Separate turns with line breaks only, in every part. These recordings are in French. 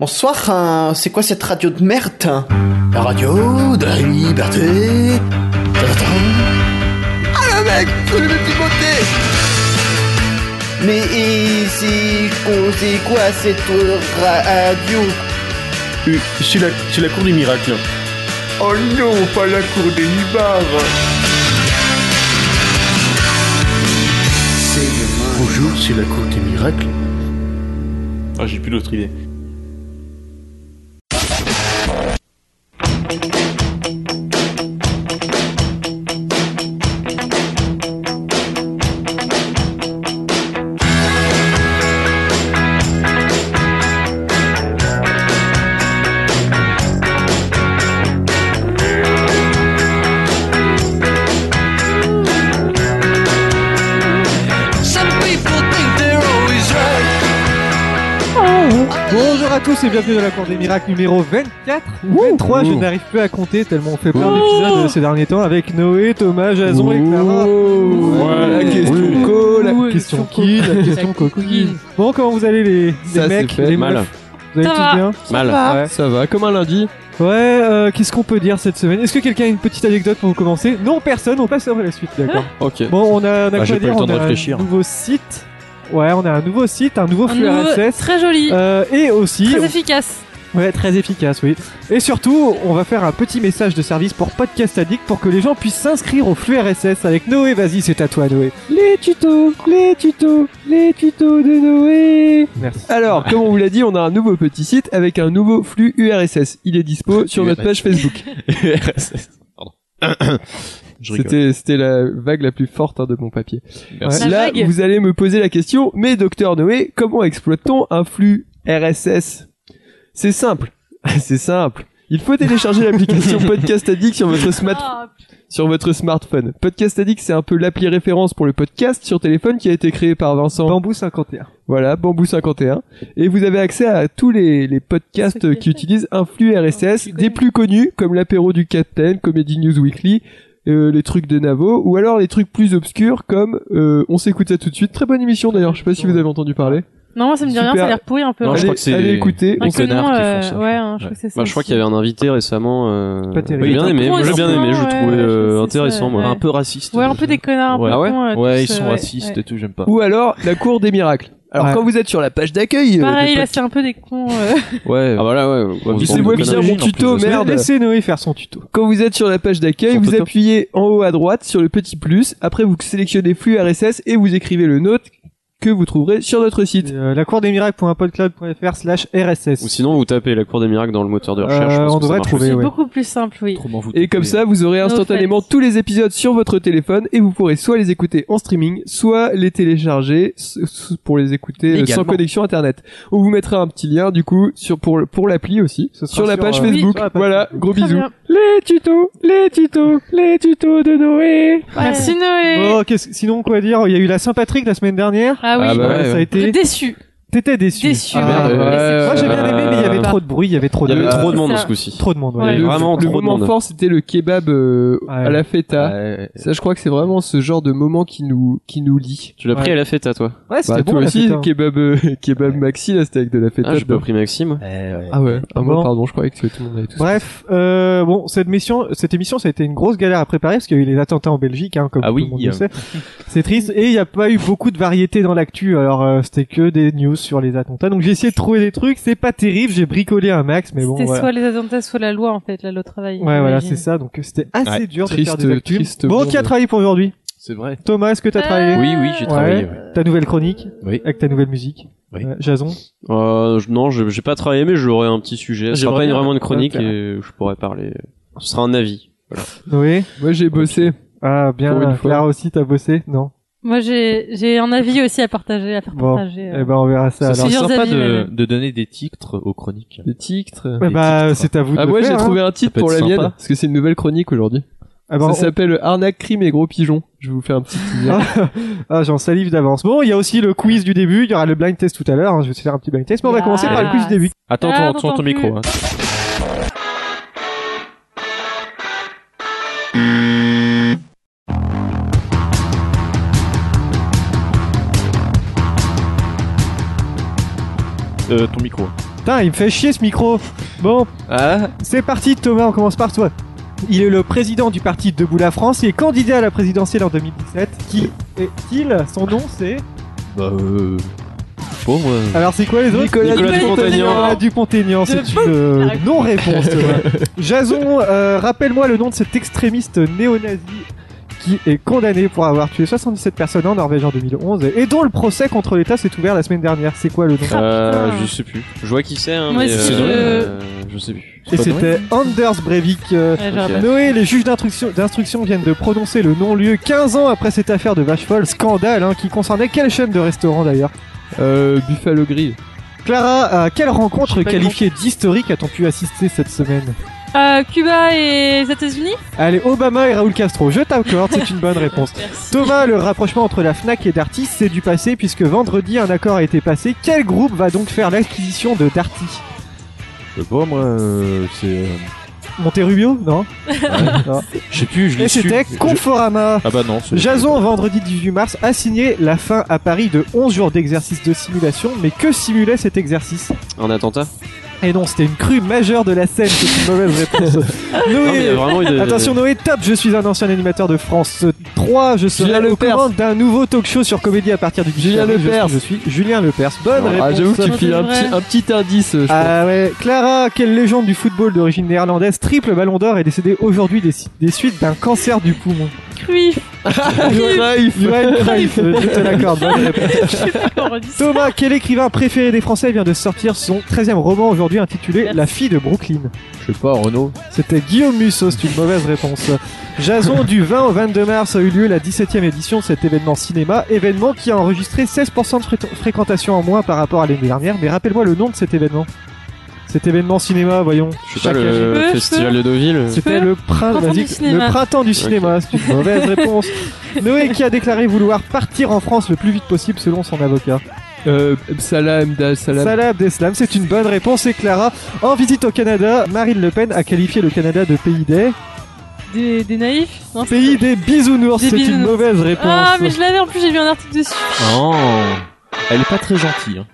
Bonsoir, hein, c'est quoi cette radio de merde hein La radio de la liberté.
Euh,
Ah le mec, c'est le petit côté Mais et c'est quoi, c'est quoi cette radio
Euh, C'est la, c'est la cour des miracles.
Oh non, pas la cour des libards
Bonjour, c'est la cour des miracles. Ah, j'ai plus d'autre idée.
Some people think they're always right.
Bonjour à tous et bienvenue dans la Cour des Miracles numéro 24 ou 23, je n'arrive plus à compter tellement on fait plein d'épisodes euh, ces derniers temps avec Noé, Thomas, Jason et Clara.
Ouais,
la question
oui.
co, la
Ouais,
question
question
qui, la question coquine.
Mm.
Bon, comment vous allez les, les
Ça, c'est
mecs,
fait.
les
Mal.
meufs Vous allez
Ça
tous
va.
bien
Mal.
va.
Ouais. Ça va, comme un lundi.
Ouais, euh, qu'est-ce qu'on peut dire cette semaine Est-ce que quelqu'un a une petite anecdote pour commencer Non, personne, on passe après la suite, d'accord
Ah.
Ok.
Bon, on a, on a
Bah,
quoi
j'ai pas eu
dire
le temps
On
de
a
réfléchir.
un nouveau site. Ouais, on a un nouveau site, un nouveau
Un
flux
nouveau-
RSS.
Très joli,
Euh, et aussi,
très efficace.
Ouais, très efficace, oui. Et surtout, on va faire un petit message de service pour Podcast Addict pour que les gens puissent s'inscrire au flux RSS avec Noé. Vas-y, c'est à toi, Noé. Les tutos, les tutos, les tutos de Noé. Merci.
Alors, comme on vous l'a dit, on a un nouveau petit site avec un nouveau flux URSS. Il est dispo sur notre page Facebook.
URSS. Pardon. Je rigole.
C'était, c'était la vague la plus forte hein, de mon papier.
Merci.
Ouais. La
Là,
vague.
vous allez me poser la question, mais docteur Noé, comment exploite-t-on un flux RSS C'est simple. C'est simple. Il faut télécharger l'application Podcast Addict sur votre smartphone.
Ah,
sur votre smartphone. Podcast Addict, c'est un peu l'appli référence pour le podcast sur téléphone qui a été créé par Vincent.
Bambou 51.
Voilà, Bambou 51. Et vous avez accès à tous les, les podcasts
Ceux qui
qui utilisent un flux RSS,
tu connais.
des plus connus comme l'apéro du Captain, Comedy News Weekly, euh, les trucs de Navo, ou alors les trucs plus obscurs comme euh, On s'écoute ça tout de suite. Très bonne émission d'ailleurs, je sais pas si vous avez entendu parler.
non, moi ça me dit
Super.
rien, ça a l'air pourri un peu.
Non, je
allez,
crois que c'est
allez écouter.
Un
les connards qui
euh,
font ça.
Ouais, hein, je crois
Ouais.
que c'est ça.
Bah, je crois qu'il y avait un invité récemment. euh,
Pas terrible.
j'ai bien
Il était
aimé,
con,
moi, j'ai bien
il
aimé, je
était
le
con,
trouvais
ouais,
euh,
c'est ça,
intéressant, moi.
ouais.
Un peu raciste.
Ouais, un peu des connards, un
Ouais.
peu
Ah
cons, euh,
Ouais, ils
tous,
sont
euh,
racistes
ouais.
et tout, j'aime pas.
Ou alors la cour des miracles. Alors
Ouais.
quand vous êtes sur la page d'accueil, euh,
Pareil,
de
là
podcast-
c'est un peu des cons. euh.
Ouais.
Ah
voilà, bah ouais.
on se voit bien mon tuto, Oh, merde.
Euh, Laissez Noé faire son tuto.
Quand vous êtes sur la page d'accueil,
Sur
vous
Toto.
appuyez en haut à droite sur le petit plus. Après, vous sélectionnez flux RSS et vous écrivez le note que vous trouverez sur notre site.
Euh, la cour des miracles.podcloud.fr slash RSS.
Ou sinon, vous tapez la cour des miracles dans le moteur de recherche.
Euh,
je pense
on
que ça
devrait
marche
trouver,
C'est
ouais.
beaucoup plus simple, oui.
Et comme ça, vous aurez instantanément
offense.
tous les épisodes sur votre téléphone et vous pourrez soit les écouter en streaming, soit les télécharger s- s- pour les écouter euh, sans
Légalement.
connexion internet. On vous mettra un petit lien du coup sur pour le- pour l'appli aussi
Ce sera
sur la
sur,
page
euh,
Facebook.
sur la page
voilà,
Facebook.
gros
Très
bisous.
bien.
Les tutos, les tutos, les tutos de Noé.
Merci Noé.
Bon, Oh, qu'est-ce- sinon, quoi dire Il y a eu la Saint-Patrick la semaine dernière.
Ah oui,
Ah
Ouais,
bah ouais,
ça a
ouais.
été.
déçu.
T'étais déçu.
Déçu. hein.
Ah,
merde,
ouais.
ouais.
Moi j'ai bien aimé, mais il y avait
Euh,
trop de bruit, il y avait trop
Il y
de.
avait trop de monde
ça.
ce coup-ci.
Trop de monde.
Ouais.
ouais.
Ah, Le-
Vraiment
le
trop de
moment
monde.
fort, c'était le kebab euh,
Ouais.
à la feta.
Ouais.
Ça, je crois que c'est vraiment ce genre de moment qui nous qui nous lie.
Tu l'as pris à la fête, à toi
Ouais,
Bah,
c'était bon
toi
la
aussi,
fête, hein.
kebab euh, kebab maxi là, c'était avec de la feta.
Ah, j'ai pas
dedans.
pris Maxime.
Eh
Ah ouais. Ah bon,
Bon.
pardon, je croyais que tout le monde avait tout.
Bref, euh, bon, cette mission, cette émission, ça a été une grosse galère à préparer parce qu'il y a eu les attentats en Belgique, hein, comme
Ah
tout
oui,
le monde
il y
le
a-
sait. C'est triste et il n'y a pas eu beaucoup de variété dans l'actu. Alors euh, c'était que des news sur les attentats. Donc j'ai essayé de trouver des trucs. C'est pas terrible. J'ai bricolé un max, mais bon.
C'était
voilà.
soit les attentats, soit la loi en fait, la loi travail.
Ouais, voilà,
j'imagine.
c'est ça. Donc euh, c'était assez
Ouais,
dur
triste,
de faire des actus.
triste
bon,
monde.
qui a travaillé pour aujourd'hui
C'est vrai.
Thomas, est-ce que
Euh,
t'as travaillé
Oui, oui, j'ai
Ouais.
travaillé. ouais.
Ta nouvelle chronique
Oui.
Avec ta nouvelle musique.
Oui.
Euh, Jason.
Euh, je- non, je- j'ai pas travaillé, mais j'aurai un petit sujet. Ce sera
J'aimerais
pas une-
bien.
vraiment une chronique
Ok.
et je pourrais parler. Ce sera un avis.
Noé.
Moi, j'ai bossé.
Ah bien.
Pour une fois.
Clara aussi, t'as bossé Non.
Moi j'ai j'ai un avis aussi à partager, à faire
Bon.
partager. euh.
Eh ben on verra ça.
Ça,
alors.
c'est plusieurs
sympa
avis,
de,
même.
de donner des titres aux chroniques.
Le titre.
Eh ben,
titres.
c'est à vous
Ah
de
moi,
le
j'ai
faire. hein.
trouvé un titre
peut
pour la
être
mienne
sympa.
parce que c'est une nouvelle chronique aujourd'hui.
Ah ben,
Ça
on-
s'appelle Arnaque, crime et gros pigeons. Je vais vous faire un petit. teaser.
Ah, j'en salive d'avance. Bon, il y a aussi le quiz du début, il y aura le blind test tout à l'heure, hein, je vais te faire un petit blind test, mais on va
Yes.
commencer par le quiz du début.
Attends,
Ah,
ton, ton, ton
t'entends plus.
micro. Hein. Euh, ton micro.
Putain, il me fait chier ce micro. Bon,
Ah,
c'est parti Thomas, on commence par toi. Il est le président du parti Debout la France et candidat à la présidentielle en 2017. Qui est-il Son nom c'est...
bah euh... Bon, moi...
Alors c'est quoi les autres
Nicolas
Nicolas Dupont-Aignan.
Nicolas Dupont-Aignan, c'est une euh, non-réponse. Thomas. Jason, euh, rappelle-moi le nom de cet extrémiste néo-nazi qui est condamné pour avoir tué 77 personnes en Norvège en 2011 et dont le procès contre l'État s'est ouvert la semaine dernière. C'est quoi le nom
Euh,
Ah, putain.
je sais plus. Je vois qui c'est, hein,
Moi
mais
aussi,
euh,
je-
euh, je sais plus.
Et c'était Anders Breivik. euh,
Ouais, j'aurais
Ok.
Noé, les juges d'instruction d'instruction viennent de prononcer le non-lieu 15 ans après cette affaire de vache folle, scandale hein, qui concernait quelle chaîne de restaurant d'ailleurs
Euh, Buffalo Grill.
Clara, à quelle rencontre
J'ai pas
qualifiée d'historique a-t-on pu assister cette semaine
pas- Euh, Cuba et les États-Unis
Allez, Obama et Raoul Castro, je t'accorde, c'est une bonne réponse.
Merci.
Thomas, le rapprochement entre la FNAC et Darty, c'est du passé puisque vendredi un accord a été passé. Quel groupe va donc faire l'acquisition de Darty
Je sais pas, moi, euh, c'est. euh,
Monterubio Non
Je sais plus, je l'ai
Et
su.
c'était
Je-
Conforama
Ah bah non, c'est.
Jason, vendredi 18 mars, a signé la fin à Paris de 11 jours d'exercice de simulation. Mais que simulait cet exercice
Un attentat
Et non, c'était une crue majeure de la scène, c'est une mauvaise réponse.
Non, mais
euh,
Noé,
vraiment, il est-
attention Noé, top, je suis un ancien animateur de France 3, je serai
Julien
le
Lepers.
commande d'un nouveau talk show sur Comédie à partir du 18
Julien
avril. Je
Lepers.
suis- Je suis Julien Lepers, bonne
Ah,
réponse.
j'avoue que tu
ça,
files
c'est
un
vrai.
petit, un petit indice, euh, je pense.
Ah ouais, Clara, quelle légende du football d'origine néerlandaise, triple ballon d'or, est décédée aujourd'hui des, des suites d'un cancer du poumon.
Cruyff.
Cruyff.
Johan Cruyff, je te l'accorde, bonne réponse.
Je sais pas comment on dit ça.
Thomas, quel écrivain préféré des Français vient de sortir son 13e roman aujourd'hui intitulé
Merci.
La fille de Brooklyn
Je sais pas, Renault.
C'était Guillaume Musso, c'est une mauvaise réponse. Jason, du 20 au 22 mars a eu lieu la 17e édition de cet événement cinéma, événement qui a enregistré 16% de fré- fréquentation en moins par rapport à l'année dernière, mais rappelle-moi le nom de cet événement. Cet événement cinéma, voyons.
Je sais pas,
Chaque année.
le
peux, je
festival
peux.
de Deauville
C'était
Feu.
le, prin-
Printemps
vas-y,
du cinéma.
le printemps du cinéma, c'est une mauvaise réponse. Noé qui a déclaré vouloir partir en France le plus vite possible selon son avocat.
Euh, Salah, Mdal, Salah.
Salah Abdeslam, c'est une bonne réponse. Et Clara, en visite au Canada, Marine Le Pen a qualifié le Canada de pays des...
Des, des naïfs non
Pays des bisounours,
Hein, Des
c'est une
bisounours.
mauvaise réponse.
Ah, mais je l'avais en plus, j'ai vu un article dessus.
Oh Elle est pas très gentille. Hein.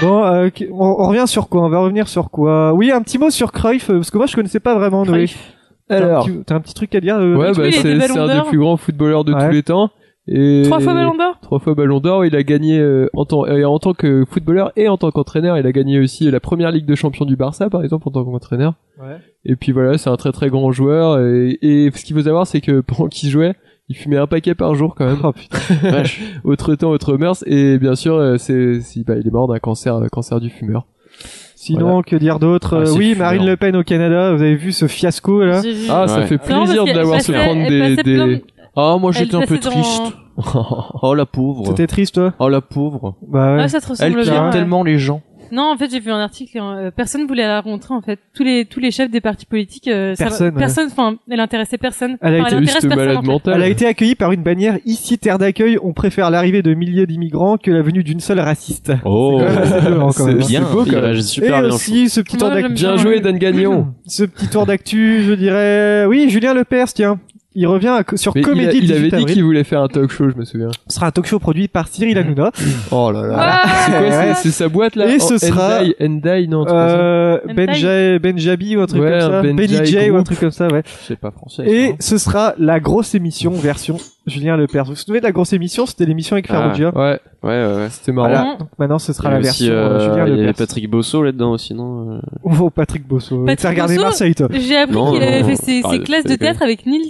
Bon, euh, qu- on, on revient sur quoi On va revenir sur quoi Oui, un petit mot sur Cruyff, euh, parce que moi je connaissais pas vraiment Noé.
Cruyff.
T'as un
Alors.
petit- T'as un petit truc à dire euh,
Ouais,
Oui, il
bah,
était
c'est
Ballon
c'est un
d'Or.
des plus grands footballeurs de
Ouais.
tous les temps. Et...
Trois fois Ballon d'Or
Trois fois Ballon d'Or, il a gagné euh, en, tant, euh, en tant que footballeur et en tant qu'entraîneur. Il a gagné aussi la première Ligue de champion du Barça, par exemple, en tant qu'entraîneur.
bah,
Ouais.
Et puis voilà, c'est un très très grand joueur. Et, et ce qu'il faut savoir, c'est que pendant qu'il jouait, il fumait un paquet par jour quand même.
Oh, putain.
autre temps, autre mœurs. Et bien sûr, euh, c'est, si, bah, il est mort d'un cancer, euh, cancer du fumeur.
Sinon, que dire d'autre
Ah,
Euh,
c'est
Oui,
fumeur.
Marine Le Pen au Canada, vous avez vu ce fiasco là
J'ai vu.
Ah,
Ouais.
ça fait
Non, parce
plaisir
qu'elle
de l'avoir se
passait-
prendre
elle
des...
passait
des-
plein de-
Ah, moi
Elle hein.
j'étais un peu
passait
triste. oh la pauvre.
C'était triste, toi
Oh la pauvre.
Bah ouais.
Ah, ça te
Elle
ressemble
qui
bien,
aime
ouais.
tellement les gens.
Non, en fait, j'ai vu un article. euh, personne voulait la rencontrer. En fait, tous les tous les chefs des partis politiques, euh, ça-
Personne, ouais.
personne. Enfin, elle intéressait personne.
Elle a
Enfin,
été
intéresse
juste
personne,
malade
en fait.
mentale.
Elle a été accueillie par une bannière ici terre d'accueil. On préfère l'arrivée de milliers d'immigrants que la venue d'une seule raciste.
Oh.
C'est quand même assez violent, quand
C'est
même. hein.
Bien,
beau,
il
quand même.
réagit
Et
super bien.
aussi ce petit
Moi,
tour d'actu.
j'aime
Bien joué, Dan Gagnon.
Ce petit tour d'actu, je dirais. Oui, Julien Lepers, tiens. Il revient à co- sur
Mais il a-
Comédie
il,
18
avait dit
avril.
qu'il voulait faire un talk show, je me souviens.
Ce sera un talk show produit par Cyril Hanouna.
Oh là là.
Ah,
C'est quoi
Ouais.
c'est- C'est sa boîte là
Et
En-
ce sera-
Endai, Endai, non, un truc comme ça.
Euh,
Hentai.
Benja- Benjabi ou un truc
Ouais,
comme ça.
un Benjai
Benny J ou un
groupe.
truc comme ça, ouais.
C'est pas français.
Et ce sera la grosse émission version Julien Lepers. Vous vous souvenez de la grosse émission C'était l'émission avec Ferro
Ah.
Dia.
hein. Ouais,
Ouais, ouais, ouais.
c'était marrant.
Voilà.
Non.
Donc maintenant, ce
Il
sera
y
la
avait
version
aussi,
euh,
euh,
Julien
il y avait
Lepers.
Patrick Bosso là-dedans aussi, non euh,
Oh, Patrick Bosso.
Patrick
T'as regardé
Bosso
Marseille, toi.
J'ai appris
Non,
qu'il
non,
avait
non.
fait ses, ses
Arrête,
classes de
déconne.
théâtre avec Niels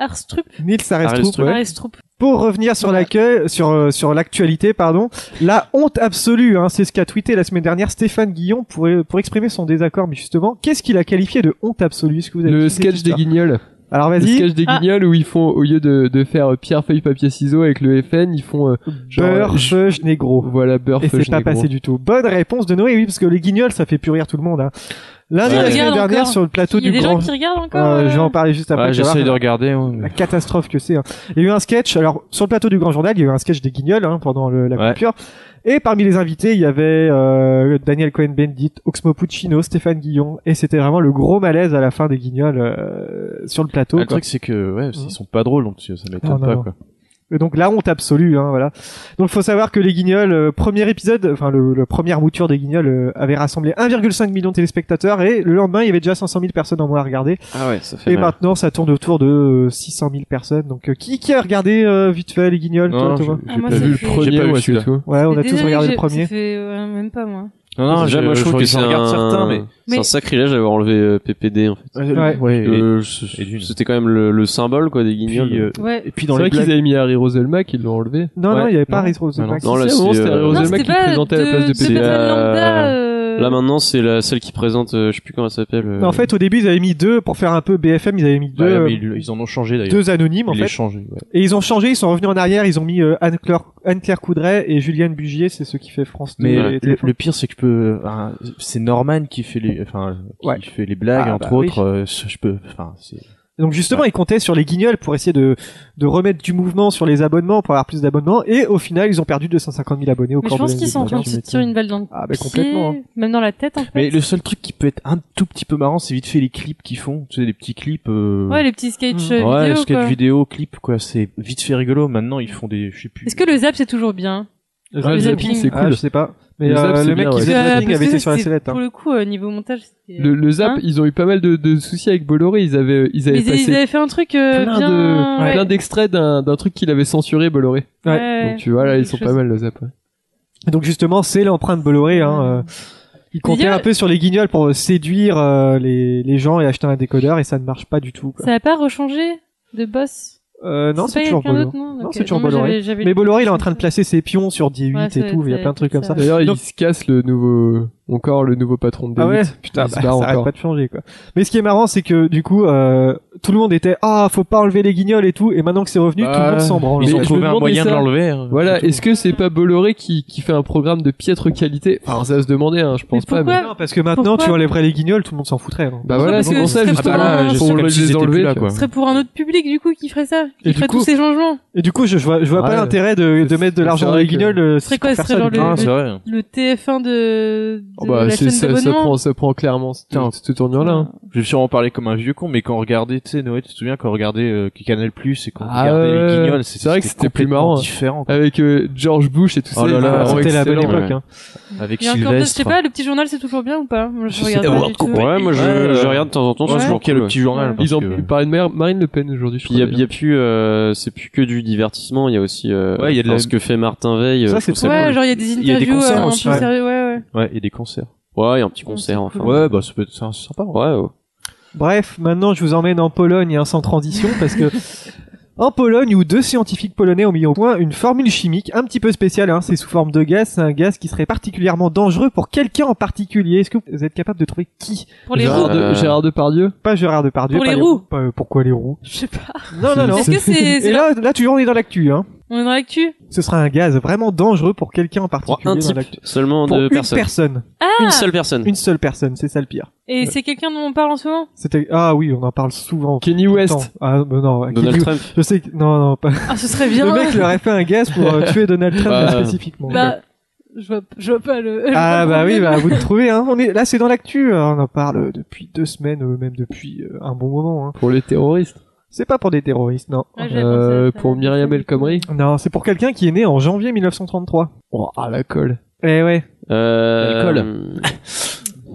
Arstrup.
Nils
Ah,
Arestrup,
Arestrup.
ouais.
Arstrup.
Pour revenir sur l'accueil, sur, euh, sur l'actualité, pardon, la honte absolue, hein, c'est ce qu'a tweeté la semaine dernière Stéphane Guillon pour, euh, pour exprimer son désaccord, mais justement, qu'est-ce qu'il a qualifié de honte absolue Est-ce que vous avez
Le
tweeté
sketch des
ça
guignols.
Alors
Le
vas-y,
sketch des
Ah.
guignols où ils font, au lieu de, de faire euh, pierre, feuille, papier, ciseaux avec le FN, ils font, euh, genre,
beurre,
je-
feuge, négro.
voilà, beurre,
Et
feuille,
c'est pas
négro.
passé du tout. Bonne réponse de Noé, oui, parce que les guignols, ça fait plus rire tout le monde. Hein. Lundi,
Ouais.
la semaine
Regarde
dernière,
encore.
sur le plateau
Il y a
du
des
Grand...
gens qui regardent encore.
Euh,
euh,
je vais en parler juste après.
Ouais,
tu vas
j'essaye de
voir
regarder. ouais, mais-
La catastrophe que c'est. hein. Il y a eu un sketch. Alors sur le plateau du Grand Journal, il y a eu un sketch des Guignols hein, pendant le- la
Ouais.
coupure. Et parmi les invités, il y avait euh, Daniel Cohen-Bendit, Oxmo Puccino, Stéphane Guillon. Et c'était vraiment le gros malaise à la fin des Guignols euh, sur le plateau.
Ah, le
quoi.
truc c'est que ouais, ils sont pas drôles donc ça
Non,
Ah,
m'étonne
non,
pas
non.
quoi.
Et donc la honte absolue, hein, voilà. Donc faut savoir que les Guignols, euh, premier épisode, enfin le, la première mouture des Guignols euh, avait rassemblé 1,5 million de téléspectateurs et le lendemain il y avait déjà 500 000 personnes en moins à regarder.
Ah ouais, ça fait
Et
mal.
maintenant ça tourne autour de euh, 600 000 personnes. Donc euh, qui qui a regardé euh, vite fait les Guignols toi,
Non, j'ai-
Thomas
hein.
Ah,
j'ai
moi,
pas
ça
vu le
fait- J'ai
premier,
pas vu
ouais,
celui-là.
c'est tout.
Ouais, on a
Mais
tous
désolé,
regardé
j'ai-
le premier.
ça fait, euh, même pas moi.
Non, non,
Déjà,
je,
moi, je
je
trouve
trouve
que
que
ça
c'est
regarde
un...
certains, mais-
C'est
Mais-
un sacrilège d'avoir enlevé euh, PPD, en fait.
Ouais.
Ouais, et-
Euh,
et d'une.
c'est- C'était quand même le, le symbole, quoi, des guignols.
Puis, euh,
Ouais.
Et puis
C'est
dans les
vrai qu'ils
blagues.
avaient mis Harry Roselmack, ils l'ont enlevé.
Non, non,
Ouais.
il y avait pas
Non.
Rizos.
Ah, non.
Non, là, c'est
euh,
Harry
Non,
Roselmack
c'était
qui
pas
présentait à la place de
deux
P-
PD.
euh,
personnes lambda. euh,
Là, maintenant, c'est la, celle qui présente, euh, je sais plus comment elle s'appelle. euh,
en fait, au début, ils avaient mis deux pour faire un peu BFM. Ils avaient mis deux,
Ouais, mais
euh,
ils, ils en ont changé d'ailleurs.
deux anonymes en
Ils les
fait.
changé. ouais.
Et ils ont changé, ils sont revenus en arrière, ils ont mis euh, Anne-Claire Anne-Claire Coudray et Juliane Bugier, c'est ceux qui fait France 2
Mais
et
euh, le,
TF1.
le pire, c'est que je peux. ah, c'est Norman qui fait les, enfin, qui
Ouais.
fait les blagues
Ah,
entre
bah oui.
autres. euh, je je peux. Enfin, c'est.
Donc justement, ils comptaient sur les guignols pour essayer de, de remettre du mouvement sur les abonnements, pour avoir plus d'abonnements, et au final, ils ont perdu 250 000 abonnés au
Mais je
cours
pense
de
qu'ils sont en
l'année.
train de se tirer une balle dans le
Ah, bah,
pied,
complètement, hein.
même dans la tête en fait.
Mais le seul truc qui peut être un tout petit peu marrant, c'est vite fait les clips qu'ils font. Tu sais, les petits clips. euh,
Ouais, les petits sketchs
Mm.
euh,
ouais,
vidéo,
sketch
quoi.
vidéo, clip, quoi. C'est vite fait rigolo. Maintenant, ils font des. Je sais plus.
Est-ce que le zap c'est toujours bien
Le
Ah, le zapping,
c'est
c'est
cool. je sais pas. Mais
Le
euh,
zap,
le
c'est
mec
bien,
qui
ouais.
faisait le
Euh,
zapping
parce
avait
que
été sur la
c'est-
sellette. hein.
Pour le coup, euh, niveau montage, c'était.
Le, le zap,
Hein
ils ont eu pas mal de, de soucis avec Bolloré. Ils avaient, ils avaient
Mais ils
passé
ils avaient fait un truc euh,
plein
bien.
de,
ouais.
plein d'extraits d'un, d'un truc qu'il avait censuré Bolloré.
Ouais.
Ouais.
Donc tu vois, là, ils
Quelque
sont
chose.
pas mal le zap. ouais.
Donc justement, c'est l'empreinte Bolloré. Hein, euh, il comptait
D'ailleurs-
un peu sur les guignols pour séduire euh, les, les gens et acheter un décodeur, et ça ne marche pas du tout. Quoi.
Ça n'a pas rechangé de boss
Euh, non, c'est
pas
toujours
quelqu'un
Bolloré.
d'autre, Non,
Non,
Ok.
c'est toujours
moi,
Bolloré.
j'avais- j'avais
Mais
lu-
Bolloré, il est en train de placer ses pions sur D8
Ouais,
et
ça-
tout. Il y a
ça-
plein de trucs comme ça.
D'ailleurs,
Ah, Donc-
il se casse le nouveau, encore le nouveau patron de
Ah ouais,
D8.
putain,
Il se
bah, ça
barre
arrête
encore.
pas de changer quoi. Mais ce qui est marrant, c'est que du coup, euh, tout le monde était ah, faut pas enlever les guignols et tout, et maintenant que c'est revenu, tout le
Bah,
monde s'en branle.
mais
Ils ont
je
en fait.
me
trouvé un
demandais
moyen de
ça.
l'enlever. euh,
Voilà,
surtout.
est-ce que c'est pas Bolloré qui, qui fait un programme de piètre qualité Enfin, ça va se demander, hein, je pense pas.
pourquoi
Mais...
Non, parce que maintenant,
Pourquoi
tu enlèverais les guignols, tout le monde s'en foutrait. hein.
Bah
Non,
voilà,
parce
c'est
que
pour ça,
ce serait
justement,
pour un-
pour
je
sais comme
les
s'ils étaient
enlever,
plus là,
tu
quoi.
Ce serait pour un autre public du coup qui ferait ça, qui
du
ferait
coup-
tous ces changements.
Et du coup, je, je vois, je vois pas
Ouais.
l'intérêt de, de mettre de
C'est
l'argent
vrai
dans les
que-
guignols. euh,
serait
pour
quoi,
faire
serait
ça,
genre
du
le-
coup.
Ah, c'est vrai.
Le TF1 de, de
Oh bah,
la
c'est,
chaîne
ça, ça
d'abonnement.
prend, ça prend clairement cette,
Putain.
cette tournure-là. hein.
Je vais sûrement parler comme un vieux con, mais quand on regardait, tu sais, Noé, tu te souviens quand on regardait euh, Canal Plus et quand on
Ah
regardait
ouais.
les Guignols,
C'est vrai que c'était plus
complètement
marrant.
Différent. quoi.
Ah.
Avec euh, George Bush et tout
Oh
ça.
Ah,
là là,
ils étaient
C'était la bonne
excellents.
époque.
ouais.
hein.
Avec
Et encore, je sais
Sylvestre.
pas, le petit journal c'est toujours bien ou pas Moi, Je
C'est
regarde pas
World
du
Cup,
tout.
Ouais, moi, je,
Ouais.
je regarde de temps en temps.
Je
c'est
pense
toujours
qu'il y a le
cool.
petit journal. parce
Ils en
que-
ils parlaient de Mar- Marine Le Pen aujourd'hui, je
Puis il y
crois.
a, il y a plus, euh, c'est plus que du divertissement. Il y a aussi euh,
Ouais, il y a de
dans
la-
ce que fait Martin Veil. euh,
Ça,
je trouve
c'est
ça
Ouais,
cool.
genre il y a des
Il y a des
interviews euh,
concerts
un peu
aussi, ouais.
sérieux, ouais, ouais.
Ouais, et des concerts.
Ouais, il y a un petit concert enfin.
Ouais.
Ouais, bah ça peut être ça, c'est sympa. ouais.
Ouais, ouais.
Bref, maintenant, je vous emmène en Pologne, hein, sans transition, parce que en Pologne, où deux scientifiques polonais ont mis au point une formule chimique un petit peu spéciale, hein, c'est sous forme de gaz, c'est un gaz qui serait particulièrement dangereux pour quelqu'un en particulier. Est-ce que vous êtes capable de trouver qui
Pour les
Gérard,
roues.
de,
Euh,
Gérard Depardieu.
Pas Gérard Depardieu.
Pour
pas
les roues.
pas- euh, pourquoi les roues
Je sais pas.
Non, non, non.
Est-ce que c'est.
Et
c'est-
là, là, toujours on est dans l'actu, hein.
On est dans l'actu
Ce sera un gaz vraiment dangereux pour quelqu'un en particulier
Pour
Oh,
un
dans
type
l'actu.
seulement
Pour
de
une
personnes.
personne.
Une
Ah
seule personne.
Mm.
Une seule personne, c'est ça le pire.
Et c'est quelqu'un dont on parle en ce moment
C'était, ah oui, on en parle souvent.
Kenny
tout le
West.
temps. Ah, bah non, Kenny
Donald
West.
Trump.
Je sais que, non, non, pas.
Ah, ce serait bien.
Le mec leur aurait fait un gaz pour euh, tuer Donald Trump,
Bah,
là, spécifiquement.
Bah, je vois, je vois pas le. je vois pas
Ah
le
bah oui,
problème.
bah à vous de trouver. Hein. On est là, c'est dans l'actu. hein. On en parle depuis deux semaines, euh, même depuis euh, un bon moment. Hein.
Pour les terroristes.
C'est pas pour des terroristes, non.
Ouais, j'avais pensé à
Euh,
ça.
pour Myriam El Khomri.
Non, c'est pour quelqu'un qui est né en janvier 1933.
Oh, ah, la colle.
Eh ouais,
Euh,
L'alcool.
euh,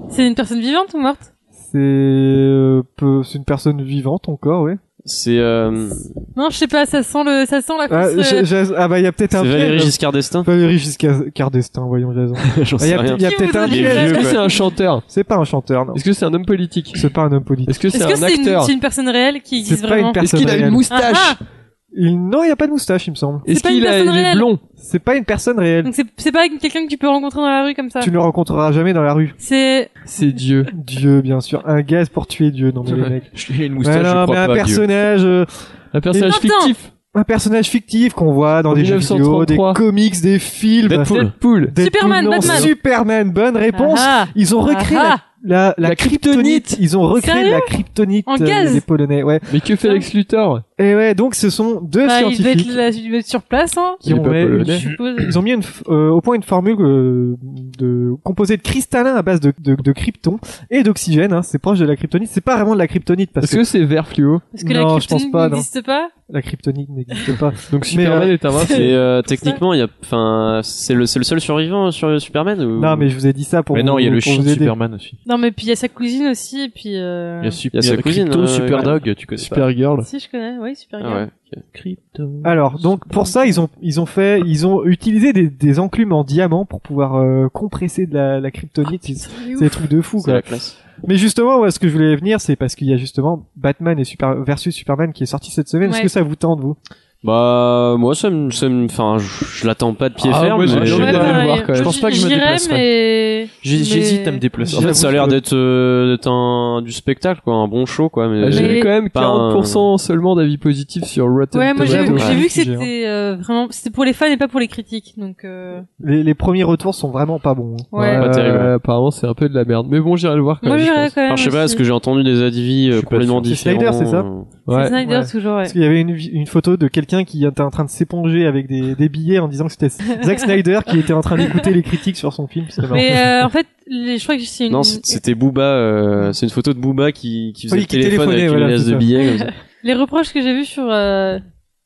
C'est une personne vivante ou morte
c'est euh, peu- c'est une personne vivante encore, ouais.
C'est euh,
Non, je sais pas, ça sent le, ça sent la
Ah,
France,
j'ai-
euh,
j'ai- ah bah il y a peut-être
c'est
un
Valéry
piège.
Giscard d'Estaing.
Valérie Giscard Giscard d'Estaing, voyons Jason.
J'en
Ah, Il y
sais
a peut-
rien.
il y a
Qui
peut-être
vous
un
donne les
piège.
Est-ce
Ouais.
que c'est un chanteur
C'est pas un chanteur, non.
Est-ce que c'est un homme politique
C'est pas un homme politique.
Est-ce que c'est
Est-ce que
un
c'est une,
acteur
c'est une personne réelle qui
C'est
existe
pas
vraiment
une personne
Est-ce qu'il a
réelle.
une moustache
Il- Non, il y a pas de moustache, il me semble.
Est-ce
pas une
qu'il a,
personne
il est
réelle.
blond
C'est pas une personne réelle.
Donc c'est c'est pas quelqu'un que tu peux rencontrer dans la rue comme ça.
Tu ne le rencontreras jamais dans la rue.
C'est
C'est Dieu.
Dieu, bien sûr. Un gaz pour tuer Dieu. Non, mais les mecs.
Il a une moustache,
Ouais, non,
je crois
mais un
pas. Dieu.
personnage, euh,
Un personnage
Tintin.
fictif.
un personnage fictif qu'on voit dans des jeux vidéo, des
1933.
comics, des films.
Deadpool.
Deadpool.
Deadpool,
Superman,
non,
Batman.
Superman. Bonne réponse.
Ah,
Ils ont recréé
Ah
la, la, la,
La
kryptonite.
kryptonite.
Ils ont recréé
Sérieux
la kryptonite
En
euh,
gaz
des Polonais. Ouais.
Ah.
Mais que fait Lex Luthor
Eh Et ouais, donc ce sont deux
Bah, il devait
scientifiques
être, là- il devait être sur place, hein,
qui
Il est
ont,
pas
ouais,
polonais.
je
suppose.
Ils ont mis une f- euh, au point une formule euh, de, composée de cristallin à base de, de, de krypton et d'oxygène. Hein, c'est proche de la kryptonite. C'est pas vraiment de la kryptonite parce
Est-ce
que
que c'est vert fluo
Parce que
Non,
la
je pense
kryptonite
pas, non.
n'existe pas.
la kryptonite n'existe pas.
Donc
Mais,
Superman
euh,
est un
c'est-
vampire.
Et euh, techniquement, il y a, enfin, c'est le, c'est le seul survivant sur Superman ou
non, mais je vous ai dit ça pour.
Mais non, il y a
vous-
le
pour
chien
vous
de
aider.
Superman aussi.
Non, mais puis il y a sa cousine aussi, et puis. Euh...
Il y a, Sup-
Il y a
il y a
sa cousine,
Crypto,
euh,
Superdog, tu connais pas.
Supergirl.
Si, je connais, oui, super
Ah
bien.
ouais.
Crypto.
Ah,
Alors, donc pour ça, ils ont ils ont fait ils ont utilisé des, des enclumes en diamant pour pouvoir euh, compresser de la, la kryptonite. C'est- c'est des trucs de fou
C'est
quoi.
la classe.
Mais justement, ouais, ce que je voulais venir, c'est parce qu'il y a justement Batman et Super versus Superman qui est sorti cette semaine. Est-ce
Ouais.
que ça vous tente vous
Bah, moi, ça me, ça me- enfin, je, je l'attends pas de pied
Ah,
ferme.
moi, j'ai
mais-
bien envie
Ouais,
d'aller le
pareil.
voir, quand même.
Je pense pas que je me mais...
J'ai-
mais-
J'hésite à me déplacer.
En fait, ça a l'air
J'avoue que-
d'être euh, d'être un du spectacle, quoi, un bon show,
Euh,
quoi.
Bah,
Mais euh,
Ah, J'ai
Mais-
quand même
Pas un-
40% seulement d'avis positifs sur Rotten
Ouais, moi j'ai
Tomatoes.
j'ai
Ouais.
vu que
Sujet, hein.
c'était euh, vraiment c'était pour les fans et pas pour les critiques, donc euh,
les, les premiers retours sont vraiment pas bons. hein.
ouais.
Pas terrible.
Euh, Apparemment, c'est un peu de la merde. Mais bon, j'irai le voir quand
Moi
même.
j'irais
je
quand même.
Alors, je sais pas,
aussi.
est-ce que j'ai entendu des avis euh,
Je suis pas
complètement
sûr. C'est
différents euh,
Snyder, c'est ça
pense. Ouais.
Snyder
ouais.
toujours. Ouais.
Parce qu'il y avait une, vi- une photo de quelqu'un qui était en train de s'éponger avec des, des billets en disant que c'était Zack Snyder qui était en train d'écouter les critiques sur son film. C'était marrant.
Mais euh, en fait, les, je crois que c'est une.
Non, c'est- c'était Booba. euh, c'est une photo de Booba qui, qui faisait
Oui,
le
qui
téléphone
téléphonait,
avec
voilà,
une liasse
c'est
de
ça.
billets. Comme ça.
Les reproches que j'ai vus sur, euh,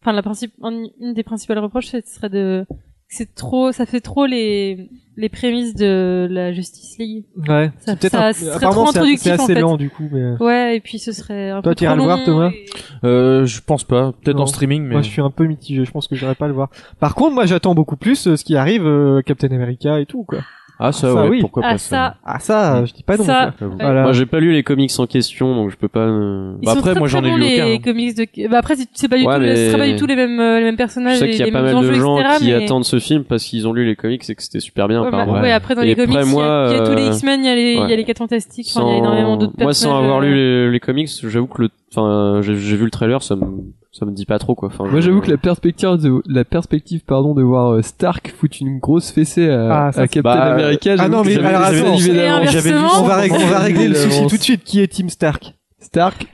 enfin la principe, un- une des principales reproches, ce serait de, que c'est trop, ça fait trop les les prémices de la Justice League.
ouais.
ça-
C'est peut-être
ça-
un-
ce serait
apparemment,
trop
c'est-
introductif,
C'est
en
assez
fait.
lent du coup, mais euh,
Ouais, et puis ce serait un
Toi,
peu
t'iras
trop
le voir,
long
hein.
Thomas
et-
Euh, je pense pas. Peut-être
Non.
en streaming, mais.
moi je suis un peu mitigé. Je pense que j'irai pas le voir. Par contre, moi j'attends beaucoup plus euh, ce qui arrive euh, Captain America et tout quoi.
Ah, ça,
Ça,
ouais,
oui.
pourquoi
Ah
pas ça.
ça.
Ah ça, je dis pas non.
Ça,
quoi. Voilà.
Moi, j'ai pas lu les comics en question, donc je peux pas. euh,
Ils
Bah
sont
après,
très,
moi,
très
j'en ai
bons,
lu
les
aucun, hein.
comics de. Bah après, c'est c'est pas du
Ouais,
tout, le- ce
mais-
sera pas du tout les mêmes euh, les mêmes
Je
personnages,
sais
et
qu'il y a
les
pas
mêmes
mal de
enjeux,
gens
etc.
qui
mais-
attendent ce film parce qu'ils ont lu les comics et que c'était super bien.
Ouais,
apparemment.
bah, ouais, après dans
Et
les comics,
après,
il y a-
moi,
il y, a tous les
euh,
X-Men, il y a les, il y a
ouais.
les 4 Fantastiques, enfin,
Sans-
il y a énormément d'autres
Moi,
personnages.
sans avoir lu
euh,
les, les comics, j'avoue que le, enfin, j'ai j'ai vu le trailer, ça me, ça me dit pas trop quoi. Enfin,
Moi,
je-
j'avoue que la perspective, de, la perspective, pardon, de voir euh, Stark foutre une grosse fessée à,
Ah, ça,
à Captain
bah,
America.
ah
j'avoue
non,
que
mais
j'avais-
alors,
j'avais
attends.
dit,
Et
évidemment,
inversement,
j'avais dit,
On va,
ré-
rég- on va régler le souci
l'avance.
tout de suite. Qui est Team Stark
Stark.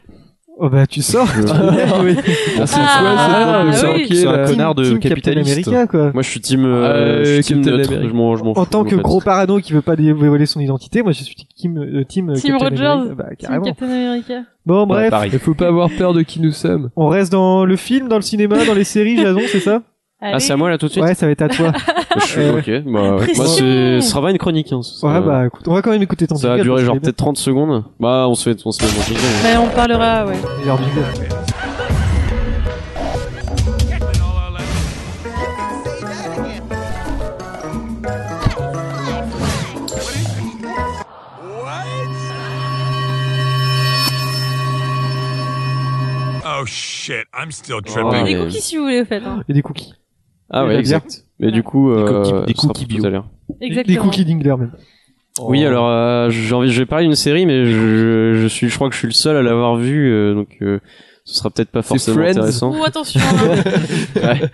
Oh bah tu sors. tu- oui.
Ah, c'est
Ah,
quoi,
ah,
c'est
oui.
tranquille,
C'est un
là.
connard. de
Team Captain
capitaliste.
America quoi.
Moi, je suis team, euh,
Euh,
je suis team
Captain
neutre.
America.
Je m'en, je m'en fous.
En tant que
fait.
gros parano qui veut pas dévoiler son identité, moi je suis team euh, team, euh,
Team
Captain
Rogers.
America. Bah,
Team
carrément.
Captain America.
Ah,
Bon
Ouais,
bref,
pareil.
Il faut pas avoir peur de qui nous sommes.
on reste dans le film, dans le cinéma, dans les séries, Jason, c'est ça
Ah, c'est à moi là tout de suite.
Ouais, ça va être à toi.
Je suis
Euh,
ok. Bah, ouais.
Pression.
Moi, c'est, ce sera pas une chronique. Hein, ce sera-
Ouais, bah écoute, on va quand même écouter ton
Ça va
jingle,
durer
parce
genre
qu'il est
peut-être 30 secondes. Bah, on se fait, on se fait manger.
Ouais, Ben, on parlera, ouais.
bien. Il est hors jingle.
Oh shit, I'm still
Oh,
Il y a
tripping.
des
mais-
cookies si vous voulez, au fait. hein.
Et des cookies.
Ah
Et
ouais,
la
exact. Mais du coup,
Des
euh,
cookies- des
ce sera
cookies
pour tout
bio. Oh.
à l'heure.
Les
Exactement.
cookies d'Ingler même.
Oui, alors euh, j'ai envie, je vais parler d'une série, mais je, je suis, je crois que je suis le seul à l'avoir vue, euh, donc euh, ce sera peut-être pas forcément
Friends
intéressant.
Oh, attention. hein.
Ouais.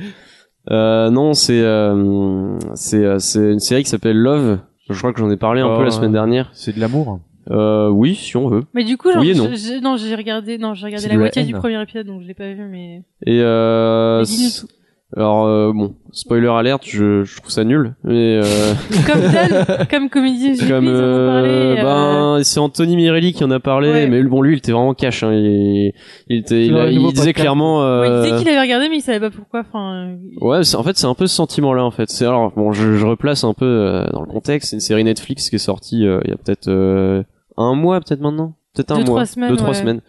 Euh, non, c'est euh, c'est euh, c'est une série qui s'appelle Love. Je crois que j'en ai parlé un
Oh,
peu la
ouais.
semaine dernière.
C'est de l'amour.
Euh, oui, si on veut.
Mais du coup, genre,
Oui et non.
je- je- non, j'ai regardé, non, j'ai regardé
C'est
la
de la
moitié du
haine.
premier épisode, donc je l'ai pas vu, mais.
Et euh,
Mais dis-nous
c'est- alors euh, bon, spoiler alerte, je, je trouve ça nul. Mais euh,
Comme Dan, comme comédie, j'ai
comme
ils en ont
euh,
parlé. euh,
ben c'est Anthony Mirelli qui en a parlé,
Ouais.
mais bon lui il était vraiment cash. Hein, il, il était, il,
le
a- il
nouveau
disait
podcast.
clairement.
ouais, il
euh,
disait qu'il avait regardé, mais il savait pas pourquoi, enfin. euh,
Ouais, c'est- en fait, c'est un peu ce sentiment-là, en fait. C'est alors bon, je, je replace un peu euh, dans le contexte. C'est une série Netflix qui est sortie euh, il y a peut-être euh, un mois, peut-être maintenant, peut-être un
Deux,
mois,
trois semaines,
deux trois
ouais.
semaines.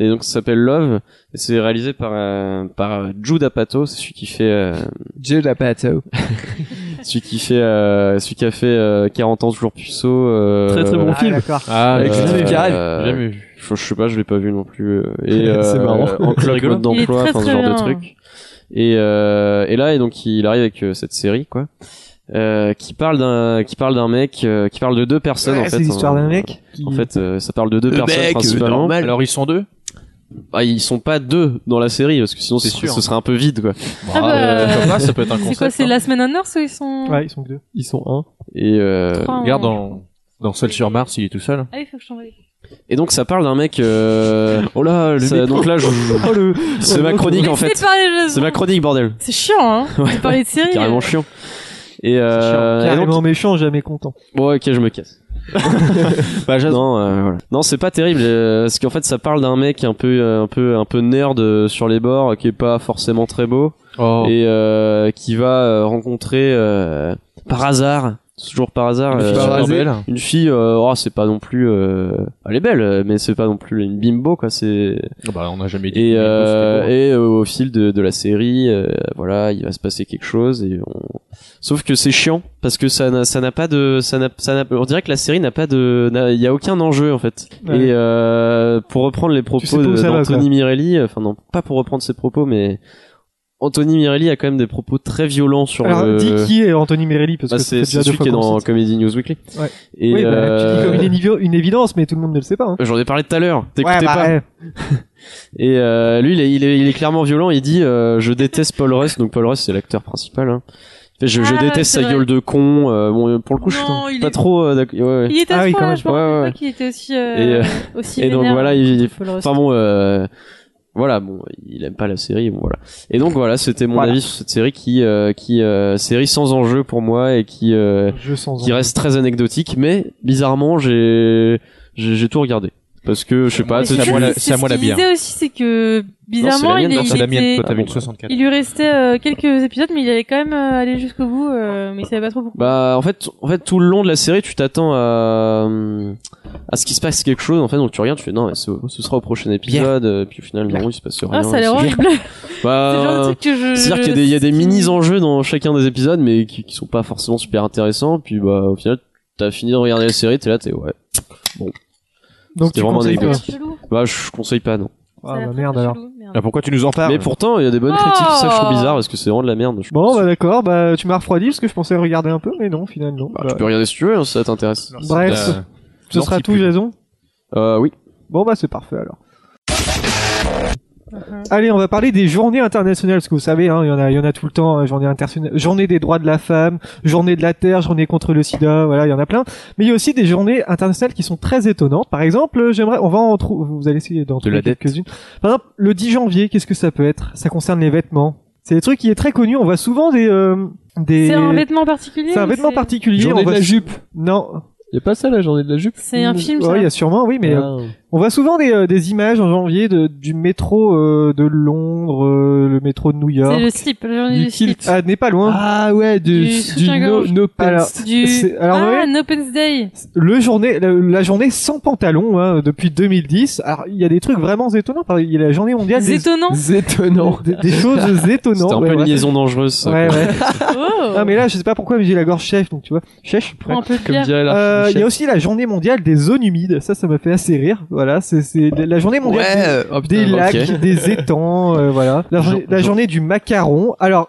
Et donc, ça s'appelle Love. Et c'est réalisé par euh, par euh, Jude Apatow, c'est celui qui fait euh,
Joe Lapato.
celui qui fait euh, celui qui a fait euh, 40 ans toujours puceau. euh,
Très, très bon
euh,
film.
d'accord.
Ah, euh,
Avec Christophe Carrel.
euh,
Jamais vu.
je, je sais pas, je l'ai pas vu non plus. euh, Et
C'est
euh,
marrant.
En
C'est
club
rigolo.
mode
Il est
d'emploi,
très,
enfin ce
très
genre de
bien.
trucs. Et, euh, et là, et donc il arrive avec euh, cette série quoi, euh, qui parle d'un, qui parle d'un mec, euh, qui parle de deux personnes en
Ouais,
fait.
c'est l'histoire
hein.
d'un mec. qui-
En fait, euh, ça parle de deux
Le
personnes
mec,
principalement.
normal.
Alors,
Alors, ils sont deux
ah, ils sont pas deux dans la série parce que sinon
C'est
ce,
sûr.
ce serait un peu vide quoi.
Ah bah,
Pourquoi pas, ça peut être un
C'est quoi,
concept.
c'est
hein.
la semaine en Earth où ils sont.
Ouais, ils sont que deux.
Ils sont un.
Et euh,
Trois en- euh
Regarde dans dans Seul sur Mars, il est tout seul.
Ah, il faut que je t'envoie. les-
Et donc ça parle d'un mec. euh,
Oh là, le
ça-
micro.
donc là, je, je-
Oh le.
c'est ma chronique en
Laissez
fait.
parler, Jason.
C'est ma chronique bordel.
C'est chiant, hein.
Ouais,
de parler de série. hein.
Carrément chiant. Et, euh, et donc-
Carrément méchant, jamais content.
Bon, ok, je me casse. Non, euh, voilà. non, c'est pas terrible, euh, parce qu'en fait, ça parle d'un mec un peu, euh, un peu, un peu nerd euh, sur les bords, euh, qui est pas forcément très beau,
Oh.
et euh, qui va euh, rencontrer euh, par hasard, toujours par hasard,
Une fille
euh,
super
une-
belle.
une fille. euh, oh, c'est pas non plus, euh, elle est belle, euh, mais c'est pas non plus une bimbo, quoi. C'est
Ah Bah, on n'a jamais dit.
et,
que
euh,
c'était
et euh, au fil de, de la série, euh, voilà, il va se passer quelque chose. Et on... Sauf que c'est chiant parce que ça n'a ça n'a pas de ça n'a ça n'a on dirait que la série n'a pas de n'a- il y a aucun enjeu en fait.
Ouais.
Et euh, pour reprendre les propos
sais pas où
de-
ça va,
d'Anthony
quoi.
Mirelli, euh, enfin non pas pour reprendre ses propos, mais Anthony Mirelli a quand même des propos très violents sur
Alors,
le.
dis qui est Anthony Merelli parce
Bah,
que
c'est
c'est
c'est
déjà deux
celui
fois
qui est
qu'on
dans
le cite.
Comedy News Weekly.
Ouais.
Et
Oui, bah, tu dis
euh,
comme une, évi- une évidence, mais tout le monde ne le sait pas. Hein.
j'en ai parlé tout à l'heure. T'écoutais
Ouais, bah,
pas.
ouais.
Et euh, lui, il est, il, est, il est clairement violent. Il dit euh, Je déteste Paul Russ. Donc, Paul Russ, c'est l'acteur principal. Hein. Il fait, Je, je
Ah,
déteste
c'est
sa
vrai.
gueule de con. Euh, bon, pour le coup, je
Non,
suis
il
pas
est-
trop. euh, d'accord. ouais, ouais.
Il était
Ah
à
oui,
ce
quand
point-là,
même.
je pense
Ouais, ouais, ouais.
pas qu'il était aussi, euh,
Et,
aussi
et donc,
vénère,
voilà,
hein,
il-
Paul Ross.
Enfin bon, euh, voilà, bon, il aime pas la série, bon, voilà. Et donc voilà, c'était mon
Voilà.
avis sur cette série qui, euh, qui euh, série sans enjeu pour moi et qui, euh,
Je sens.
qui reste très anecdotique. Mais bizarrement, j'ai, j'ai, j'ai tout regardé parce que je sais pas.
Mais
c'est-
c'est
à moi la-
c'est
c'est à moi
ce
la
qu'il
bière.
disait aussi, c'est que bizarrement,
la
il,
mienne,
est-
non,
il
Paul. C'est la mienne, toi,
était-
t'as vu
Ah
le
bon.
64.
il lui restait euh, quelques épisodes, mais il allait quand même euh, aller jusqu'au bout, euh, mais il savait pas trop pourquoi.
Bah en fait, en fait tout le long de la série, tu t'attends à hum, à ce qu'il se passe quelque chose. En fait, donc tu regardes, tu fais non, mais ce, ce sera au prochain épisode. euh, Puis au final, non, il se passe rien.
ah, ça a l'air
c'est-
horrible. C'est le genre de
Bah,
truc que je.
c'est-à-dire qu'il y a des, il y a des mini enjeux dans chacun des épisodes, mais qui, qui sont pas forcément super intéressants. Puis bah au final, t'as fini de regarder la série, t'es là, t'es ouais.
Donc tu
c'était vraiment
conseilles
Ça a
pas.
l'air
anecdotique.
chelou.
Bah je conseille pas non.
Ça a
Ah
l'air
bah
très,
merde
très
alors.
chelou, merde.
Ah, pourquoi tu nous en parles
Mais pourtant, il y a des bonnes
Oh
critiques. Ça, je trouve bizarre parce que c'est vraiment de la merde. Je
Bon
pense.
bah d'accord, bah tu m'as refroidi parce que je pensais regarder un peu, mais non finalement.
tu peux regarder si tu veux, hein, si ça Bah, t'intéresse.
Bref,
Euh,
ce sera tout
l'antiplume.
Jason.
Euh, oui.
Bon bah c'est parfait alors.
Mhm.
Allez, on va parler des journées internationales, parce que vous savez, hein, il y en a, il y en a tout le temps. hein, journée internationale, journée des droits de la femme, journée de la terre, journée contre le sida, voilà, il y en a plein. Mais il y a aussi des journées internationales qui sont très étonnantes. Par exemple, euh, j'aimerais, on va en trouver, vous allez essayer d'en
De la
trouver quelques-unes. Par exemple, le 10 janvier, qu'est-ce que ça peut être Ça concerne les vêtements. C'est des trucs qui est très connu. On voit souvent des, euh, des.
C'est un vêtement particulier.
C'est un
ou
vêtement particulier.
Journée de
on voit
la
sou-
jupe.
Non.
Y a pas ça la journée de la jupe
C'est un film, ça.
Ouais, Oh, il y a sûrement, oui, mais. euh,
Ah.
on voit souvent des, euh, des images en janvier de, du métro euh, de Londres, euh, le métro de New
C'est
York.
le slip, la journée
Du
du slip.
Ah, n'est pas loin.
Ah ouais,
Du
du, du, no,
soutien-gorge.
no pants.
Alors-
Du...
c'est- alors,
ah,
ouais.
un Open Day.
Le journée, la, la journée sans pantalon hein, depuis 2010. Alors, il y a des trucs vraiment étonnants. Par- Il y a la journée mondiale
C'est
des,
étonnant.
étonnant.
des, des choses étonnantes.
C'était un
ouais,
peu une
ouais.
liaison dangereuse. ça,
Ouais,
quoi.
ouais.
Oh.
Ah, mais là, je sais pas pourquoi, mais j'ai la gorge chef, donc tu vois. Chef.
Prends un peu de
Comme
bière.
dirait
Euh,
l'archiduc.
Il y a aussi la journée mondiale des zones humides. Ça, ça m'a fait assez rire. Voilà, c'est c'est la journée mondiale des-
euh, oh, putain,
des
ok.
lacs, des étangs, euh, voilà. La, journée- la journée du macaron. Alors,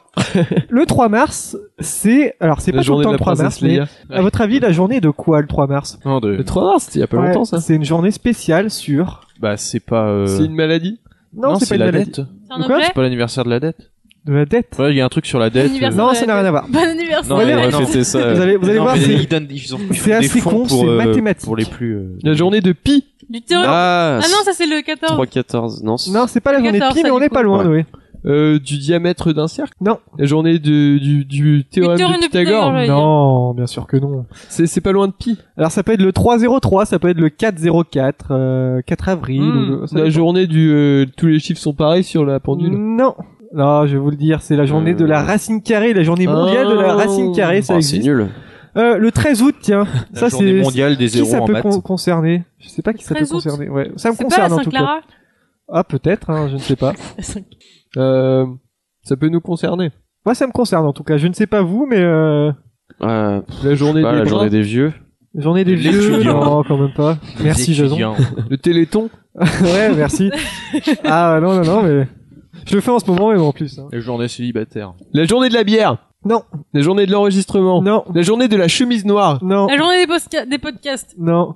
le 3 mars, c'est alors c'est
La
pas tout
journée
le temps
de la
le 3 mars,
princesse
mais
Leia. Euh,
à votre avis, la journée de quoi le 3 mars
Non, de.
Le 3 mars, c'était il y a pas
Ouais,
longtemps ça.
C'est une journée spéciale sur.
Bah, c'est pas. euh,
C'est une maladie
Non, c'est pas une
la
maladie.
dette.
C'est un
Quoi
objet
C'est pas l'anniversaire de la dette.
De la dette.
Eh.
Ouais, il y a un truc sur la dette.
L'anniversaire.
euh,
Non,
de la
ça n'a rien
dette.
à voir.
Bon anniversaire.
Ouais, mais
non,
On
non.
aurait fêté ça. euh,
Vous allez, vous allez
Non,
voir,
mais
c'est
ils donnent- ils ont- ils
c'est
ont des
assez
fonds
con,
pour,
c'est
euh,
mathématique.
Pour les plus. euh,
La journée de Pi.
Du théorème. Ah,
Ah,
non, ça c'est le 14.
3-14, non. c'est-
non, c'est pas la journée de
14,
pi, mais
ça,
on
du
n'est
coup.
pas loin,
Ouais.
Noé.
Euh, du diamètre d'un cercle
Non.
La journée de, du, du théorème
théorème
de
de
Pythagore,
Pythagore, ouais.
Non, bien sûr que non.
c'est c'est pas loin de Pi.
Alors ça peut être le 303, ça peut être le 404, euh, 4 avril.
Hmm,
ou le- ça
la
dépend. Hmm.
journée du euh, tous les chiffres sont pareils sur la pendule.
Non. Non, je vais vous le dire, c'est la journée de
Euh.
la racine carrée, la journée mondiale de la
Oh.
racine carrée, ça
Oh, c'est
existe.
nul.
Euh, le 13 août, tiens,
Ah, La
ça
journée
c'est
mondiale des
qui
zéros
ça
en
peut
maths.
con- concerner Je sais pas qui ça peut
13 août.
concerner. Ouais, ça me
C'est pas la
concerne en tout cas.
Saint-Clara
Ah peut-être, hein, je ne sais pas.
Euh, ça peut nous concerner.
Moi ça me concerne en tout cas. Je ne sais pas vous, mais euh,
Euh, pff,
La journée
pas
des
la
bras,
journée des vieux.
journée des vieux,
L'étudiant.
non quand même pas. Merci
Les
Jason.
étudiants.
le téléthon,
ouais, merci. Ah non non non mais je le fais en ce moment et en plus. hein.
La journée célibataire.
la journée de la bière.
Non.
La journée de l'enregistrement.
Non
La journée de la chemise noire.
non
La journée des, posca- des podcasts.
non.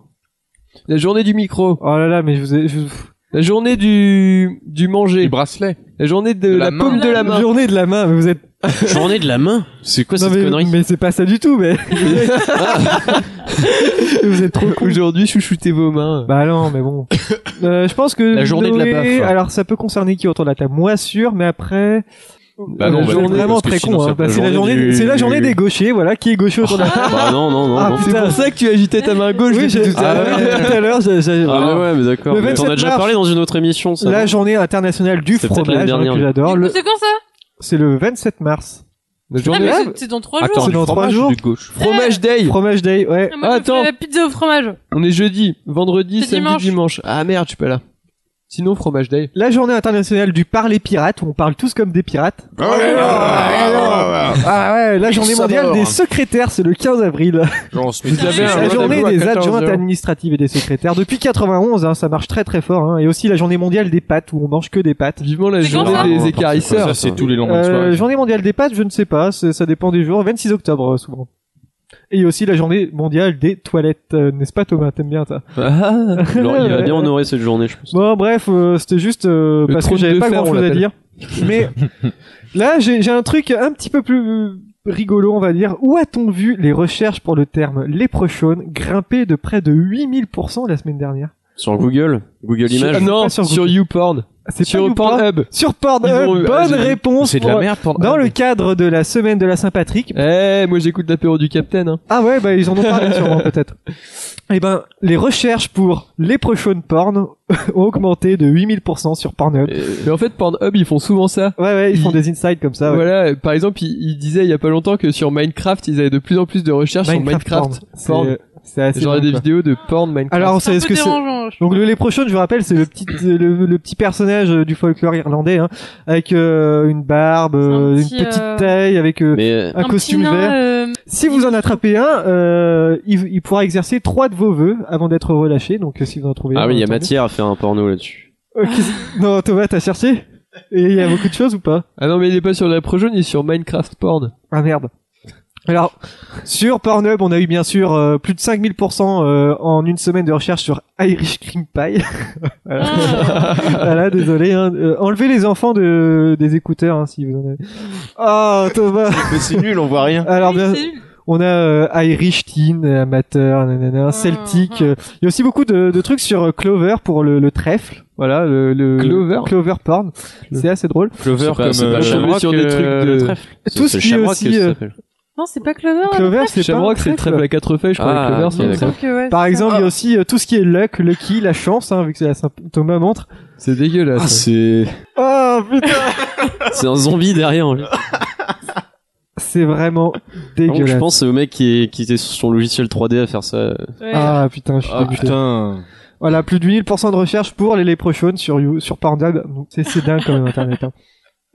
La journée du micro.
Oh là là, mais je vous ai. je vous-
La journée du du manger.
Les bracelets.
La journée de,
De
la,
la main.
paume de la main.
Ah, Journée de la main, mais vous êtes
Journée de la main C'est quoi
Non,
cette
mais,
connerie
mais c'est pas ça du tout, mais. Vous êtes trop con.
Aujourd'hui, chouchoutez vos mains.
Bah non, mais bon. Euh, je pense que.
La journée de la
Noé-
baffe.
Alors ça peut concerner qui autour de la table Moi sûr, mais après.
Bah non,
Euh,
bah
journée-
non, parce
vraiment
que
très
sinon,
con.
ça
hein.
peut-
Bah, c'est la
journée
journée,
du-
c'est la journée des gauchers, voilà, qui est gaucher autour de la table.
Bah non, non, non.
Ah,
non.
C'est
Putain.
pour ça que tu agitais ta main gauche
oui, j'ai
depuis tout à
ah,
l'heure.
ouais, tout à l'heure. j'ai- j'ai-
Ah ouais, ouais, mais d'accord.
Le
Mais T'en
27
as déjà
mars.
parlé dans une autre émission, ça.
La
non
journée internationale du
C'est peut-être la
fromage, hein,
dernière.
que j'adore. Le-
C'est quand ça
C'est le 27 mars.
La
Ah,
journée
mais
là,
c'est- c'est dans trois
Attends,
jours.
c'est dans trois jours.
Fromage Day.
Fromage Day, ouais.
Ah, moi, je me fais
attends.
la pizza au fromage.
On est jeudi, vendredi,
C'est
samedi,
dimanche.
dimanche. Ah merde, je suis pas là. Sinon, Fromage Day.
La journée internationale du parler pirate, où on parle tous comme des pirates. Ah ouais, la journée mondiale des secrétaires, c'est le 15 avril.
Vous avez
La
un
journée
rendez-vous à
des
14 heures.
adjointes administratives et des secrétaires. Depuis 91, hein, ça marche très très fort. hein. Et aussi la journée mondiale des pâtes, où on mange que des pâtes.
Vivement la
C'est quand ça
journée des
Ça,
écarisseurs.
c'est tous les lendemains de
Euh,
soirée.
journée mondiale des pâtes, je ne sais pas, c'est- ça dépend des jours. 26 octobre, euh, souvent. Et aussi la journée mondiale des toilettes, euh, n'est-ce pas Thomas T'aimes bien ça
Ah.
Il va bien honorer cette journée, je pense.
Bon, bref, euh, c'était juste euh,
Le
parce que
trône
j'avais
de
pas
fer,
grand chose
on
à
l'appelle.
dire. Mais là, j'ai j'ai un truc un petit peu plus euh, rigolo, on va dire. Où a-t-on vu les recherches pour le terme léprechaune grimper de près de 8000% la semaine dernière
Sur Google Google
Sur-
Images
ah non,
Pas sur
sur, YouPorn.
C'est pas
Sur
YouPorn
Pornhub.
Sur Pornhub,
Ils ont eu- ah,
bonne
j'ai-
réponse
C'est de la
pour-
merde, Pornhub.
Dans le cadre de la semaine de la Saint-Patrick.
Eh, moi j'écoute l'apéro du Capitaine. Hein.
Ah ouais, bah ils en ont parlé sûrement peut-être. Eh ben, les recherches pour léprechaune porn ont augmenté de 8000% sur Pornhub.
Euh.
Mais en fait, Pornhub, ils font souvent ça.
Ouais ouais, ils font
Ils-
des insides comme ça. Ah ouais.
Voilà, euh, par exemple, ils, ils disaient il y a pas longtemps que sur Minecraft, ils avaient de plus en plus de recherches sur
Minecraft
Minecraft.
porn. C'est- C'est assez.
Genre
dingue,
des
quoi.
vidéos de porn Minecraft.
Alors,
C'est
c'est
un
ce
peu
que c'est.
dérangeant. je
Donc le léprechaune, je vous rappelle, c'est le petit euh, le, le petit personnage euh, du folklore irlandais, hein, avec euh, une barbe, euh,
C'est un petit,
une petite
euh,
taille, avec euh,
Mais euh,
un,
petit
costume
nain,
vert.
euh,
Si vous en attrapez un, euh, il, il pourra exercer trois de vos vœux avant d'être relâché. Donc euh, si vous en trouvez un,
ah oui, il y a
tant mieux.
matière à faire un porno là-dessus.
Euh, qu'est-ce- non Thomas, t'as cherché Et il y a beaucoup de choses ou pas
Ah non, mais il est pas sur la prochaine, il est sur Minecraft porn.
Ah merde. Alors, sur Pornhub, on a eu bien sûr euh, plus de 5000% euh, en une semaine de recherche sur Irish Cream Pie. Voilà.
ah,
Voilà, désolé. Hein. Euh, enlevez les enfants de, des écouteurs hein, si vous en avez. Ah, Thomas
Mais c'est nul, on voit rien.
Alors, bien,
c'est nul.
on a euh, Irish Teen, euh, Amateur, nanana,
Ah.
Celtic. euh. Il y a aussi beaucoup de, de trucs sur euh, Clover pour le, le trèfle. Voilà, le, le-
Clover
Clover Porn. C'est assez drôle.
Oh,
Clover
C'est pas-
comme
c'est pas
euh,
Shamrock,
sur des
euh,
trucs
le
de
trèfle.
Tout
C'est
ce
le
qui est
Shamrock,
aussi,
qu'est-ce que ça
euh,
s'appelle
Non, c'est pas Clover. hein,
Clover, c'est pas un
Shamrock, c'est le trèfle
trèfle.
à quatre feuilles, je crois,
Ah,
avec Clover,
ok,
c'est
il me
ça.
semble que, ouais,
Par
c'est
exemple,
ça.
il y a aussi euh, tout ce qui est luck, lucky, la chance, hein, vu que c'est la Saint Thomas montre.
C'est dégueulasse.
Ah, c'est...
Ah putain,
C'est un zombie derrière. en fait.
c'est vraiment
Donc, je
dégueulasse.
pense au mec qui, est, qui était sur son logiciel 3D à faire ça. euh.
Ouais.
Ah putain, je suis
Ah
dégoûté.
putain.
Voilà, plus de 8000% de recherche pour les léprechaunes sur, You- sur Pornhub. Donc, C'est c'est dingue quand même Internet. hein.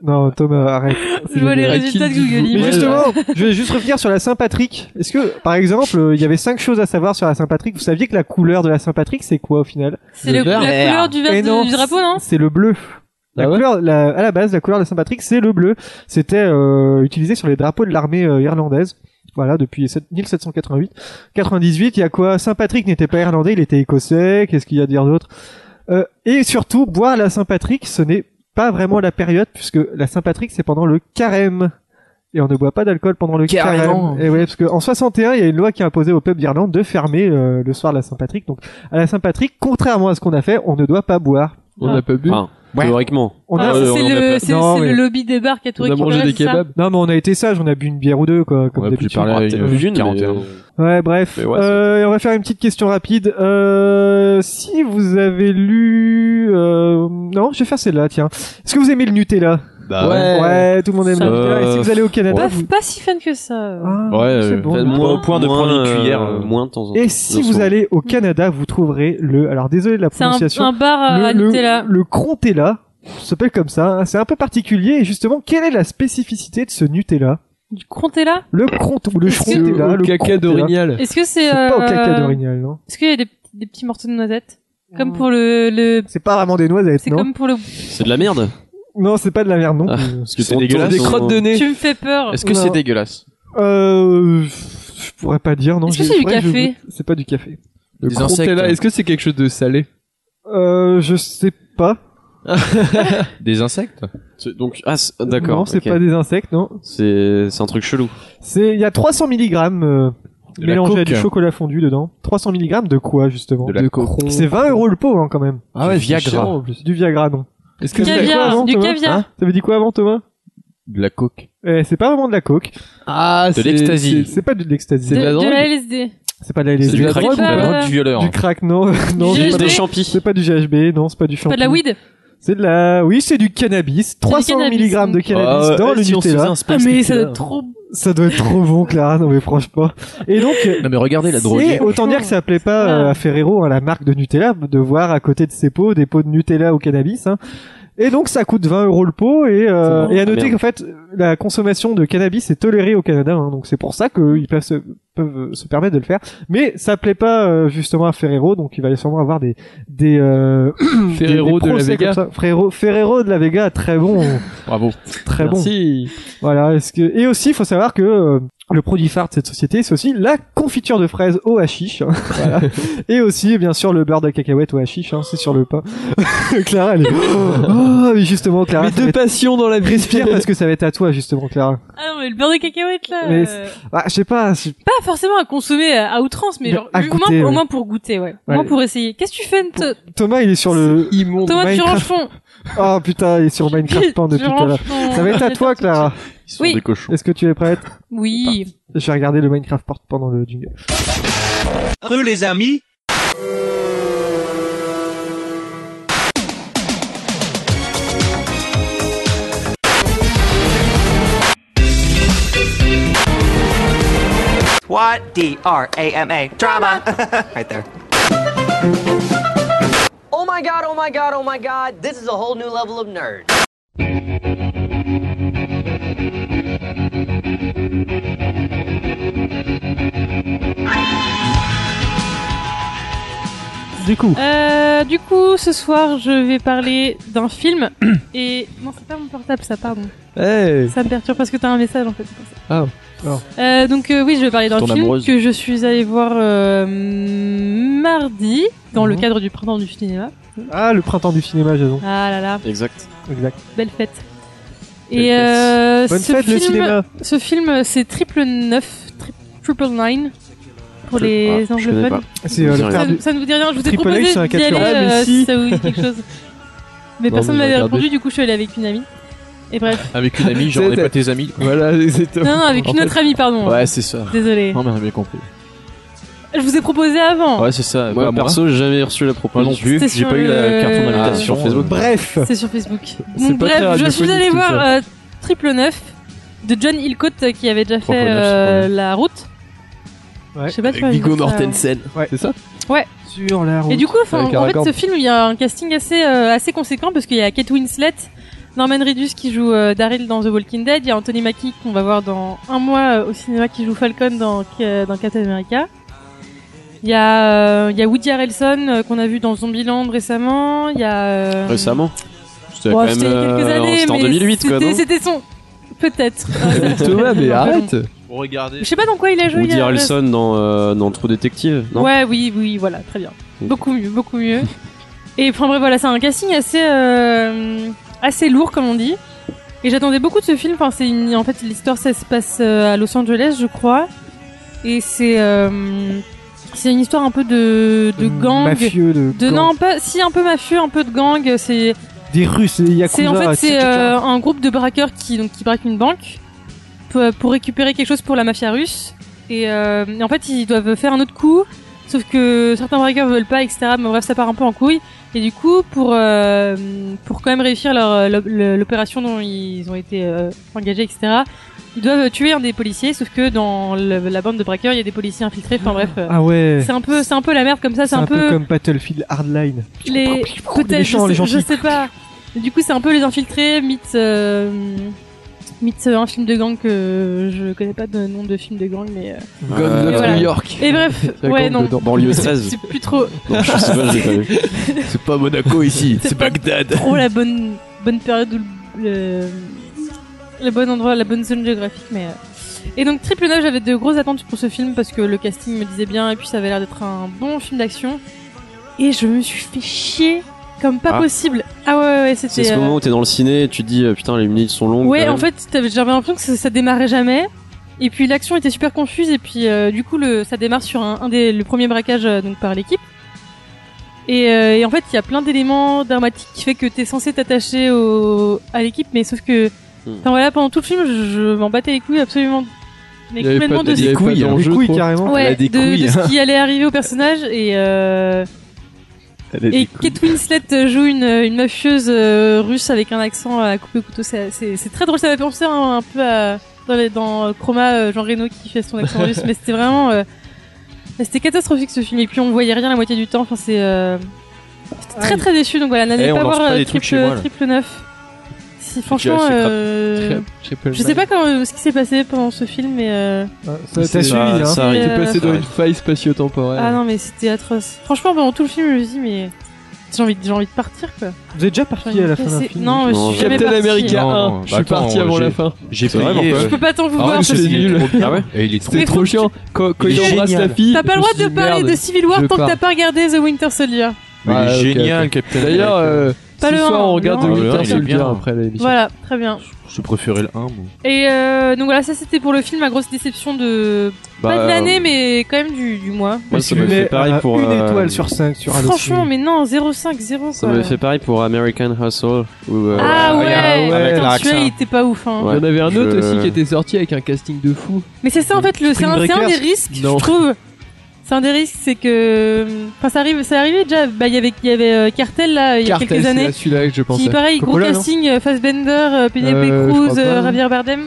Non, Thomas, arrête.
Je vois les
À qui
résultats de
dites-vous
Google
Mais
Images.
justement, je vais juste revenir sur la Saint-Patrick. Est-ce que, par exemple, euh, il y avait cinq choses à savoir sur la Saint-Patrick. Vous saviez que la couleur de la Saint-Patrick, c'est quoi au final
C'est le-
Le vert.
la couleur du
Eh
vert
non,
du- du drapeau, non
C'est le bleu. La
Ah ouais
couleur, la- à la base, la couleur de Saint-Patrick, c'est le bleu. C'était euh, utilisé sur les drapeaux de l'armée euh, irlandaise. Voilà, depuis 7- 1788. 98, il y a quoi Saint-Patrick n'était pas irlandais, il était écossais. Qu'est-ce qu'il y a à dire d'autre Euh, Et surtout, boire la Saint-Patrick, ce n'est pas vraiment la période, puisque la Saint-Patrick, c'est pendant le carême. Et on ne boit pas d'alcool pendant le
Carrément.
carême. Et ouais, parce que en 61, il y a une loi qui a imposé au peuple d'Irlande de fermer euh, le soir de la Saint-Patrick. Donc, à la Saint-Patrick, contrairement à ce qu'on a fait, on ne doit pas boire.
On n'a pas bu.
Enfin,
Ouais.
théoriquement.
On
Ah,
a...
c'est
on en a
le,
pas.
c'est- c'est
Non, mais-
le lobby des bars qui a tout
On a mangé
récupéré,
des
c'est ça
kebabs.
Non, mais on a été sage, on a bu une bière ou deux, quoi,
On
comme
a pu
d'habitude.
parler à une-
Une, mais,
41.
euh,
Ouais, bref.
Mais ouais,
Euh, et on va faire une petite question rapide. Euh, si vous avez lu... euh, Non, je vais faire celle-là, tiens. Est-ce que vous aimez le Nutella
Bah
ouais.
Ouais, tout le monde aime
Ça-
le Nutella. Et si vous allez au Canada...
Pas,
vous-
pas si fan que ça.
Ah,
Ouais,
c'est
euh,
bon.
Enfin,
Pas
moins,
au point de
moins,
prendre une
euh,
cuillère, euh.
moins de temps en temps.
Et si
Dans
vous
son-
allez au Canada, vous trouverez le... Alors, désolé de la
C'est un,
prononciation.
un bar à
le,
Nutella.
le, le Crontella ça s'appelle comme ça. hein. C'est un peu particulier. Et justement, quelle est la spécificité de ce Nutella
Du Crontella
Le Cront ou le
Est-ce que-
Au-
Crontella,
au
le
caca
Crontella.
d'orignal.
Est-ce que c'est
C'est pas au caca
euh,
d'orignal, non
Est-ce qu'il y a des, des petits morceaux de noisettes Comme pour le, le
C'est pas vraiment des noisettes,
c'est
non
comme pour le.
C'est de la merde.
Non, c'est pas de la merde non plus.
Parce que
C'est
ton-
dégueulasse. hein.
ton-
Des crottes de nez.
Tu me fais peur.
Est-ce que
Non.
c'est dégueulasse
Euh, je pourrais pas dire, non.
Est-ce que
j'ai-
c'est du
ouais, je-
café
C'est pas du café.
Le
Des insectes.
hein. Crontella, est-ce que c'est quelque chose de salé
Euh, je sais pas.
Des insectes
C'est- Donc, ah, c'est- d'accord.
Non, c'est
ok.
pas des insectes, non.
C'est c'est un truc chelou.
C'est, il y a 300 mg euh,
De la
mélangé à du
coke.
chocolat fondu dedans. 300 mg de quoi, justement?
De la coke.
C'est 20 euros le pot, hein, quand même.
Ah ouais,
Du
Viagra.
cher, en plus. Du Viagra, non. Est-ce
Du caviar, du caviar.
Hein Ça veut dire quoi avant, Thomas?
De la coke.
Eh, c'est pas vraiment de la coke.
Ah,
De
c'est-
l'ecstasy.
C'est pas de l'ecstasy.
De,
la
de
drogue.
la LSD.
C'est pas de la
C'est
LSD.
du
la
crack
drogue,
ou de la
euh,
drogue du violeur.
Du crack, non. non,
Du
c'est
GHB.
pas-
Des champis.
c'est pas du GHB, non, c'est pas du
Pas
champignon.
de la weed.
C'est de la, oui, c'est du cannabis. 300
cannabis.
mg de cannabis
Ah,
dans
ouais,
le
si on se faisait
Nutella.
un
Ah,
space
mais
Nutella.
ça doit être trop.
Ça doit être trop bon, Clara, non mais franchement. Et donc,
Non mais regardez la drogue.
et autant dire que ça plaît pas euh, à Ferrero, à la marque de Nutella, de voir à côté de ses pots des pots de Nutella au cannabis. hein. Et donc ça coûte 20 euros le pot et, euh,
C'est bon.
et à
Ah,
noter
merde.
qu'en fait la consommation de cannabis est tolérée au Canada, hein, donc c'est pour ça qu'ils peuvent se, peuvent se permettre de le faire. Mais ça plaît pas euh, justement à Ferrero, donc il va sûrement avoir des des, euh, des-
Ferrero
des
de la
procès
Vega.
comme ça. Ferrero, Ferrero de la Vega, très bon,
Bravo.
très bon.
Merci.
Voilà. Est-ce que... Et aussi, il faut savoir que euh, le produit phare de cette société, c'est aussi la confiture de fraises au hashish. hein. Voilà. Et aussi, bien sûr, le beurre de cacahuète au hashish. hein, c'est sur le pain. Clara, elle est... Oh, mais justement, Clara,
Mais
ça va
deux
être-
passions dans la vie.
respire parce que ça va être à toi, justement, Clara.
Ah non, mais le beurre de cacahuète là.
Mais
euh,
Ah, je sais pas. c'est-
Pas forcément à consommer à à outrance, mais
Mais
genre,
à
au, moins,
goûter, ouais.
au moins pour goûter, ouais. Au
Ouais.
moins pour essayer. Qu'est-ce que tu fais, Nto-
Thomas, il est sur le...
immonde.
Thomas, tu
Minecraft.
ranges ton.
Oh putain, il est sur Minecraft Pan depuis
Tu
tout à l'heure.
ranges ton-
Ça va être à toi, Clara.
Ils sont
Oui.
des cochons.
Est-ce que tu es prête
Oui.
Je vais regarder le Minecraft Pan pendant le jingle.
Re les amis,
What? D R A M A. Drama. right there.
Oh my god, oh my god, oh my god, this is a whole new level of nerd.
Du coup,
Euh, du coup, ce soir, je vais parler d'un film et non, c'est pas mon portable, ça, pardon.
Hey.
Ça me perturbe parce que t'as un message en fait. c'est pour ça.
Ah,
alors.
Euh, donc euh, oui, je vais parler d'un
Ton
film
amoureuse.
que je suis allée voir euh, mardi dans
Mhm.
le cadre du printemps du cinéma.
ah le printemps du cinéma, Jason.
Ah là
Euh,
là,
Exact.
Exact.
belle fête.
Belle
Et
fête.
euh,
Bonne
ce
fête
film,
le cinéma.
ce film, euh, c'est triple neuf, tri- triple nine pour les
Ah, je connais
anglophones.
pas.
C'est euh,
Ça
le
me-
frère
Ça,
du.
ça ne vous dit rien, je vous ai
Triple
proposé
H, c'est un
d'y aller
capture. Ah, mais
euh,
si.
si ça vous dit quelque chose. Mais
Non,
personne
mais
ne
j'ai
m'avait
regardé.
répondu, du coup je suis allée avec une amie. Et bref,
Avec une amie, genre
C'est-
on n'est pas tes amis.
Voilà,
non,
exactement.
non, avec une autre amie, pardon.
Ouais, c'est ça.
Désolée.
Non mais on a bien compris.
Je vous ai proposé avant.
Ouais, c'est ça.
Moi,
Bah, moi,
Euh, perso, j'ai jamais reçu la
moi non
proposition.
plus.
C'était
J'ai
sur
pas eu
le-
la carte
Ah,
d'invitation
Sur Facebook.
Bref.
C'est sur Facebook.
C'est
Donc,
pas très
bref, je suis
radiophonique,
allée
tout
voir
ça.
euh, Triple Neuf de John Hillcote euh, qui avait déjà
Triple
fait
Neuf,
euh,
c'est pas
la route.
Ouais.
Je sais pas si vous avez vu ça.
C'est ça
Sur la route.
Et du coup, enfin,
Avec
en
Aragorn.
fait, ce film, il y a un casting assez, euh, assez conséquent parce qu'il y a Kate Winslet, Norman Reedus qui joue euh, Daryl dans The Walking Dead, il y a Anthony Mackie qu'on va voir dans un mois euh, au cinéma qui joue Falcon dans, qui, euh, dans Captain America. Il y a, euh, il y a Woody Harrelson euh, qu'on a vu dans Zombieland récemment. Il y a euh,
Récemment. C'était
bon,
quand même.
c'était il y a quelques
euh,
années,
C'était en
mais
2008, quoi.
c'était-
non
C'était son. Peut-être.
Thomas, mais
Non,
arrête
Je sais pas dans quoi il a joué. il
Woody
y a-
Harrelson dans, euh, dans Trou Détective, non
Ouais, oui, oui, voilà, très bien.
Ok.
Beaucoup mieux, beaucoup mieux. Et enfin bref, voilà, c'est un casting assez, euh, assez lourd, comme on dit. Et j'attendais beaucoup de ce film. Enfin, c'est une- en fait, l'histoire, ça se passe euh, à Los Angeles, je crois. Et c'est, euh, c'est une histoire un peu de, de gang.
Mafieux, de,
de
gang.
non, pas, si un peu mafieux, un peu de gang. C'est,
Des Russes, des Yakuza.
c'est en fait, c'est
etc.
euh, un groupe de braqueurs qui donc qui braquent une banque pour, euh, pour récupérer quelque chose pour la mafia russe. Et, euh, et en fait, ils doivent faire un autre coup, sauf que certains braqueurs veulent pas, etc. Mais bref, ça part un peu en couille. Et du coup, pour euh, pour quand même réussir leur le- le- l'opération dont ils ont été euh, engagés, etc. Ils doivent tuer un des policiers, sauf que dans le- la bande de braqueurs, il y a des policiers infiltrés. Enfin bref, euh,
Ah ouais.
c'est un peu c'est un peu la merde comme ça. C'est un peu
comme Battlefield Hardline.
les peut-être
méchants,
je,
les
sais- je
gentils.
sais pas Mais du coup c'est un peu les infiltrés mythe euh, mythe euh, un film de gang que je connais pas de nom de film de gang mais euh.
Guns
Euh,
of
voilà.
New York.
et bref
La
ouais
gang
non
dedans.
Banlieue 13.
c'est plus trop
Non, je sais pas, j'ai pas vu.
C'est pas Monaco ici,
C'est c'est pas-
Bagdad.
trop la bonne bonne période ou le, le, le bon endroit la bonne zone géographique mais euh. et donc triple neuf j'avais de grosses attentes pour ce film parce que le casting me disait bien et puis ça avait l'air d'être un bon film d'action et je me suis fait chier comme pas
Ah.
possible. Ah ouais, ouais, ouais, c'était.
C'est ce
euh,
moment où t'es dans le ciné et tu te dis euh, putain les minutes sont longues.
Ouais,
quand
en
même.
fait, t'avais- j'avais l'impression que ça, ça démarrait jamais. Et puis l'action était super confuse. Et puis euh, du coup, le, ça démarre sur un, un des le premier braquage euh, donc par l'équipe. Et, euh, et en fait, il y a plein d'éléments dramatiques qui fait que t'es censé t'attacher au, à l'équipe, mais sauf que,
Hmm.
enfin voilà, pendant tout le film, je, je m'en battais les couilles absolument, mais
Il y avait
complètement
pas de-
de,
il y avait pas d'enjeu, quoi.
Ouais,
Elle a des
de,
couilles.
hein.
de ce qui allait arriver au personnage et. Euh, et Kate Winslet joue une, une mafieuse euh, russe avec un accent à couper au couteau. C'est c'est- c'est très drôle. Ça m'a fait penser un, un peu à, dans, les- dans Chroma, euh, Jean Reno qui fait son accent russe. Mais c'était vraiment. euh, c'était catastrophique ce film. Et puis on voyait rien la moitié du temps. Enfin, c'est. euh, J'étais très très déçu. Donc voilà, n'allez
Eh, on
pas
lance
voir
pas
euh,
des trucs chez moi,
triple,
là.
triple 9. Si, franchement.
c'est crap-
euh,
crap- triple
je sais
nine.
pas quand, ce qui s'est passé pendant ce film, mais. euh,
Ça
C'est-
t'a suivi,
ça-
hein.
ça
arrive.
T'es passé
Ça
dans
arrive.
une faille spatio-temporelle.
Euh, Ah non, mais c'était atroce. Franchement, pendant tout le film, je me dis, mais. J'ai envie, de- j'ai envie de partir quoi.
Vous êtes déjà
J'ai
parti
envie
à
de
la fin d'un
casser-
film
Non, je suis jamais
Captain
parti.
America
Non,
1,
non, bah
je suis
attends,
parti avant
j'ai-
la fin.
j'ai
C'est
payé,
vraiment pas-
euh, Je
peux pas tant vous Ah voir, ouais, parce
C'était
que-
nul.
Ah ouais Et il est
C'était
trop-
trop chiant. Quand quand
Il
il
est
embrasse
génial.
la fille.
T'as pas le droit de parler de Civil War tant que t'as pas regardé The Winter Soldier.
Mais il est
Ouais, Ah, ok,
génial,
ok.
Captain
D'ailleurs,
America.
euh,
Pas
ce
le
soir,
un,
on regarde The
le un,
Winter
il est
Soldier
bien.
après l'émission.
Voilà, très bien.
Je préférais le 1. moi.
Et euh, donc voilà, ça c'était pour le film, ma grosse déception de.
Bah,
pas de l'année, mais quand même du, du mois.
Moi,
Tu
ça m'a
mets
fait pareil
à
pour.
une
euh,
étoile sur 5 sur Allociné.
Franchement, mais non, 0,5, 0
Ça
quoi.
m'avait fait pareil pour American Hustle. où, euh,
Ah ouais,
avec
attends,
l'accent.
celui-là, il était pas ouf. Hein.
Ouais.
Il y en avait un autre
Je-
aussi qui était sorti avec un casting de fou.
Mais c'est ça en fait, le, c'est,
Spring
un, c'est un des
Breakers
risques,
Non.
je trouve. C'est un des risques, c'est que. Enfin, ça arrive, ça arrivait déjà. Bah, il y avait, il y avait euh, Cartel là, il y a
Cartel,
quelques
c'est
années.
à celui-là que je pensais.
Qui, pareil, gros
Coppola, non
casting, euh, Fassbender, euh, Penelope
Euh, je
Cruz,
crois pas,
euh,
non.
Javier Bardem.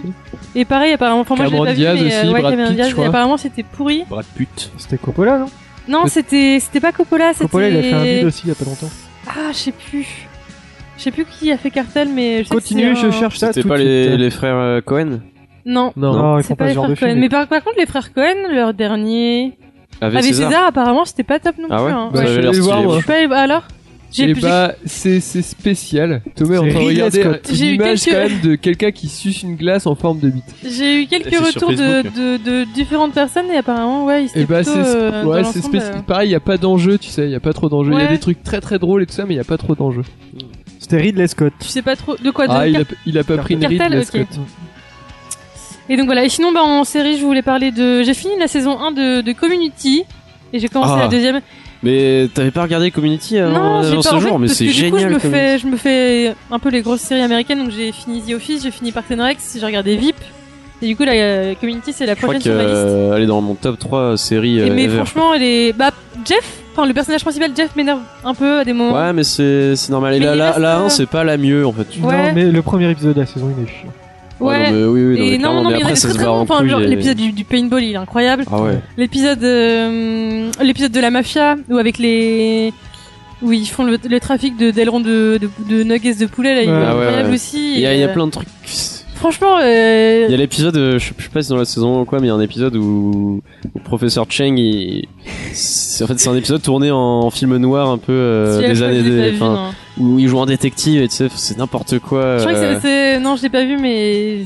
Et pareil, apparemment, enfin, moi je l'ai
Cameron
pas vu,
Diaz
mais euh,
aussi,
ouais,
Brad
Cameron
Pitt,
Diaz,
je crois.
et apparemment c'était pourri.
Brad pute.
C'était Coppola, non
Non, c'était, c'était pas Coppola, c'était.
Coppola, il a fait un vide aussi il y a pas longtemps.
Ah, je sais plus. Je sais plus qui a fait Cartel, mais je sais
Continue,
que c'est un-
je cherche ça
C'était
tout
pas
de
les,
suite.
les frères euh, Cohen
Non.
Non, Non, ils
c'est
font pas
pas les
ce genre
frères
de film.
Cohen. Mais par, par contre, les frères Cohen, leur dernier.
Avec
Avec
César.
Ah, César, apparemment, c'était pas top non plus.
Ah ouais
hein.
Bah, j'avais l'air
Je vais
stylé.
le voir,
Je
moi.
suis pas allée- Alors
Et
J'ai j'ai-
bah, c'est c'est spécial. Thomas est en
C'est
train de
Ridley
regarder
Scott.
une
J'ai eu
image
quelques-
euh, quand même de quelqu'un qui suce une glace en forme de bite.
j'ai eu
Et
quelques
c'est sur
retours de,
Facebook.
de, de différentes personnes et apparemment, ouais, ils
Et
étaient
bah, c'est
plutôt, euh,
ouais,
dans
c'est
l'ensemble,
spécial. Pareil, il y a pas d'enjeu, tu sais, il y a pas trop d'enjeu. Il y a
Ouais.
des trucs très très drôles et tout ça, mais il y a pas trop d'enjeu.
C'était Ridley Scott.
Tu sais pas trop de quoi de
Ah, il a,
Car-
il a pas pris une
Cartel,
ride, Ridley
ok.
Scott.
Et donc voilà, et sinon bah, en série, je voulais parler de... J'ai fini la saison 1 de, de Community et j'ai commencé
Ah. Euh,
la deuxième.
Mais t'avais pas regardé Community avant,
non, j'ai
avant
pas
ce
en fait,
jour, mais
parce que
c'est
du
génial.
coup, je me,
comme-
fais, je me fais un peu les grosses séries américaines, donc j'ai fini The Office, j'ai fini Parks and Rec, j'ai regardé VIP. Et du coup, la euh, Community, c'est la
Je crois
prochaine
que
sur ma liste.
euh, elle est dans mon top 3 séries
Et
euh,
mais
ever.
franchement, elle est. Bah, Jeff, enfin le personnage principal, Jeff m'énerve un peu à des moments.
Ouais, mais c'est c'est normal. Et
Mais
là,
il
la,
reste,
la
euh,
1, c'est pas la mieux en fait.
Ouais.
Non, mais le premier épisode de la saison, il est chiant.
non,
Ouais.
mais oui, oui, non, mais
et non,
clairement,
non,
mais
mais il y en a
après,
des
ça
très
se
très
barre
bons.
en
Enfin,
couille,
genre,
et-
l'épisode du, du paintball, il est incroyable.
Ah ouais.
L'épisode, euh, l'épisode de la mafia, où avec les, où ils font le, le trafic de d'ailerons de, de, de nuggets de poulet, là, il est
Ah ouais,
incroyable
ouais.
aussi.
Il y a, il y a
Euh,
plein de trucs.
Franchement, euh,
Il y a l'épisode, euh, je je sais pas si dans la saison ou quoi, mais il y a un épisode où, où le professeur Cheng, il... c'est- en fait, c'est un épisode tourné en, en film noir un peu euh,
Si elle
des années,
choisit sa
des-
vie,
enfin, où il joue en détective et tu sais, c'est n'importe quoi.
Je crois que
euh,
c'est- c'est. Non, je l'ai pas vu, mais.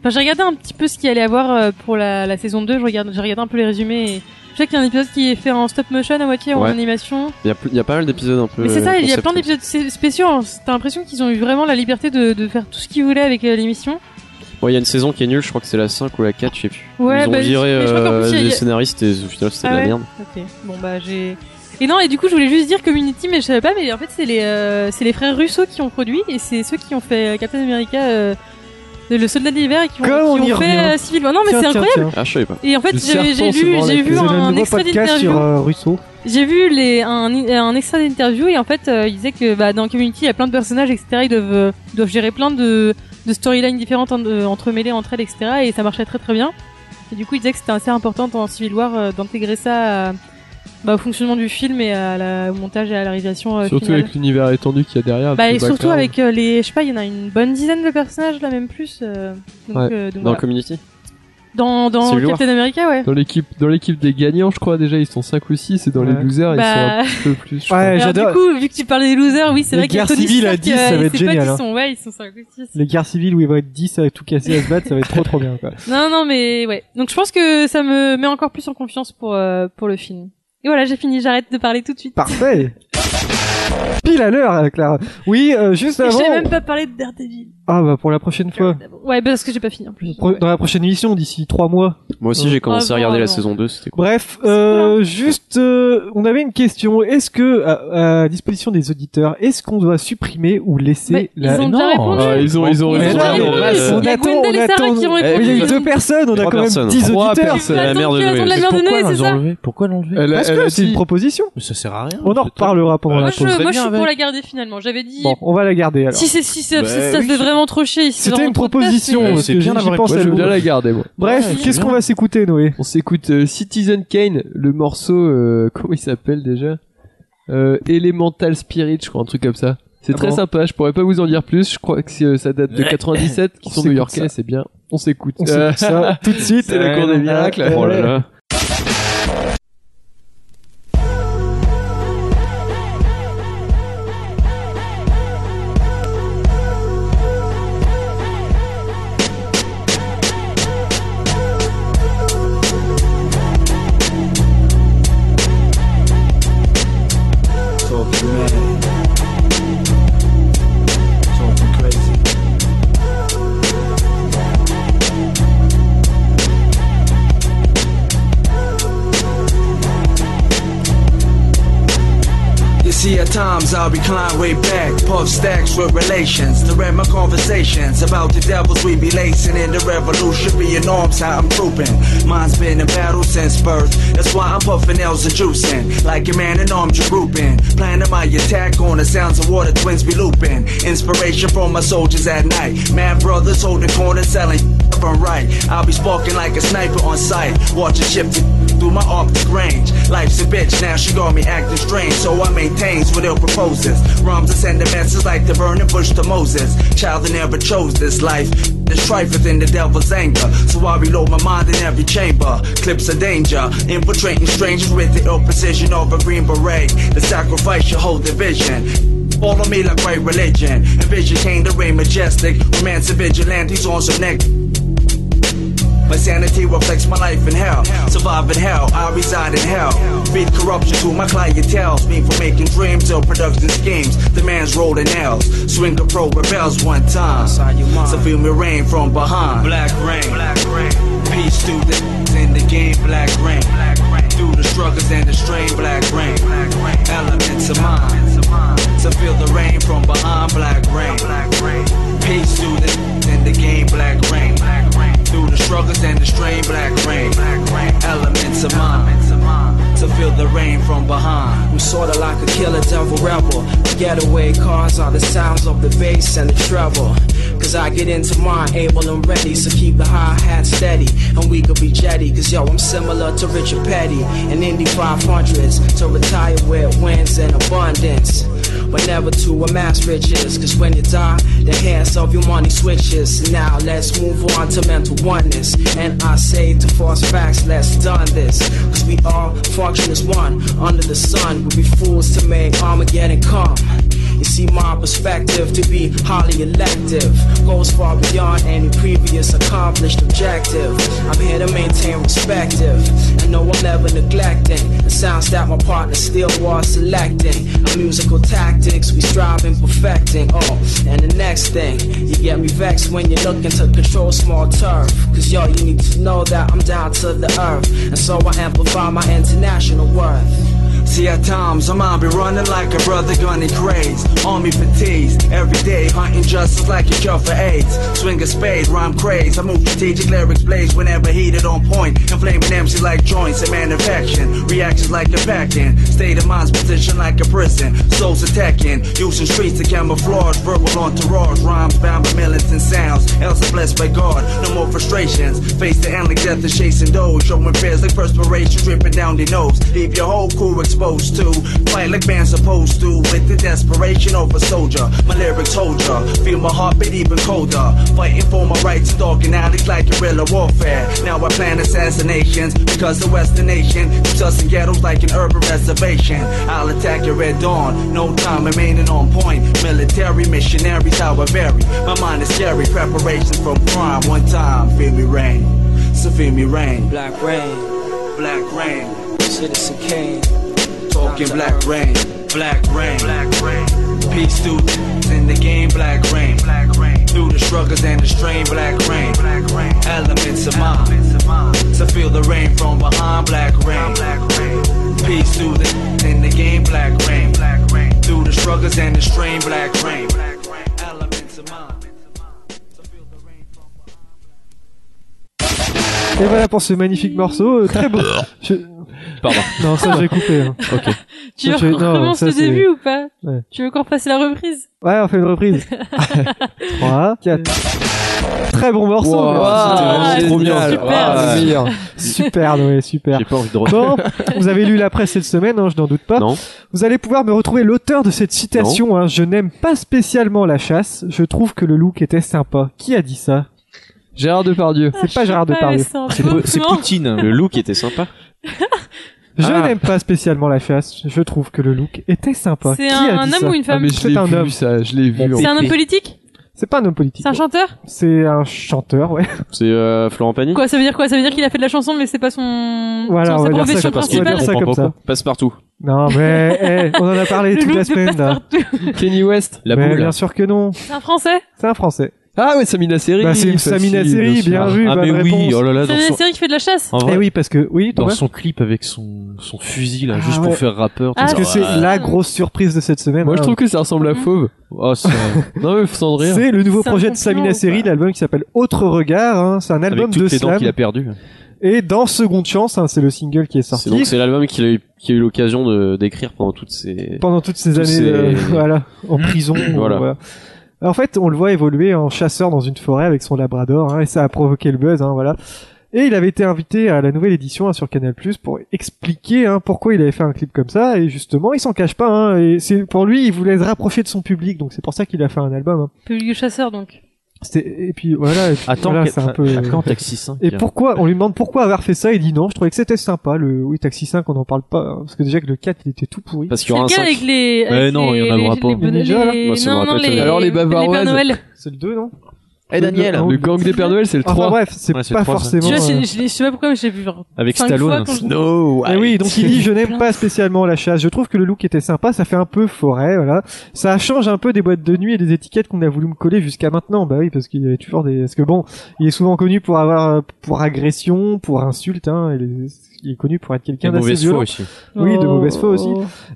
Enfin, j'ai regardé un petit peu ce qu'il allait avoir euh, pour la, la saison 2. Je regarde, j'ai regardé un peu les résumés. et Je sais qu'il y a un épisode qui est fait en stop motion à moitié ou en
Ouais.
animation.
Il y a, pl- il y a pas mal d'épisodes un peu.
Mais c'est ça,
euh,
il y a
concept.
plein d'épisodes sé- spéciaux. hein. T'as l'impression qu'ils ont eu vraiment la liberté de, de faire tout ce qu'ils voulaient avec euh, l'émission.
Bon, il y a une saison qui est nulle, je crois que c'est la 5 ou la 4, je sais plus.
Ouais,
Ils ont
bah,
viré
mais je crois qu'en
euh,
plus, il y a-
les scénaristes et au final, c'était
Ah
de la
ouais
merde.
Ok. Bon bah j'ai. Et non, et du coup, je voulais juste dire Community, mais je savais pas, mais en fait, c'est les, euh, c'est les frères Russo qui ont produit et c'est ceux qui ont fait euh, Captain America, euh, le soldat de l'hiver et qui ont,
Comme on
qui
y
ont fait
revient.
euh, Civil War. Non, mais
Tiens,
c'est
tiens,
incroyable!
tiens.
Ah, je savais pas.
Et en fait,
Le
j'ai j'ai
serpent
lu,
dans la
j'ai vu
cuisine.
un,
nouveau
extrait
podcast
d'interview.
sur euh, Russo.
J'ai vu les, un, un extrait d'interview et en fait, euh, il disait que bah, dans Community, il y a plein de personnages, etc. Ils doivent, euh, doivent gérer plein de, de storylines différentes en- euh, entremêlées entre elles, etc. Et ça marchait très très bien. Et du coup, il disait que c'était assez important dans Civil War euh, d'intégrer ça à- bah, au fonctionnement du film et à la, au montage et à la réalisation euh,
Surtout
finale.
avec l'univers étendu qu'il y a derrière.
Bah,
le
et surtout
background.
avec euh, les, je sais pas, il y en a une bonne dizaine de personnages là, même plus. euh, donc,
Ouais.
euh, donc
Dans
voilà.
Community
dans, dans
Civil War.
Captain America, ouais.
Dans l'équipe, dans l'équipe des gagnants, je crois déjà, ils sont 5 ou 6, et dans les losers,
Bah.
ils sont un petit peu plus. je
Ouais,
crois.
Alors,
j'adore.
Du coup, vu que tu parlais des losers, oui, c'est
Les
vrai qu'il y a
guerres
Tony
civiles à
Stark,
10,
euh,
ça va être
il sait pas
génial,
qui
hein.
sont, ouais, ils sont 5 ou 6.
Les guerres civiles où ils vont être 10 à tout casser, à se battre, ça va être trop trop bien. Quoi.
Non, non, mais ouais. Donc je pense que ça me met encore plus en confiance pour, euh, pour le film. Et voilà, j'ai fini, j'arrête de parler tout de suite.
Parfait Pile à l'heure, euh, Clara. Oui, euh, juste
Et Je
avant.
t'ai même pas parlé de Daredevil.
Ah bah pour la prochaine fois.
Ouais, parce que j'ai pas fini en plus.
Pro- Dans la prochaine émission, d'ici trois mois.
Moi
Oh,
aussi, j'ai commencé à
Avant,
regarder la
avant.
saison 2, c'était cool.
Bref, euh, juste, euh, on avait une question. Est-ce que, à, à disposition des auditeurs, est-ce qu'on doit supprimer ou laisser
Mais
la
Bah, ils ont déjà répondu.
Ah, ils ont- ils ont
Mais
répondu.
non,
Ils ont
on
répondu.
attend,
Il
y a Gwendal
on
et Sarah
attend.
qui ont
Mais il y a eu
répondu.
deux personnes, on a
Trois
quand même
personnes.
dix
Trois
auditeurs.
personnes.
La merde de
Attends,
Noé.
attends, la merde de Noé, c'est ça
Pourquoi l'enlever
Elle,
Parce
elle
que
a
c'est
dit-
une proposition.
Mais ça sert à rien.
On en reparlera pendant
Moi,
la
Euh, je,
pause.
moi, je
bien
suis
avec.
pour la garder finalement. J'avais dit
Bon, on va la garder alors.
si c'est si c'est
Bah,
si ça se
oui.
fait vraiment trop chier. si c'est
C'était
vraiment
une
trop de place,
proposition,
c'est-
parce
c'est
que
bien
j'y
d'avoir une
pense
Moi,
à
je veux bien
l'eau.
la garder, moi.
Ouais,
Bref,
c'est
qu'est-ce
bien.
qu'on va s'écouter, Noé
On s'écoute euh, Citizen Kane, le morceau, euh, comment il s'appelle déjà euh, Elemental Spirit, je crois, un truc comme ça. C'est très
Ah bon
sympa, je pourrais pas vous en dire plus, je crois que c'est, euh, ça date de 97, qui
On
sont
s'écoute
new-yorkais,
ça.
c'est bien. On s'écoute. Euh,
On s'écoute ça tout de suite.
C'est la cour des miracles.
Oh là là.
Talking mad. Talking crazy. You see, at times I'll recline way back, puff stacks with relations, to ram my conversations about the devils we be lacing in the revolution, being arms how I'm trooping. Mine's been in battle since birth, that's why I'm puffing L's and juicing, like a man in arms drooping. Planning my attack on the sounds of water twins be looping. Inspiration from my soldiers at night, mad brothers holding corners selling up and right. I'll be sparking like a sniper on sight, watching shift through my optic range. Life's a bitch, now she got me acting strange. So I maintain what ill proposes. Rhymes are sending messages like the burning bush to Moses. Child that never chose this life. The strife within the devil's anger. So I reload my mind in every chamber. Clips of danger. Infiltrating strangers with the ill precision of a green beret. The sacrifice you hold the vision. Follow me like right religion. Envision came to reign majestic. Romance of vigilantes on some neck. My sanity reflects my life in hell. Survive in hell, I reside in hell. Feed corruption to my clientele. Mean for making dreams or production schemes. The man's rolling nails. Swing a pro rebels one time. So feel me rain from behind. Black rain. Black rain. Peace through the in the game. Black rain. Black rain. Through the struggles and the strain. Black rain. Black rain. Elements of mine. So feel the rain from behind. Black rain. Black rain. Peace through the in the game. Black rain. Black rain. Through the struggles and the strain, black rain. Black rain. Elements of mine. To feel the rain from behind. I'm sorta like a killer devil rebel. Getaway cars are the sounds of the bass and the treble. Cause I get into mine, able and ready. So keep the high hat steady. And we could be jetty. Cause yo, I'm similar to Richard Petty. And Indy 500s. To retire with wins and abundance. But never to amass riches. Cause when you die, the hands of your money switches. Now let's move on to mental oneness. And I say to false facts, let's done this. Cause we all function as one under the sun. We'll be fools to make Armageddon come. You see, my perspective to be highly elective goes far beyond any previous accomplished objective. I'm here to maintain perspective. I know I'm never neglecting the sounds that my partner still was selecting. Our musical tactics we strive in perfecting. Oh, and the next thing, you get me vexed when you're looking to control small turf. Cause yo, you need to know that I'm down to the earth. And so I amplify my international worth. See at times I'm out be running like a brother gunning craze. Army fatigues, every day hunting justice like a cure for AIDS. Swing a spade, rhyme craze. I move strategic lyrics blaze whenever heated on point. Inflaming MC like joints and manufacturing. Reactions like a packing. State of mind's position like a prison. Souls attacking, using streets to camouflage. Verbal entourage, rhymes bound by militant sounds. Else are blessed by God, no more frustrations. Face the endless death of chasing those. Showing fears like perspiration dripping down their nose. Leave your whole crew exposed to. Fight like man's supposed to. With the desperation of a soldier. My lyrics hold ya. Feel my heartbeat even colder. Fighting for my rights, stalking alleys like guerrilla warfare. Now I plan assassinations. Because the Western nation keeps us in ghettos like an urban reservation. I'll attack at red dawn. No time remaining on point. Military missionaries, how I vary. My mind is scary. Preparations from crime. One time, feel me rain. So feel me rain. Black rain. Black rain. Citizen Kane. Talking black rain. Black rain. Black rain. Peace through in the game. Black rain. Black rain. Through the struggles and the strain. Black rain. Black rain. Elements of mine. To feel the rain from behind. Black rain. Black rain. Peace through the in the game. Black rain. Black rain. Through the struggles and the strain. Black rain. Black rain. Elements of mine.
Et voilà pour ce magnifique morceau, euh, très beau. Je-
Pardon.
Non, ça j'ai coupé. hein.
Tu
Ça,
veux
j'ai-
qu'on
non,
recommence
ça,
le
c'est-
début ou pas
Ouais.
Tu veux qu'on refasse la reprise
Ouais, on fait une reprise. 3, 4. Très bon morceau.
Wow,
merci.
c'était vraiment Ah, trop bien.
Super,
super. Ah, ouais.
super, super, Noé, super.
J'ai pas envie de refaire.
Bon, vous avez lu la presse cette semaine, hein, je n'en doute pas. Vous allez pouvoir me retrouver l'auteur de cette citation. hein. Je n'aime pas spécialement la chasse. Je trouve que le look était sympa. Qui a dit ça
Gérard Depardieu.
Ah,
C'est pas Gérard Depardieu.
Poutine. Le look était sympa.
Je
Ah.
n'aime pas spécialement la chasse. Je trouve que le look était sympa.
C'est
Qui
un-
a
un
dit
homme
ça
ou une femme
Ah, mais je
C'est
l'ai
un
vu,
homme.
ça, je l'ai vu.
C'est un homme politique
C'est pas un homme politique.
C'est un chanteur
C'est un chanteur, ouais.
C'est euh, Florent Pagny.
Quoi, ça veut dire quoi Ça veut dire qu'il a fait de la chanson, mais c'est pas son.
Voilà, on
son- sa
va dire ça
profession
comme ça.
principale.
On va dire ça comme ça.
Passe partout.
Non, mais eh, on en a parlé toute la semaine. là.
Kenny West. La
Mais
boule.
bien sûr que non.
C'est un français
C'est un français.
Ah ouais, Samina Seri.
Bah, c'est Samina Seri, bien vu,
Ah,
bonne
mais oui,
réponse.
oh là là, dans
C'est
son,
une série qui fait de la chasse
En vrai,
Eh oui, parce que oui,
dans
Thomas
son clip avec son, son fusil, là, juste
Ah ouais.
pour faire rappeur.
Parce que c'est
là
la grosse surprise de cette semaine.
Ah. Moi, je
hein.
trouve que ça ressemble à
Mm.
Fauve.
Oh, c'est-
Non, mais sans rire.
c'est le nouveau
C'est un
projet de
complot,
Samina Seri, l'album qui s'appelle Autre Regard. hein. C'est un
avec
album
toutes
de
les dents
slam.
qu'il a perdues.
Et dans Seconde Chance, hein, c'est le single qui est
C'est donc
sorti.
c'est l'album qu'il a eu qui a eu l'occasion de d'écrire pendant toutes ces
pendant toutes ces
Tous
années
ces-
euh, voilà en prison
Voilà.
ou, euh, en fait on le voit évoluer en chasseur dans une forêt avec son labrador hein, et ça a provoqué le buzz hein, voilà et il avait été invité à la nouvelle édition hein, sur Canal pour expliquer hein, pourquoi il avait fait un clip comme ça et justement il s'en cache pas hein, et c'est pour lui il voulait se rapprocher de son public donc c'est pour ça qu'il a fait un album hein.
Public chasseur donc.
C'était- et puis voilà et puis,
Attends,
voilà,
quel-
c'est un peu
à quand Taxi hein 5
et pourquoi On lui demande pourquoi avoir fait ça. Il dit non, je trouvais que c'était sympa. Le oui, Taxi 5, on n'en parle pas hein, parce que déjà que le 4, il était tout pourri.
parce qu'il
C'est
y aura
le
un
gars
5.
avec les.
Mais
avec
non, il y en
les-
aura
les-
pas.
Les bonhommes-
Ninja, là
les-
Moi, ça me
Non, non,
rappelle ça.
les.
Alors, les
Pères
Bavaroises.
Noël.
C'est le 2, non
Eh, Daniel,
Le-
Le gang des Pères Noël, c'est le
Enfin
3.
bref, c'est
Ouais, c'est
pas
le trois, ça.
Tu
forcément.
vois,
euh,
je je- je sais pas pourquoi, mais j'ai vu genre.
Avec
cinq
Stallone.
fois quand je-
No,
Et Eh oui, donc il dit je n'aime pas spécialement la chasse. Je trouve que le look était sympa, ça fait un peu forêt, voilà. Ça change un peu des boîtes de nuit et des étiquettes qu'on a voulu me coller jusqu'à maintenant. Bah oui, parce qu'il y avait toujours des. Parce que bon, il est souvent connu pour avoir euh, pour agression, pour insulte. Hein, il, est... il est connu pour être
Une
quelqu'un d'assez
mauvaise
violent.
foi aussi.
Oui, de mauvaise foi aussi.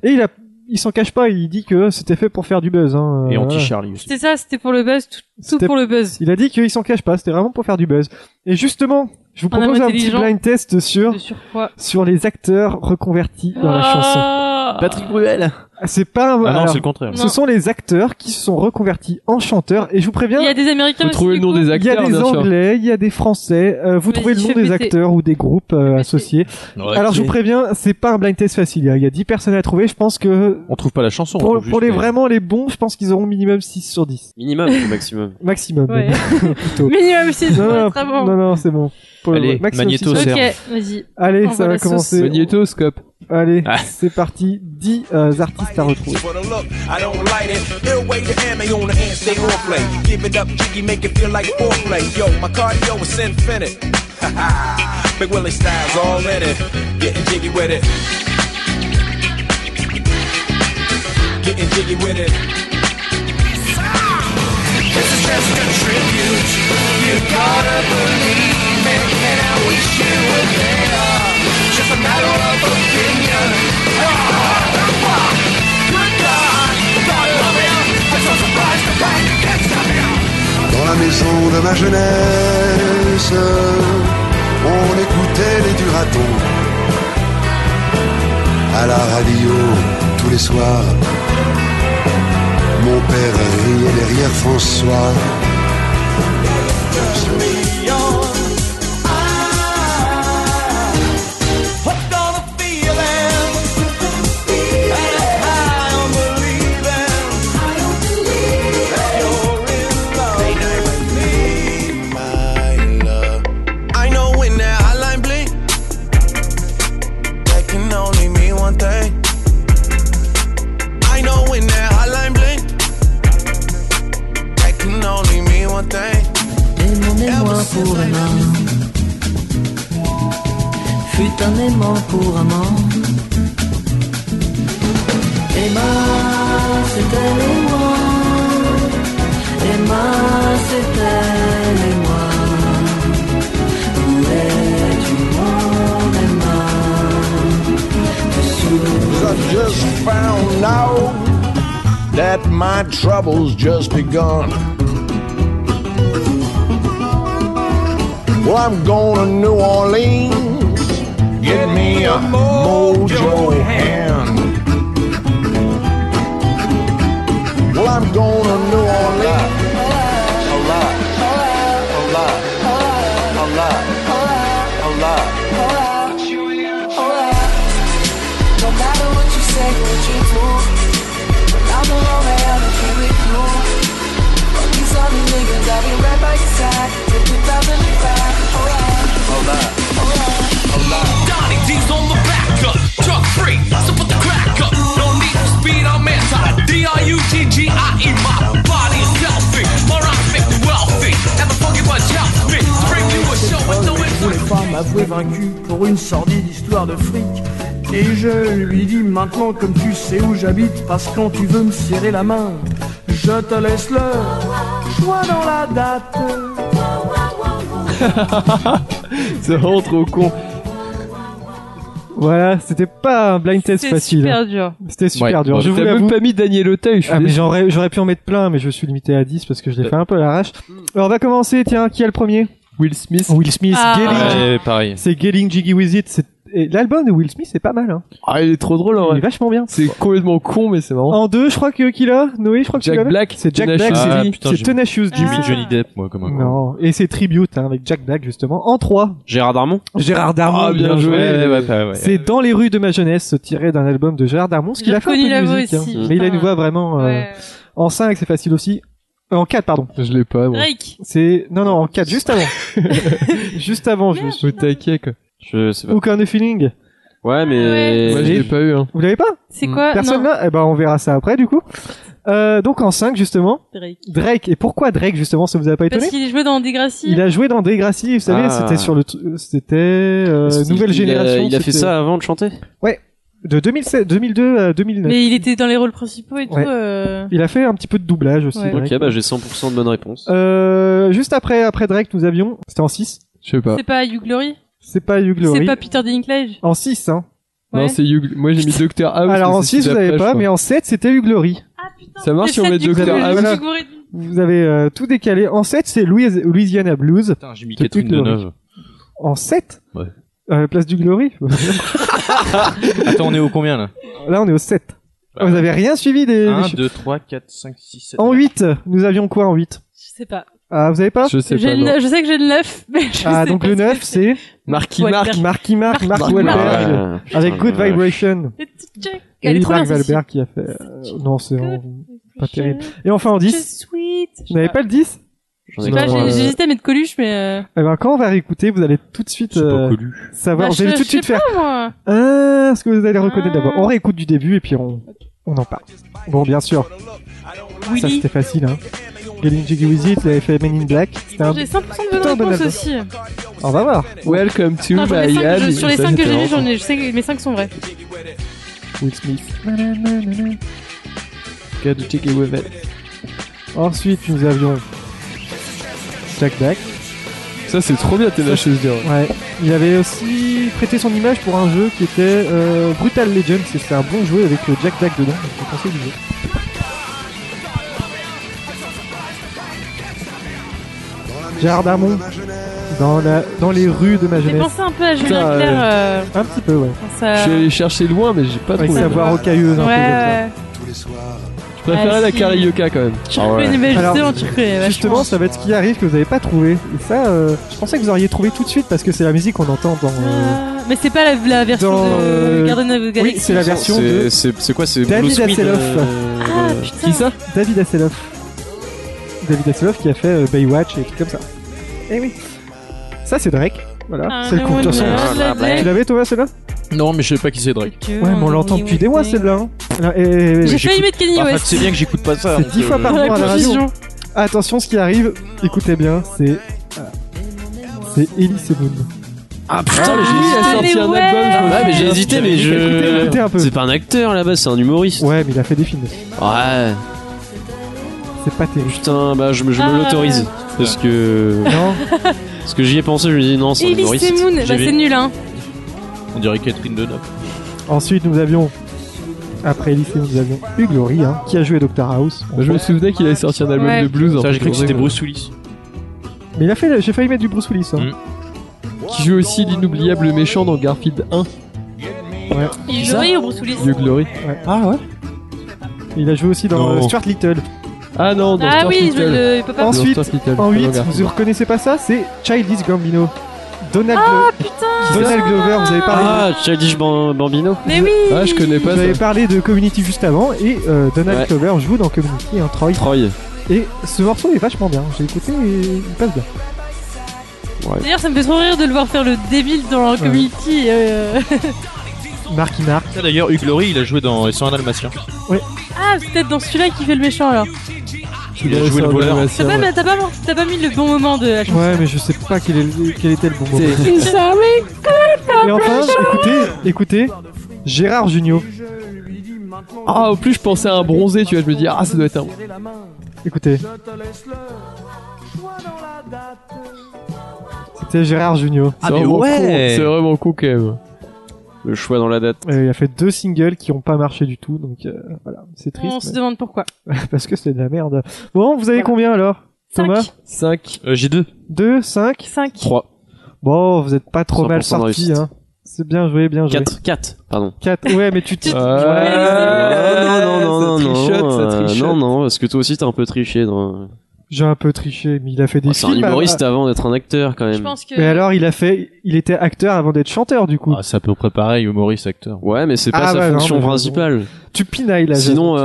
Et il a, il s'en cache pas. Il dit que c'était fait pour faire du buzz. Hein,
Et
euh, voilà.
anti-Charlie aussi.
C'était ça, c'était pour le buzz, tout- tout
C'était-
pour le buzz.
Il a dit qu'il s'en cache pas. C'était vraiment pour faire du buzz. Et justement, je vous
Un homme
propose un petit
intelligent.
blind test sur
De surcroît.
sur les acteurs reconvertis dans la chanson.
Ah.
Bruel.
Ah, C'est pas. un-
Ah non,
alors,
c'est le contraire.
ce
Non.
sont les acteurs qui se sont reconvertis en chanteurs. Et je vous préviens,
Il y a des Américains
Faut
aussi,
trouver le
du
nom
coup.
des
il y a
acteurs,
des
bien sûr.
Anglais, il y a des Français. euh, vous
Vas-y,
trouvez le nom
fais
des
péter.
acteurs ou des groupes euh,
péter.
associés. Alors je vous préviens, c'est pas un blind test facile. hein. Il y a 10 personnes à trouver. Je pense que
On trouve pas la chanson. on
pour,
trouve
pour
juste
les vraiment les bons, je pense qu'ils auront minimum 6 sur 10.
Minimum ou maximum.
Maximum.
Ouais.
même. Plutôt.
Minimum 6,
Non, non,
très
non,
bon.
non, c'est bon. Pour le-
Allez,
maximum
Magneto,
six sur
c'est-
dix.
Ok,
Serre.
vas-y.
Allez,
Envoie
ça va
la sauce.
commencer.
Magnétoscope.
Allez,
Ah.
c'est parti. 10 euh, artistes à retrouver.
For the look, I don't like it. Ill way to ammo on the hand, stay on play. Give it up, jiggy, make it feel like foreplay. Yo, my cardio is infinite. Big Willie style's all in it. Getting jiggy with it. Getting jiggy with it. This is just a tribute. You gotta believe it, and I wish you were there. Just a matter of opinion.
Dans la maison de ma jeunesse, on écoutait les duratons. À la radio, tous les soirs, mon père riait derrière François.
Hooked on a feeling. And I don't believe it. You're in love with me, my love. I know when that hotline bling, that can only mean one thing. I know when that hotline bling, that can only mean one thing.
Aimez-moi pour aimant, fut un aimant pour amant. Emma, c'est elle et moi. Emma, c'est elle et moi. Où es-tu, mon Emma Tu souris.
I just found out that my troubles just begun. Well, I'm going to New Orleans. Get me a mojo hand. Well, I'm going to New Orleans.
No matter what you say, what you do, I'm the one that ever came with you. Fuck these other niggas, I'll be right by your side. If you love me back, alright.
Donnie D's on the back up. Truck free, so put the crack up. No need for speed, I'm anti. D-R-U-G-G-I-E, my body is healthy. My rocks make me wealthy. And the funky bunch helps me. to Bring you a show with no
Vous les femmes avoué vaincu pour une sordide histoire de fric. Et je lui dis maintenant comme tu sais où j'habite, parce que quand tu veux me serrer la main, je te laisse le choix dans la date.
C'est vraiment trop con.
Voilà, c'était pas un blind test
C'était
facile. hein.
super dur.
C'était super
Ouais.
dur.
Bon,
je vous
t'as
l'avoue.
même pas mis Daniel Auteuil, je suis
Ah, mais
déçu.
j'aurais, j'aurais pu en mettre plein, mais je suis limité à 10 parce que je l'ai fait un peu à l'arrache. Alors, on va commencer. Tiens, qui a le premier
Will Smith.
Will Smith,
Ah.
Gelling.
Ouais, pareil.
C'est Gelling Jiggy With It. C'est- et L'album de Will Smith, c'est pas mal. Hein.
Ah, il est trop drôle, en vrai.
Il est vachement bien.
C'est complètement con, mais c'est marrant.
En deux, je crois que qui l'a Noé, je crois que
Jack
tu l'avais
Black.
C'est Jack
Tenacious
Black, c'est
D. Ah,
lui.
Putain,
C'est
j'ai-
Tenacious D.
Ah.
J'ai mis
Ah.
Johnny Depp, moi, comme un con.
Non, et c'est Tribute hein, avec Jack Black justement. En trois,
Gérard Darmon
Gérard Darmon.
Ah, bien joué. Ouais, ouais, ouais, ouais.
C'est dans les rues de ma jeunesse, tiré d'un album de Gérard Darmon, ce qu'il
J'ai
a fait un peu
reconnu
de
la voix
musique,
aussi,
hein.
putain.
mais il a une voix vraiment. euh,
Ouais.
En 5, c'est facile aussi. Euh, en 4, pardon.
Je l'ai pas, moi.
Drake.
C'est non non en 4 juste avant. juste avant, je me suis
taquet quoi.
Je sais pas.
Aucun de feeling.
Ouais, mais.
Moi, je l'ai pas eu, hein.
Vous l'avez pas
C'est quoi
Personne
Ah, Non.
là Eh ben on verra ça après du coup. Euh, donc en 5 justement,
Drake.
Drake. Et pourquoi Drake justement Ça vous a pas étonné
Parce qu'il jouait dans Degrassi.
Il a joué dans Degrassi, vous savez,
Ah.
c'était sur le, tr- c'était euh,
Parce qu'il-
nouvelle
il a-
génération.
il a fait
c'était-
ça avant de chanter
Ouais, de 2007, 2002 à 2009.
Mais il était dans les rôles principaux et tout.
Ouais.
euh,
Il a fait un petit peu de doublage aussi.
Ouais.
Drake.
Ok, bah j'ai 100% de bonnes réponses.
Euh, juste après, après Drake, nous avions, c'était en 6.
Je sais pas.
C'est pas Hugh Glory.
C'est pas Hugh
C'est
Laurie.
pas Peter Dinklage.
En 6, hein.
Ouais.
Non, c'est Hugh. Moi, j'ai mis Docteur House.
Alors
mais
en
Ah c'est
6, vous
d'après,
avez
je
pas,
crois.
mais en 7, c'était Hugh Laurie.
Ça marche si on met
Hugh
Docteur
Glory.
House.
Ah, Voilà.
Hugh Glory.
Vous avez euh, tout décalé. En 7, c'est Louis- Louisiana Blues.
Putain, j'ai mis
de
Catherine
Hugh Laurie.
Deneuve.
En 7
Ouais.
À la place du Glory
Attends, on est au combien là
Là, on est au 7. Ah, Vous avez rien suivi des...
1,
des chi-
2, 3, 4, 5, 6, 7.
Euh, En 8, nous avions quoi en 8
Je sais pas.
Ah, vous avez pas
Je sais
J'ai
pas.
le
non.
neuf- Je sais que j'ai le 9, mais je
Ah,
sais
donc
pas
le
ce que
9, c'est
Marky
Wahlberg.
Mark.
Marky Mark, Mark
Mark
Wahlberg,
Wahlberg. Putain,
avec Good
la vache.
Vibration.
c'est. Petite Jack. Elle
Et
est trop
Mark
bien. celle-ci.
Wahlberg qui a fait... euh, non, c'est vraiment pas
Je-
terrible. Et enfin en
je
10,
sweet.
vous n'avez pas le 10
J'en
Je sais
ai
pas,
Non,
j'ai-
euh,
j'ai hésité à mettre Coluche, mais. euh,
Eh ben, quand on va réécouter, vous allez tout de suite euh, savoir.
bah,
vous allez
je-
tout de
je
suite
sais
faire...
pas, moi.
Ah, ce que vous allez reconnaître
Ah.
d'abord. On réécoute du début et puis on, on en parle. Bon, bien sûr. Ça,
Willy.
c'était facile, hein. Getting Jiggy With It, il avait fait Men in Black. C'était un...
J'ai 100% de
Putain,
bonnes
bon
réponses
album.
aussi.
On va voir.
Welcome to
Non, j'en ai
my
cinq, je-
Miami.
sur les
Ça,
5 que
c'était
j'ai vues,
vraiment
j'en ai, je sais que mes 5 sont vrais.
Will Smith. Gotta take it with it.
Ensuite, nous avions Jack Black.
Ça, c'est trop bien, t'es la chose dire.
Ouais. Il avait aussi prêté son image pour un jeu qui était euh, Brutal Legends. et C'était un bon jeu avec euh, Jack Black dedans. donc je vous conseille du jeu. Gérard Darmon, dans, la, dans les rues de ma
J'ai
jeunesse.
pensé un peu à
Putain,
Julien
euh,
Clerc. euh,
Un petit peu, ouais.
dans
Je
sa-
suis allé chercher loin, mais j'ai pas
Avec
trouvé.
sa voix rocailleuse un peu. comme ça.
Ouais, ouais.
Tous les soirs.
Je préférais
Ah,
la
si.
Carioca quand même.
Tu reconnais, mais
Ah Alors,
justement, tu reconnais. vachement.
Justement, ça va être ce qui arrive que vous n'avez pas trouvé. Et ça, euh, je pensais que vous auriez trouvé tout de suite parce que c'est la musique qu'on entend dans. euh,
Ah, Mais c'est pas la, la version
Dans,
de
euh,
Garden of the Galaxy.
Oui, c'est la version de
C'est c'est- c'est quoi C'est euh,
David
Blue Smith
Hasselhoff.
Ah putain.
Qui ça
David Hasselhoff. David Hasselhoff qui a fait euh, Baywatch et tout comme ça. Eh oui. Ça, c'est Drake. Voilà,
Ah,
c'est le coup. De toute façon,
non,
Ah,
je l'ai
blague.
tu l'avais Thomas celle-là
Non, mais je sais pas qui c'est Drake.
dit.
Ouais, mais on l'entend depuis des mois celle-là. hein. Alors, eh, eh, eh,
J'ai
eh,
failli mettre Kenny
Enfin,
West.
tu sais bien que j'écoute pas ça.
C'est
donc,
dix fois
euh,
par
Dans
mois
la
à la radio.
confusion.
Attention, ce qui arrive, écoutez bien, c'est. C'est euh, Elise Moon.
Ah putain, mais
oui,
j'ai
elle a
hésité.
sorti un album, je me
Ouais, mais j'ai
souviens.
hésité,
J'avais
mais
dit qu'elle écoutait, elle était un
je.
peu.
C'est pas un acteur là-bas, c'est un humoriste.
Ouais, mais il a fait des films.
Ouais.
C'est pas terrible.
Putain, bah je, me- je me
Ah.
l'autorise. Parce que.
Non.
Parce que j'y ai pensé, je me dis non, c'est un
Elise
humoriste.
Semoun, bah
J'y vais.
c'est nul hein.
On dirait Catherine Deneuve.
Ensuite, nous avions, après Elise, nous avions Hugh Laurie, hein, qui a joué Doctor House.
Je me souvenais qu'il avait sorti un album
Ouais.
de blues.
Ça, j'ai cru que c'était Bruce
Willis.
Mais il a fait, j'ai failli mettre du Bruce Willis. hein.
Qui joue aussi l'inoubliable méchant dans Garfield 1.
Ouais.
Hugh Laurie ou Bruce Willis
Hugh Laurie.
Ah ouais Il a joué aussi dans
Non.
euh, Stuart Little.
Ah non, dans
Ah
Stuart
oui, je
Little.
le- il peut pas.
Ensuite,
Dans Stuart Little,
en
pas
8,
dans Garfield.
vous reconnaissez pas ça C'est Childish Gambino. Donald, Glo- Donald Glover, vous avez parlé de-
Ah, Childish Bam- Bambino
Mais oui
Ah, je connais pas
Vous avez
ça.
parlé de Community juste avant et euh, Donald
Ouais.
Glover joue dans Community, hein, Troy.
Troy.
Et ce morceau est vachement bien. J'ai écouté et il passe bien.
D'ailleurs, ça me fait trop rire de le voir faire le débile dans la community. euh.
Marky Mark.
Ça, D'ailleurs, Hugh Laurie, il a joué dans Ils sont un dalmatien.
ah, c'est peut-être dans celui-là qui fait le méchant alors.
Il a joué le voleur.
T'as pas, t'as pas- t'as pas mis le bon moment de la chanson.
Ouais, mais je sais pas quel, est- quel était le bon moment.
Sorry.
Et enfin, écoutez, écoutez, Gérard Junio.
Ah, en plus, je pensais à un bronzé, tu vois. Je me dis, ah, ça doit être un.
Écoutez. C'était Gérard Junio.
Ah,
C'est vraiment con, C'est vraiment con quand même.
Le choix dans la date.
Euh, il a fait deux singles qui ont pas marché du tout, donc euh, voilà, c'est triste.
On se
mais-
demande pourquoi.
Parce que c'est de la merde. Bon, vous avez combien alors
Cinq.
Thomas
5.
J'ai Euh, deux.
2, 5
5.
3.
Bon, vous êtes pas trop mal
100% de
sorti,
réussite.
hein. C'est bien joué, bien joué.
4. 4, pardon.
4, ouais, mais tu te.
Euh,
non, non, non,
ça
non,
trichote,
non,
ça
euh,
trichote.
non, non, parce que toi aussi t'as un peu triché. dans-
J'ai un peu triché, mais il a fait des
Oh, C'est un
bah,
films.
humoriste
ah,
avant d'être un acteur quand
Je
même.
pense que.
Mais alors, il a fait, il était acteur avant d'être chanteur, du coup.
Ah, c'est à peu près pareil, humoriste, acteur.
Ouais, mais c'est pas
Ah
sa
ouais, non,
fonction
mais bon.
principale.
Tu pinailles là.
Sinon,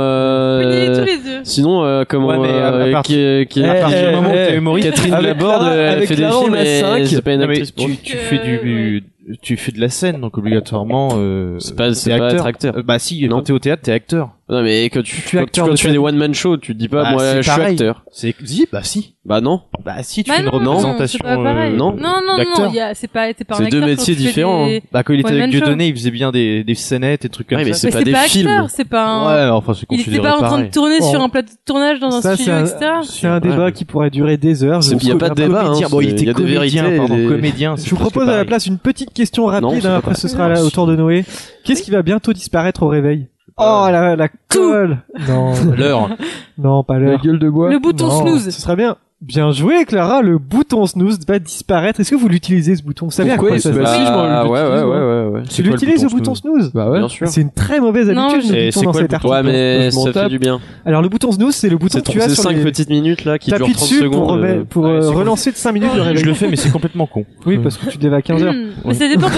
Punez
euh...
tous les deux.
Sinon, euh, comment
Ouais, mais à- à
euh,
partir-
qui, qui-
à partir du moment où t'es humoriste-
eh, Catherine
Avec
Laborde,
Clara-
elle
avec
fait des
Clara, on
films,
a
mais
cinq.
c'est pas une
Non, mais
actrice. pour
tu,
le coup.
tu fais du, tu fais de la scène, donc obligatoirement. euh,
C'est pas, c'est
t'es
pas être acteur.
Euh, Bah si, quand t'es au théâtre, t'es acteur.
Non, mais quand
Tu es
tu, quand tu-
acteur
quand
de
tu fais
scène.
des one man show, tu te dis pas,
Bah,
moi,
c'est
je suis
pareil.
acteur.
C'est si, bah si.
Bah non.
Bah si, tu
Bah
fais une
non, non, c'est
représentation.
pas pareil.
euh,
Non,
non,
non, non,
d'acteur.
il y a- c'est pas, t'es pas un
C'est
acteur
deux
quand
métiers
tu fais
différents, hein.
des-
Bah quand il était
One
avec
man show.
Dieudonné, il faisait bien des, des scénettes et trucs comme
Ouais, mais
ça.
c'est
Mais
pas
c'est
des
pas
films.
acteur, c'est pas un.
Ouais, enfin c'est
Il était
considéré
pas en train de
pareil.
tourner
Bon.
sur un plateau de tournage dans un
ça, c'est
studio,
un,
etc.
c'est un débat
Ouais.
qui pourrait durer des heures. Je
C'est-
vous
y a
propose-
pas de débat,
Comédien,
hein,
bon, il
c'est-
était
y a des
comédien,
vérités et
pardon,
des-
comédien.
Je vous propose à la place une petite question rapide,
c'est
hein,
pas
après ce
pareil.
sera là, au tour de Noé. Qu'est-ce qui va bientôt disparaître au réveil Oh la, la colle Non,
L'heure. hein.
non, pas
La
l'heure.
gueule de bois.
Le bouton
Non,
snooze.
Ce serait bien. Bien joué, Clara. Le bouton snooze va disparaître. Est-ce que vous l'utilisez ce bouton Vous savez
Pourquoi
à quoi
il
ça
se
sert
passe-
Tu
si, je m'en-
Ah,
je
ouais, ouais,
l'utilise, moi.
ouais, ouais, ouais.
C'est quoi le
l'utilises le
bouton
bouton snooze
Bah ouais.
Bien sûr.
C'est une très mauvaise
Non,
habitude.
je-
le
Et
bouton
c'est
dans
quoi le
cet
bouton
article.
Ouais, mais
je m'en
ça fait
tape.
du bien.
Alors le bouton snooze, c'est le bouton
C'est
que tu as sur
5
les
petites minutes là qui durent
T'appuies
30
dessus pour,
secondes.
remet- pour,
Ouais,
euh,
c'est cool.
relancer de 5 minutes le
Je
réveil.
le fais, mais c'est complètement con.
Oui, parce que tu te lèves à 15h.
Hmm, Mais ça dépend parce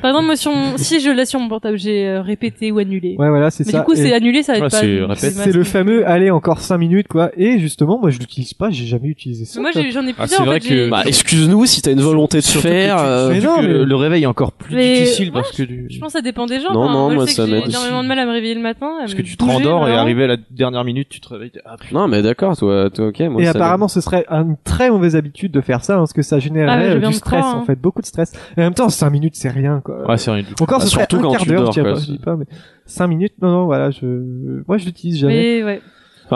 par exemple, moi, sur mon- si je l'ai sur mon portable, j'ai euh, répété ou annulé.
Ouais, voilà, c'est
Mais
ça.
du coup,
Et
c'est annulé, ça va
Ouais,
être pas.
c'est
donc
répète.
c'est
c'est le
masqué.
fameux allez encore 5 minutes quoi et justement moi je l'utilise pas j'ai jamais utilisé ça
Moi,
quoi.
j'ai- j'en ai
Ah,
plusieurs.
c'est
en
vrai
fait,
que-
j'ai-
Bah, excuse-nous si t'as une volonté de
Surtout
faire.
que tu-
euh,
Mais
surtout
non,
que
mais-
Le réveil est encore plus
Mais
difficile
moi,
parce que du.
Je pense que ça dépend des gens.
Non,
hein.
non, moi,
je sais
ça
que
m'aide
j'ai énormément de mal à me réveiller le matin. à
Parce
me
que tu te
bouger,
rendors et
alors.
arrivé à la dernière minute, tu te réveilles. t'es- Ah, putain.
Non, mais d'accord, toi, toi, ok. Moi,
et
ça
apparemment ce serait une très mauvaise habitude de faire ça hein, parce que ça
Ah, mais
générerait
je
euh,
viens
du
de
stress
croire, hein.
en fait beaucoup de stress et en même temps 5 minutes c'est rien quoi
Ouais, c'est rien du tout.
encore
Bah,
ce serait
surtout
un
quand
quart
tu
d'heure
dors,
tiens,
quoi,
pas, je
c'est-
dis pas mais 5 minutes non non voilà je moi je l'utilise jamais
Mais ouais.
me-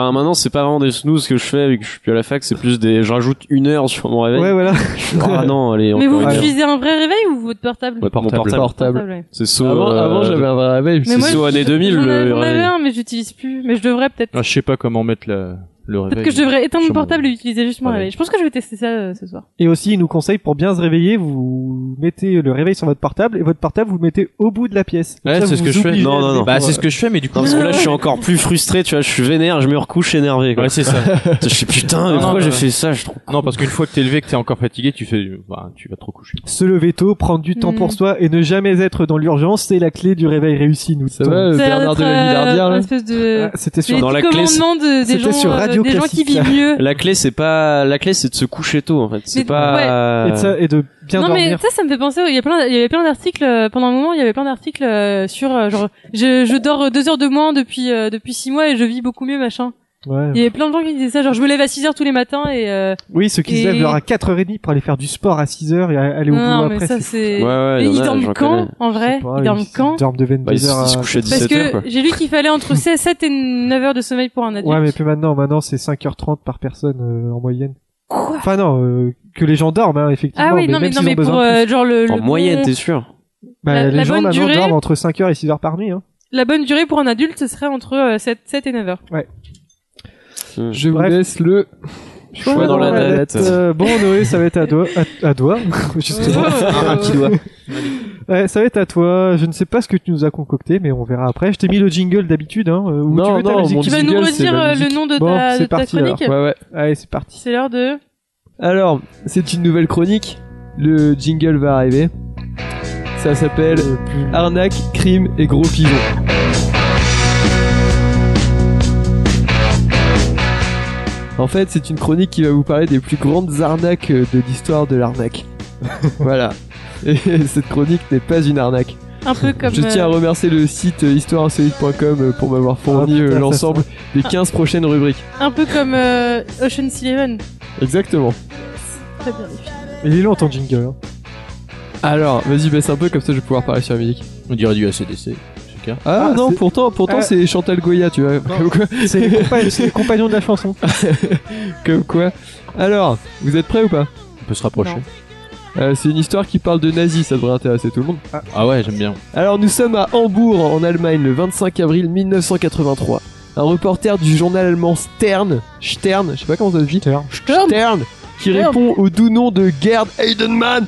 Enfin, maintenant, c'est pas vraiment des snooze que je fais vu que je suis plus à la fac. C'est plus des. Je rajoute une heure sur mon réveil.
ouais voilà
Ah non, allez.
Mais
encore
vous
une heure.
utilisez un vrai réveil ou votre portable
Ouais, Mon
Portable. euh,
portable.
Portable.
ouais.
C'est saut.
Avant,
euh,
avant, j'avais un vrai réveil.
Mais
C'est
moi,
saut
je-
année 2000.
J'en avais-
le
j'en avais
réveil.
un, mais j'utilise plus. Mais je devrais peut-être.
Ah, je sais pas comment mettre la- le réveil.
Peut-être que je devrais éteindre mon
Sur mon-
portable et utiliser juste mon
Ouais.
réveil. Je pense que je vais tester ça euh, ce soir.
et aussi il nous conseille pour bien se réveiller vous mettez le réveil sur votre portable et votre portable vous le mettez au bout de la pièce Comme
Ouais,
ça,
c'est
vous
ce que
vous
je fais.
obligez
Non,
à
non,
le
non.
faire.
Bah, c'est ce que je fais, mais du coup.
Non, parce que là, je suis encore plus frustré, tu vois, je suis vénère, je me recouche énervé, quoi.
Ouais, c'est ça.
Je suis putain, mais
Non,
pourquoi
non,
j'ai
ouais.
fait ça, je trouve.
Non, parce qu'une fois que t'es levé, que t'es encore fatigué, tu fais, bah, tu vas te recoucher.
euh, se lever tôt, prendre du temps
Mm.
pour soi et ne jamais être dans l'urgence, c'est la clé du réveil réussi, nous
Ça
dit-on.
va, euh,
Ça a l'air
Bernard de
d'être,
la Villardière,
euh,
là
Une espèce de.
Ah, C'était
Les
sur
Dans la clé,
commandements de, des
c'était
gens,
sur
euh,
Radio
des gens qui
Classique.
vivent mieux.
La clé, c'est pas, la clé, c'est de se coucher tôt, en fait. C'est
Mais-
pas,
et, de ça- et de bien
non mais
dormir.
ça, ça me fait penser. Il y a plein, il y avait plein d'articles euh, pendant un moment. Il y avait plein d'articles euh, sur euh, genre je, je dors deux heures de moins depuis euh, depuis six mois et je vis beaucoup mieux machin.
Ouais.
Il y avait plein de gens qui disaient ça, genre je me lève à 6h tous les matins et... euh,
Oui, ceux qui
et-
se lèvent leur à 4h30 pour aller faire du sport à 6h et aller au
Non, non,
boulot
mais
après.
ça c'est... Mais ils dorment quand, en vrai Ils dorment quand
Ils dorment de 22h
Bah, ils se- ils se
à
couchent à
Parce
17 heures,
que
quoi.
j'ai lu qu'il fallait entre 7 et 9 heures de sommeil pour un adulte.
Ouais, mais plus maintenant. Maintenant, c'est 5h30 par personne euh, en moyenne. enfin non, euh, que les gens dorment, hein, effectivement.
Ah oui,
mais
non, mais,
même
non,
s'ils
mais
ont
pour
besoin de
euh,
plus.
genre le, le bon-
Bah,
la-
les
la
gens
bonne
maintenant
durée-
dorment entre 5h et 6h par nuit. Hein.
La bonne durée pour un adulte, ce serait entre euh, 7, 7 et 9 heures.
Ouais.
Je vous laisse le
Ouais, non, ouais, euh, bon, Noé, ça va être à toi. À, à toi. Justement.
Ah, Un- un petit doigt.
Ouais, ça va être à toi. Je ne sais pas ce que tu nous as concocté, mais on verra après. Je t'ai mis le jingle d'habitude. Hein, où
Non,
tu veux ta
non,
musique.
mon Tu vas nous jingle,
redire, euh, le nom de
Bon,
ta-
c'est
de ta
parti,
chronique
alors.
Ouais, ouais.
Allez, c'est parti.
C'est l'heure de...
Alors, c'est une nouvelle chronique. Le jingle va arriver. Ça s'appelle Arnaque, crime et gros pigeon. En fait, c'est une chronique qui va vous parler des plus grandes arnaques euh, de l'histoire de l'arnaque. voilà. Et cette chronique n'est pas une arnaque.
Un peu comme,
Je tiens à
euh,
remercier le site euh, histoireinsolite.com euh, pour m'avoir fourni euh,
Ah, putain, ça
l'ensemble des 15 prochaines rubriques.
Un peu comme euh, Ocean's Eleven.
Exactement.
Très bien.
Il est long ton jingle. hein.
Alors, vas-y, baisse un peu, comme ça je vais pouvoir parler sur la musique.
On dirait du ACDC. Super.
Ah, non, pourtant, pourtant
Ah.
c'est Chantal Goya, tu vois. Comme quoi-
C'est les, compa- c'est les compagnons de la chanson.
Comme quoi. Alors, vous êtes prêts ou pas
On peut se rapprocher.
Euh, C'est une histoire qui parle de nazis, ça devrait intéresser tout le monde.
Ah ouais, j'aime bien.
Alors nous sommes à Hambourg en Allemagne le 25 avril 1983. Un reporter du journal allemand Stern, Stern, je sais pas comment ça se dit, Stern, qui
Stern.
répond au doux nom de Gerd Heidenmann,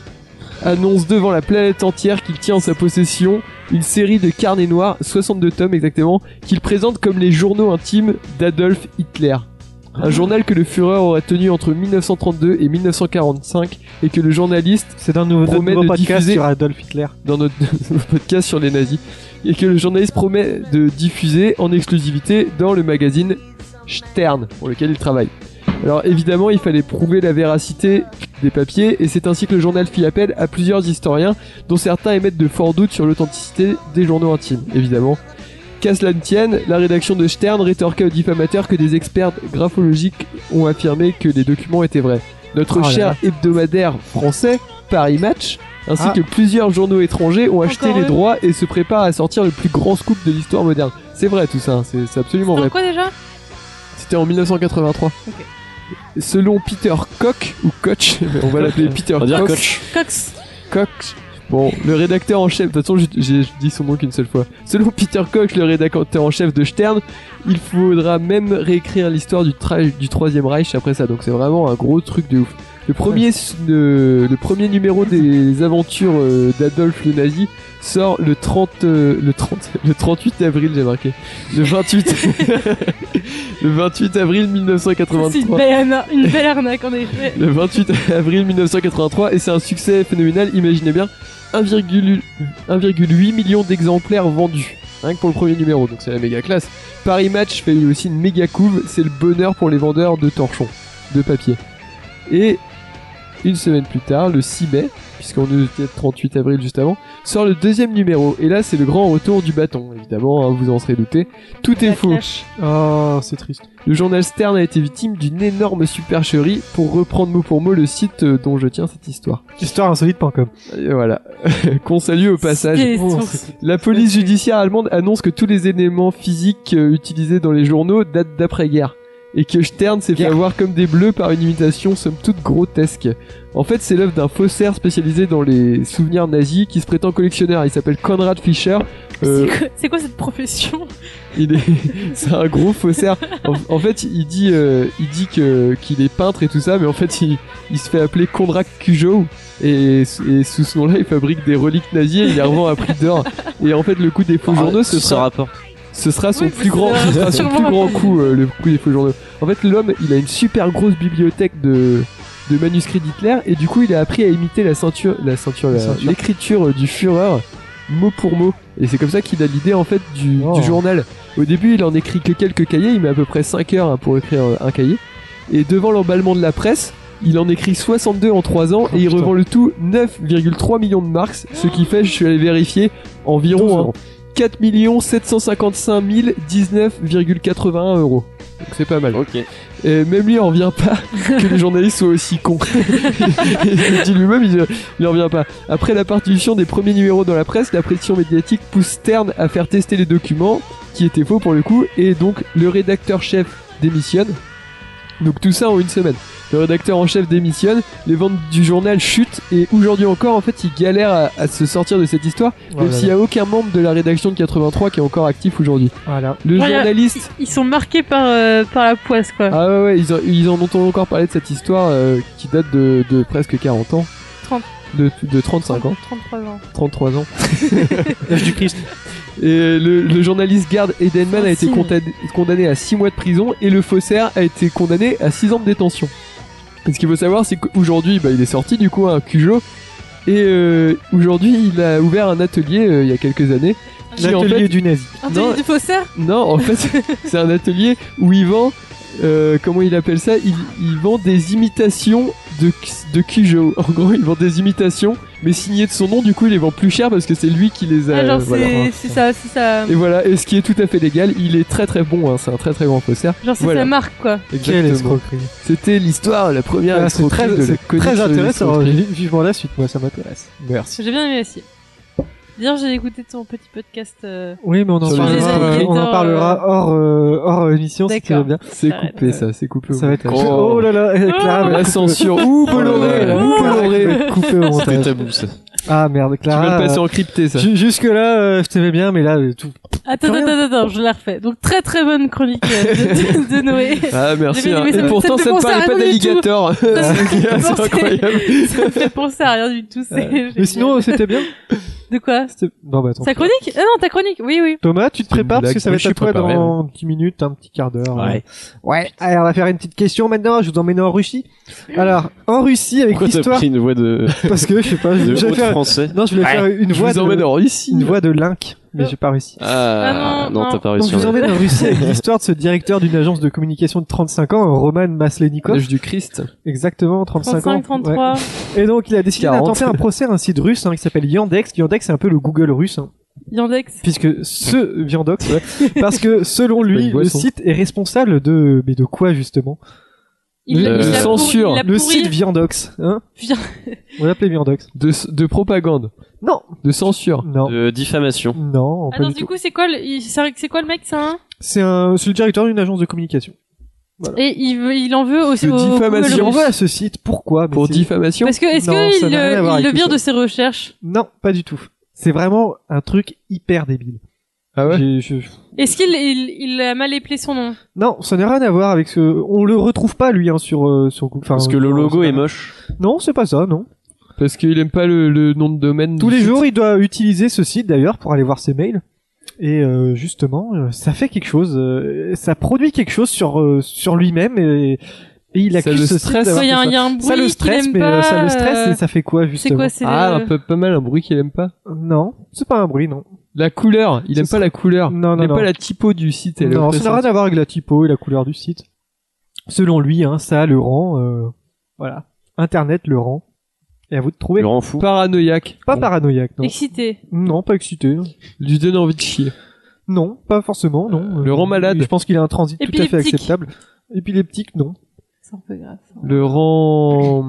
annonce devant la planète entière qu'il tient en sa possession une série de carnets noirs, 62 tomes exactement, qu'il présente comme les journaux intimes d'Adolf Hitler. Un journal que le Führer aurait tenu entre 1932 et 1945 et que le journaliste
C'est dans nos
promet
nouveau
de
podcast
diffuser
sur Adolf Hitler.
dans notre podcast sur les nazis et que le journaliste promet de diffuser en exclusivité dans le magazine Stern pour lequel il travaille. Alors évidemment, il fallait prouver la véracité des papiers et c'est ainsi que le journal fit appel à plusieurs historiens dont certains émettent de forts doutes sur l'authenticité des journaux intimes, évidemment. Qu'à cela ne tienne, la rédaction de Stern rétorqua aux diffamateurs que des experts graphologiques ont affirmé que les documents étaient vrais. Notre
Oh là
cher
là.
hebdomadaire français, Paris Match, ainsi
Ah.
que plusieurs journaux étrangers ont acheté
Encore
les
eux.
droits et se préparent à sortir le plus grand scoop de l'histoire moderne. C'est vrai tout ça, hein, c'est c'est absolument
Dans
vrai.
quoi déjà
C'était en 1983. Selon Peter Koch, ou Koch, mais on va l'appeler Peter
On va dire
Koch.
Koch.
Cox.
Koch. Bon, le rédacteur en chef, de toute façon, j'ai- j'ai j'ai dit son nom qu'une seule fois. Selon Peter Koch, le rédacteur en chef de Stern, il faudra même réécrire l'histoire du, tra- du Troisième Reich après ça, donc c'est vraiment un gros truc de ouf. Le premier, s- le, le premier numéro des aventures euh, d'Adolf le Nazi sort le 30, euh, le 30, le 38 avril, j'ai marqué. Le 28, le 28 avril
C'est
1983.
une belle, arna- une belle arnaque en effet.
Le 28 avril 1983 et c'est un succès phénoménal, imaginez bien, 1,8 1,8 million d'exemplaires vendus. Rien que pour le premier numéro, donc c'est la méga classe. Paris Match fait lui aussi une méga couve, c'est le bonheur pour les vendeurs de torchons, de papier. Et une semaine plus tard, le 6 mai, puisqu'on était le 38 avril juste avant, sort le deuxième numéro. Et là, c'est le grand retour du bâton, évidemment, hein, vous en serez douté. Tout est faux.
Oh, c'est triste.
Le journal Stern a été victime d'une énorme supercherie pour reprendre mot pour mot le site euh, dont je tiens cette histoire.
Histoireinsolite.com.
Et voilà. Qu'on salue au passage.
C'était- Oh, c'était-
La police judiciaire allemande annonce que tous les éléments physiques euh, utilisés dans les journaux datent d'après-guerre. Et que Stern s'est fait avoir comme des bleus par une imitation somme toute grotesque. En fait, c'est l'œuvre d'un faussaire spécialisé dans les souvenirs nazis qui se prétend collectionneur. Il s'appelle Konrad Fischer. Euh,
C'est quoi- C'est quoi cette profession
il est, c'est un gros faussaire. En, en fait, il dit, euh, il dit que qu'il est peintre et tout ça, mais en fait, il, il se fait appeler Kondrak Kujo et, et sous ce nom-là, il fabrique des reliques nazies et il les revend à prix d'or. Et en fait, le coup des faux
Ah,
journaux, Ah, ce sera
rapport.
Ce sera son
Oui,
plus grand,
c'est
ce sera son
sûrement
plus
un
grand
peu-
coup, euh, le coup des faux journaux. En fait, l'homme, il a une super grosse bibliothèque de de manuscrits d'Hitler et du coup, il a appris à imiter la ceinture, la ceinture, la-
ceinture.
l'écriture du Führer mot pour mot. Et c'est comme ça qu'il a l'idée en fait du, du journal. Au début, il en écrit que quelques cahiers, il met à peu près 5 heures hein, pour écrire euh, un cahier. Et devant l'emballement de la presse, il en écrit 62 en 3 ans et il revend le tout 9,3 millions de marks, ce qui fait, je suis allé vérifier, environ hein, 4 755 019,81 euros. Donc c'est pas mal. Et même lui, il en revient pas que les journalistes soient aussi cons. il le dit lui-même, il, il en revient pas. Après la parution des premiers numéros dans la presse, la pression médiatique pousse Stern à faire tester les documents, qui étaient faux pour le coup, et donc le rédacteur-chef démissionne. Donc tout ça en une semaine. Le rédacteur en chef démissionne, les ventes du journal chutent et aujourd'hui encore en fait il galère à, à se sortir de cette histoire
Oh
même
là
s'il n'y
là.
a aucun membre de la rédaction de 83 qui est encore actif aujourd'hui.
Voilà.
Le
Voilà,
journaliste
Ils ils sont marqués par, euh, par la poisse, quoi.
Ah ouais, ouais ils, en, ils en ont encore parlé de cette histoire euh, qui date de, de presque 40 ans.
30.
De, de 35 ans.
33 ans.
33 ans.
L'âge du Christ.
Et le, le journaliste Gerd Edenman a été condamné, condamné à 6 mois de prison et le faussaire a été condamné à 6 ans de détention. Et ce qu'il faut savoir, c'est qu'aujourd'hui, bah, il est sorti du coup à un Cujo. Et euh, aujourd'hui, il a ouvert un atelier euh, il y a quelques années. qui, en
L'atelier
fait-
du nazi.
Non,
Anthony du faussaire
non, en fait, c'est un atelier où il vend, euh, comment il appelle ça il, il vend des imitations de, de Cujo. En gros, il vend des imitations, mais signées de son nom, du coup, il les vend plus cher parce que c'est lui qui les a.
Ah, genre,
Euh, voilà.
c'est c'est ça, c'est ça.
Et voilà, et ce qui est tout à fait légal, il est très très bon, hein, c'est un très très grand faussaire.
Genre, c'est
Voilà.
sa marque, quoi.
Exactement.
Quelle escroquerie.
C'était l'histoire, la première
Ah, c'est
escroquerie
très,
de la
c'est
chronique
très
sur les
intéressant.
escroqueries.
Vive- Vivement la suite, moi ça m'intéresse.
Merci.
J'ai bien aimé aussi. D'ailleurs, j'ai écouté ton petit podcast. euh,
Oui, mais on en
sur les
parlera, euh, on en
auditeurs,
parlera hors, euh, hors émission si tu veux
D'accord.
bien.
C'est coupé ça, c'est coupé.
Ça va être.
Oh.
Oh, là là, eh, Clara va
La
couper.
censure. Ouh, Bolloré, Oh là,
Ouh,
Clara
Bolloré.
va être
Coupé au montage.
tabou ça.
Ah merde, Clara.
Tu vas le passer en crypté, ça.
ju- Jusque-là, euh, je t'aimais bien, mais là, euh, tout.
Attends,
Rien.
attends, attends, je la refais. Donc, très très bonne chronique euh, de, de Noé.
Ah merci.
J'ai bien
hein.
aimé, ça
Et
me-
pourtant,
me
ça ne
fait penser à
parlait pas
rien du tout.
d'alligator.
Ça me fait
C'est
penser-
incroyable.
Ça me fait penser à rien du tout. c'est
Mais
génial.
sinon, euh, c'était bien.
De quoi
Non, bah attends.
Sa chronique Ah non, ta chronique, oui, oui.
Thomas, tu te prépares parce que ça va
blague. Je
être à
suis
toi
préparé,
dans 10 minutes, un petit quart d'heure.
Ouais.
euh. Ouais. Allez, on va faire une petite question maintenant. Je vous emmène en Russie. Alors, en Russie, avec
Pourquoi t'as
l'histoire.
pris une voix de.
Parce que je sais pas, je
de
je vais
haut
faire.
français
Non, je voulais
Ouais.
faire une
Je
voix.
vous emmène
de...
en Russie.
Une voix de Link, mais j'ai pas réussi.
Ah,
Ah non,
non, t'as
non.
pas
Donc
réussi.
je vous emmène en Russie avec l'histoire de ce directeur d'une agence de communication de 35 ans, Roman Maslenikov.
L'âge du Christ.
Exactement, 35 ans.
35, 33.
ouais. Et donc il a décidé
40.
d'attenter un procès à un site russe hein, qui s'appelle Yandex. Yandex c'est un peu le Google russe. hein,
Yandex.
puisque ce Yandex, ouais, parce que selon lui,
une
le
boisson.
site est responsable de... Mais de quoi justement
Il,
Euh,
il l'a pour-
censure.
il l'a
Le
pourri.
site Viandox. Hein
Vi-
on l'appelait Viandox.
De, de propagande.
Non,
De censure.
non,
De diffamation.
non, pas
Attends,
du
Ah du
tout.
coup, c'est quoi, le... il- c'est c'est quoi le mec, ça hein
C'est un... c'est le directeur d'une agence de communication.
Et il, veut- il en veut aussi
De
au au
diffamation.
Google
Si on
Russe.
va à ce site, pourquoi Mais
Pour
c'est-
diffamation.
Parce que est-ce
Non, ça
qu'il
n'a rien à voir
le,
avec
il le
tout
vire
ça.
de ses recherches
Non, pas du tout. C'est vraiment un truc hyper débile.
Ah ouais
J'ai- je-
Est-ce qu'il il, il a mal éplé son nom
Non, ça n'a rien à voir avec ce. On le retrouve pas lui hein, sur euh, sur Google. Enfin,
Parce que
sur-
le logo
sur-
est moche.
Non, c'est pas ça, non.
Parce qu'il aime pas le, le nom de domaine.
Tous
du
les
site.
jours, il doit utiliser ce site d'ailleurs pour aller voir ses mails. Et euh, justement, euh, ça fait quelque chose. euh, ça produit quelque chose sur euh, sur lui-même et, et il
Ça
accuse
le
ce
stresse.
site d'avoir
Il y a
fait
un, il y a
ça.
un
Ça
bruit
le
qu'il
stresse,
aime
mais euh,
pas.
ça le stresse
euh,
et ça fait quoi
C'est
justement
quoi C'est
Ah,
le-
un peu pas mal, un bruit qu'il aime pas.
Non, c'est pas un bruit, non.
La couleur. Il
Ce
aime pas la couleur.
Non,
Il
non,
aime
non.
pas la typo du site. elle est
Non, ça n'a
oppressante.
rien à voir avec la typo et la couleur du site. Selon lui, hein, ça le rend. euh, voilà. Internet le rend. Et à vous de trouver.
Le rend fou.
Paranoïaque.
Pas paranoïaque, non.
excité.
Non, pas excité. non.
Lui donne envie de chier.
Non, pas forcément, non.
Euh,
Euh,
le rend malade.
Je pense qu'il a un transit tout à fait
Épileptique.
acceptable. Épileptique, non.
C'est un peu grave. ça.
Le rend.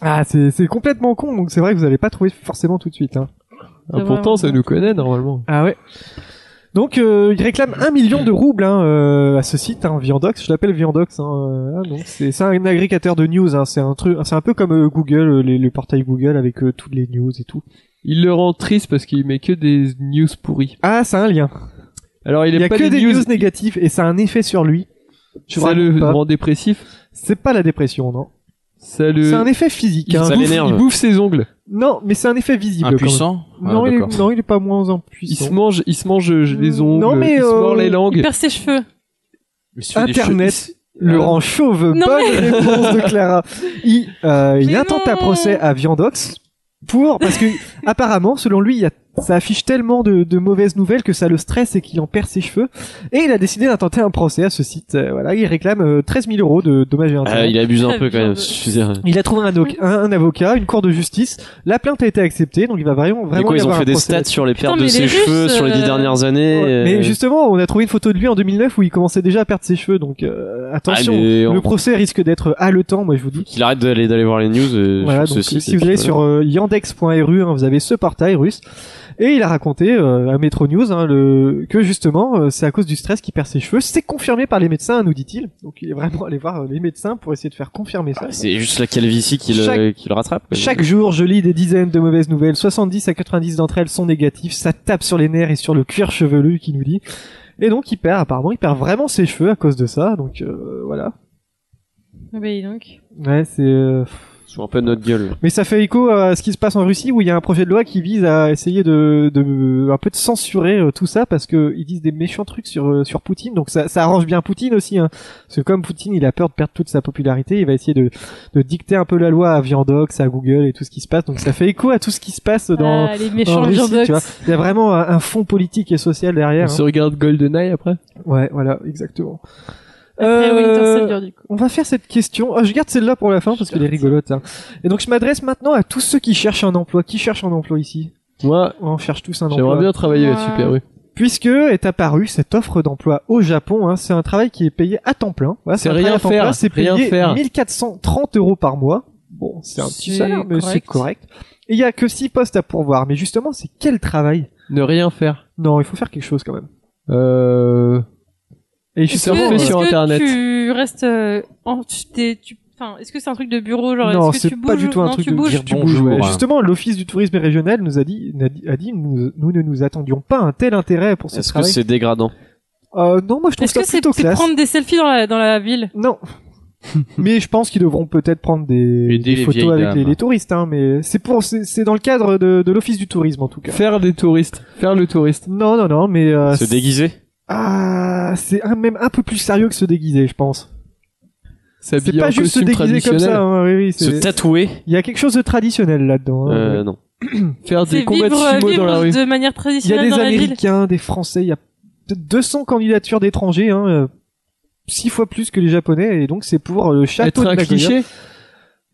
Ah, c'est c'est complètement con, donc c'est vrai que vous n'allez pas trouver forcément tout de suite. Hein.
Ah,
C'est
pourtant,
vraiment
ça nous connaît normalement.
Ah ouais. Donc, euh, il réclame un million de roubles hein, euh, à ce site, hein, Viandox. Je l'appelle Viandox. Hein, euh, ah non, c'est c'est un agrégateur de news. Hein, c'est un truc, c'est un peu comme euh, Google, euh, les- le portail Google avec euh, toutes les news et tout.
Il le rend triste parce qu'il met que des news pourries.
Ah, c'est un lien.
Alors, il
Il
aime
y a
pas
que
les
des
news.
news négatives et ça a un effet sur lui. Je vous
ça
raconte
le
pas.
rend dépressif.
C'est pas la dépression, non.
Ça le.
C'est un effet physique.
il
hein.
Ça
bouffe-
l'énerve.
Il bouffe ses ongles.
Non, mais c'est un effet visible. quand même.
Impuissant Ah,
Non, il est,
d'accord.
non, il est pas moins
Ah, Il se
impuissant.
mange, il se mange euh, les ongles.
Non, mais,
il se
euh,
mord les
Il
langues.
perd ses cheveux.
Il se fait des
Internet le
Ah.
rend chauve.
Non,
Bonne réponse de Clara. Il, euh, il
Mais
attente
non.
un procès à Viandox pour parce que apparemment, selon lui, il y a ça affiche tellement de, de mauvaises nouvelles que ça le stresse et qu'il en perd ses cheveux. Et il a décidé d'intenter un procès à ce site. Euh, voilà, il réclame euh, 13 000 euros de dommages et intérêts.
Ah, il abuse un peu quand même. je veux dire.
Il a trouvé un, doc- un, un avocat, une cour de justice. La plainte a été acceptée, donc il va vraiment
Mais
vraiment.
quoi,
y
ils ont
avoir
fait
un
des
procès
stats sur les pertes
mais
de
il est
ses
juste,
cheveux sur les
euh,
dix dernières années. euh,
Mais justement, on a trouvé une photo de lui en 2009 où il commençait déjà à perdre ses cheveux, donc euh, attention.
Ah, mais on- Euh,
Le procès risque d'être haletant, moi je vous dis.
Qu'il arrête d'aller d'aller voir les news euh,
Voilà,
sur
donc,
ce site.
si
et
vous
puis
allez
voilà.
sur euh, yandex.ru, hein, vous avez ce portail russe. Et il a raconté euh, à Metro News hein, le... que justement, euh, c'est à cause du stress qu'il perd ses cheveux. C'est confirmé par les médecins, nous dit-il. Donc il est vraiment allé voir euh, les médecins pour essayer de faire confirmer ça.
Ah, C'est juste la calvitie qui le,
Chaque-
qui le rattrape. quoi.
Chaque jour, je lis des dizaines de mauvaises nouvelles. 70 à 90 d'entre elles sont négatives. Ça tape sur les nerfs et sur le cuir chevelu qui nous dit. Et donc, il perd, apparemment, il perd vraiment ses cheveux à cause de ça. Donc, euh, voilà.
Ah bah, dis donc.
Ouais, c'est... euh,
Sous un peu de notre gueule.
Mais ça fait écho à ce qui se passe en Russie où il y a un projet de loi qui vise à essayer de, de un peu de censurer euh, tout ça parce que ils disent des méchants trucs sur euh, sur Poutine donc ça, ça arrange bien Poutine aussi hein. parce que comme Poutine il a peur de perdre toute sa popularité il va essayer de, de dicter un peu la loi à Viandox à Google et tout ce qui se passe donc ça fait écho à tout ce qui se passe dans
Ah, les méchants
en Russie,
Viandox.
tu vois. il y a vraiment un, un fond politique et social derrière
On se
hein.
regarde GoldenEye après
ouais voilà exactement
Après Winter
Euh,
Soldier, du coup.
on va faire cette question. Oh, je garde celle-là pour la fin parce qu'elle est rigolote. hein. Et donc je m'adresse maintenant à tous ceux qui cherchent un emploi. Qui cherche un emploi ici
Moi,
On cherche tous un emploi.
j'aimerais bien travailler à la
Ouais.
Super U.
Puisque est apparue cette offre d'emploi au Japon, hein, c'est un travail qui est payé à temps plein. Voilà,
C'est
un
rien
travail à temps
faire,
plein, C'est payé
rien faire.
1430 euros par mois. Bon, c'est un petit
C'est
salaire, mais c'est correct. Et il y a que 6 postes à pourvoir. Mais justement, c'est quel travail
Ne rien faire.
Non, il faut faire quelque chose quand même.
Euh...
Et
Est-ce
justement,
que-
euh,
est-ce que Tu restes. euh, en, tu t'es- tu- enfin, est-ce que c'est un truc de bureau genre
non,
est-ce que
c'est
tu
pas
bouges
du
ou-
tout un
non,
truc
tu
de
bouges
dire
tu bouges.
bonjour. hein.
Ouais.
Justement, l'Office du tourisme régional nous a dit, n'a dit- a dit, nous, nous ne nous attendions pas à un tel intérêt pour ce
Est-ce que
travail.
c'est dégradant
Euh, non, moi je trouve
Est-ce
ça
que c'est
plutôt
c'est
classe.
prendre des selfies dans la, dans la ville
Non. Mais je pense qu'ils devront peut-être prendre des,
Aider
des
les
photos
vieilles
avec
dames.
les, les touristes, hein, mais c'est pour, c'est c'est dans le cadre de, de l'Office du tourisme en tout cas.
Faire des touristes. Faire le touriste.
Non, non, non, mais euh,
Se déguiser
ah, c'est un- même un peu plus sérieux que se déguiser, je pense. C'est
S'habiller en
pas juste se
costume
déguiser comme
traditionnel.
ça. hein, oui, oui,
Se
c'est-
tatouer
Il y a quelque chose de traditionnel là-dedans. hein.
Euh, non.
Faire
C'est
des combats de
vivre,
sumo
vivre
dans la rue.
de
Il y
manière
a
traditionnelle
des
dans la ville.
Américains, des Français, il y a peut-être 200 candidatures d'étrangers, hein, euh, six fois plus que les Japonais, et donc c'est pour euh, le château
Être
de
un
Nagoya.
cliché.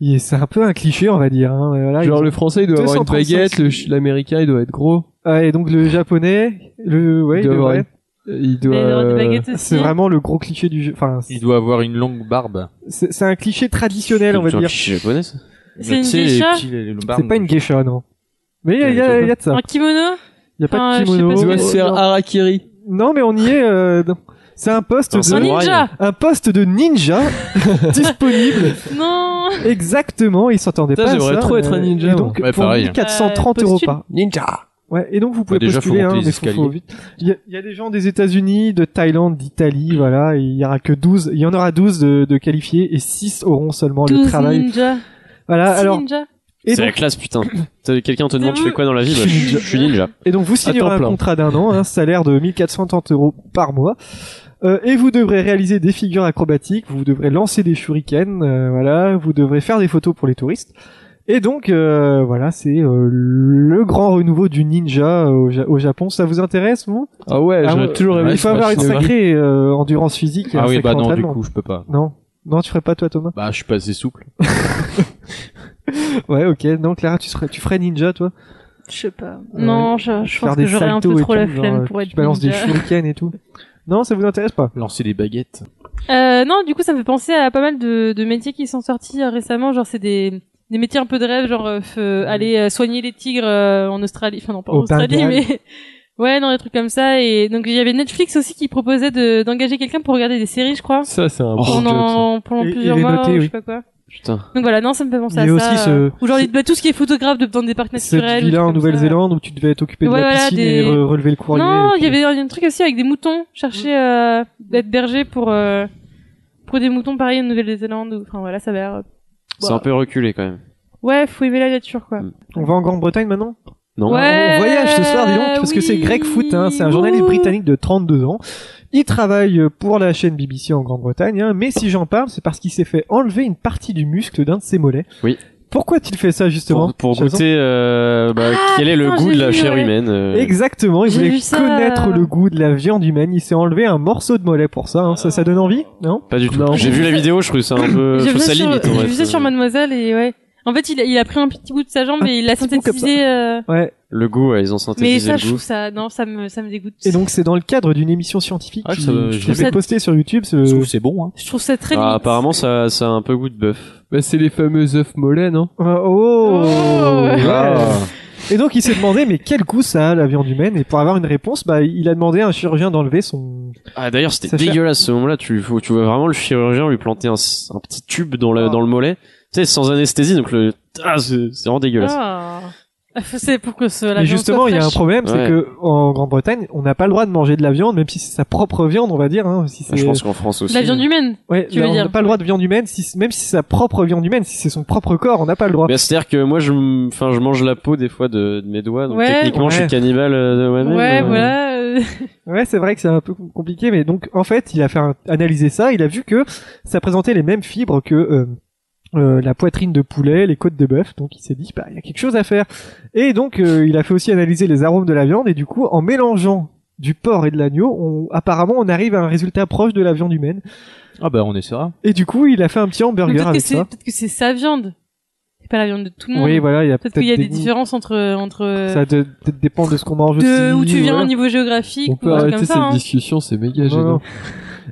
Et C'est un peu un cliché, on va dire. Hein, mais voilà,
Genre
ils-
le français il doit avoir une
235.
baguette, le ch- l'américain il doit être gros.
Ouais, Ah, et donc le japonais, le ouais,
il
le-
doit avoir
ouais.
une- il
Mais il doit avoir des
doit
baguettes aussi.
c'est vraiment le gros cliché du jeu. Enfin, c'est-
Il doit avoir une longue barbe.
c'est c'est un cliché traditionnel, on va
C'est un
dire.
cliché
japonais, ça
C'est une geisha
C'est pas une geisha, non. Mais il y a- il y, a- il y a de ça.
Un kimono
Il y a pas
Enfin,
de
je sais pas
kimono.
ce que
doit se faire harakiri.
Non, mais on y est. euh, dans- c'est un poste
Un
de
samouraï. ninja.
un poste de ninja disponible.
Non
Exactement, ils s'entendaient
Putain,
pas. à
j'aimerais
ça,
trop être
mais-
un ninja,
Et donc,
moi. Ouais,
pour
pareil.
1430
Euh,
euros
postule.
par.
Ninja.
Ouais, et donc vous pouvez
Bah, déjà, faut
postuler,
monter
hein,
les
mais faut,
escaliers.
faut vite. Il y, a- il y a des gens des États-Unis, de Thaïlande, d'Italie, voilà, et il y aura que 12, il y en aura 12 de, de qualifiés et 6 auront seulement le
12
travail.
ninja.
Voilà,
Six
alors.
ninja.
Et
C'est la
donc,
classe, putain. T'as- Quelqu'un te demande, tu fais quoi dans la vie Bah,
Je suis
Je je suis ninja.
et donc vous
À
signerez
temps
un
plein.
contrat d'un an, un salaire de 1430 euros par mois. Euh, et vous devrez réaliser des figures acrobatiques, vous devrez lancer des shurikens, euh, voilà, vous devrez faire des photos pour les touristes. Et donc euh, voilà, c'est euh, le grand renouveau du ninja au, Ja- au Japon. Ça vous intéresse vous
Ah ouais,
Ah
j'aurais
ouais.
toujours aimé.
Il faut avoir une sacrée euh, endurance physique. et
Ah
un
oui,
sacré
bah non, du
entraînement.
coup, je peux pas.
Non, non, tu ferais pas toi, Thomas.
Bah, je suis pas assez souple.
Ouais, ok. Non, Clara, tu serais, tu ferais ninja, toi.
Je sais pas. Non, je, je
Faire
pense
des
que j'aurais un peu
saltos et
trop la
tout, genre,
flemme
euh,
pour être
Tu balances des
ninja.
shurikens et tout. Non, ça vous intéresse pas.
Lancer des baguettes.
Euh, non, du coup, ça me fait penser à pas mal de, de métiers qui sont sortis euh, récemment. Genre, c'est des, des métiers un peu de rêve, genre euh, f- aller euh, soigner les tigres euh, en Australie. Enfin, non, pas en
Au
Australie,
Bengale.
mais ouais, non, des trucs comme ça. Et donc, il y avait Netflix aussi qui proposait de- d'engager quelqu'un pour regarder des séries, je crois.
Ça, c'est un bon
Oh.
job. ça.
pendant, pendant
Et-
plusieurs
il est
mois,
noté,
ou je
oui.
sais pas quoi.
Oh, Putain.
Donc voilà, non, ça me fait penser
Il y
à
a
ça.
aussi
euh,
ce-
Ou genre, les- bah, tout ce qui est photographe de- dans des parcs
Cette
naturels. ou des
villa
trucs
en
comme ça.
Nouvelle-Zélande où tu devais t'occuper
Ouais,
de la
voilà,
piscine
des-
et re- relever le courrier.
Non, il y avait un truc aussi avec des moutons, chercher euh, d'être berger pour euh, pour des moutons pareil en Nouvelle-Zélande. ou- Enfin voilà, ça va. l'air- euh,
C'est un peu reculé quand même.
Ouais, faut aimer la nature quoi.
On va en Grande-Bretagne maintenant
Non.
Ouais,
Bah, On voyage ce soir, dis donc, parce que c'est
oui.
Greg Foot, hein, c'est un journaliste britannique de 32 ans. Il travaille pour la chaîne BBC en Grande-Bretagne, hein, mais si j'en parle, c'est parce qu'il s'est fait enlever une partie du muscle d'un de ses mollets.
Oui.
Pourquoi tu fait ça justement
Pour
Jason
goûter euh, bah, quel est le
Ah, putain,
goût
j'ai
de la
vu,
chair
ouais.
humaine. euh.
Exactement, il
J'ai
voulait
vu ça.
connaître le goût de la viande humaine. Il s'est enlevé un morceau de mollet pour ça. hein. Ça, ça donne envie Non
Pas du tout.
Non.
J'ai vu la vidéo, je trouve ça un peu.
J'ai
faut
vu
Euh, sa
ça, sur,
limite. en euh,
j'ai
vrai,
vu ça
ça.
sur Mademoiselle et ouais. En fait, il a, il a pris un petit bout de sa jambe et il l'a synthétisé. euh,
Ouais.
Le goût, ouais, ils ont
Mais
synthétisé
ça,
le
je
goût.
trouve ça, non, ça me, ça me dégoûte.
Et donc c'est dans le cadre d'une émission scientifique
Ah,
qui
ça, euh,
je
j'ai
trouve,
vu.
est postée sur YouTube. Ce...
Je trouve que c'est
bon. Hein.
Je trouve ça très
Ah,
limite.
apparemment, ça, ça a un peu goût de bœuf.
Bah, c'est les fameux œufs mollets, non
Oh,
ouais.
Ouais.
Ah.
Et donc il s'est demandé mais quel goût ça a la viande humaine et pour avoir une réponse bah il a demandé à un chirurgien d'enlever son
Ah, d'ailleurs, c'était
Ça fait-
dégueulasse ce moment-là. Tu, faut, tu vois vraiment le chirurgien lui planter un, s- un petit tube dans,
Ah.
la, dans le mollet. Tu sais, sans anesthésie, donc le. Ah, c'est c'est vraiment dégueulasse.
Ah. C'est pour que cela.
Mais justement il y a un problème c'est
Ouais.
que en Grande-Bretagne on n'a pas le droit de manger de la viande même si c'est sa propre viande on va dire hein, si
Bah, je
c'est-
pense qu'en France aussi.
La viande humaine.
Ouais,
tu
là,
veux
on
dire.
n'a pas le droit de viande humaine si c'est- même si c'est sa propre viande humaine si c'est son propre corps on n'a pas le droit.
Bah, c'est-à-dire que moi, je, m- enfin, je mange la peau des fois de, de mes doigts, donc
Ouais.
techniquement, je
Ouais.
suis cannibale euh, de moi-même.
Ouais,
euh.
voilà. euh,
Ouais, c'est vrai que c'est un peu com- compliqué, mais donc en fait, il a fait un- analyser ça, il a vu que ça présentait les mêmes fibres que euh, euh, la poitrine de poulet, les côtes de bœuf, donc il s'est dit, bah, il y a quelque chose à faire. Et donc, euh, il a fait aussi analyser les arômes de la viande, et du coup, en mélangeant du porc et de l'agneau, on, apparemment, on arrive à un résultat proche de la viande humaine.
Ah bah on essaiera.
Et du coup, il a fait un petit
mais
hamburger
Peut-être que
avec
c'est,
ça.
peut-être que c'est sa viande. C'est pas la viande de tout le monde.
Oui, voilà, il y a
Peut-être qu'il y a
peut-être
des,
des goûts.
différences entre, entre.
Ça de- peut-être dépend de ce qu'on mange
de
aussi,
où tu viens
voilà.
au niveau géographique.
On
ou
peut
un truc
arrêter
comme ça,
cette
hein.
discussion, c'est méga
Non,
gênant.
non.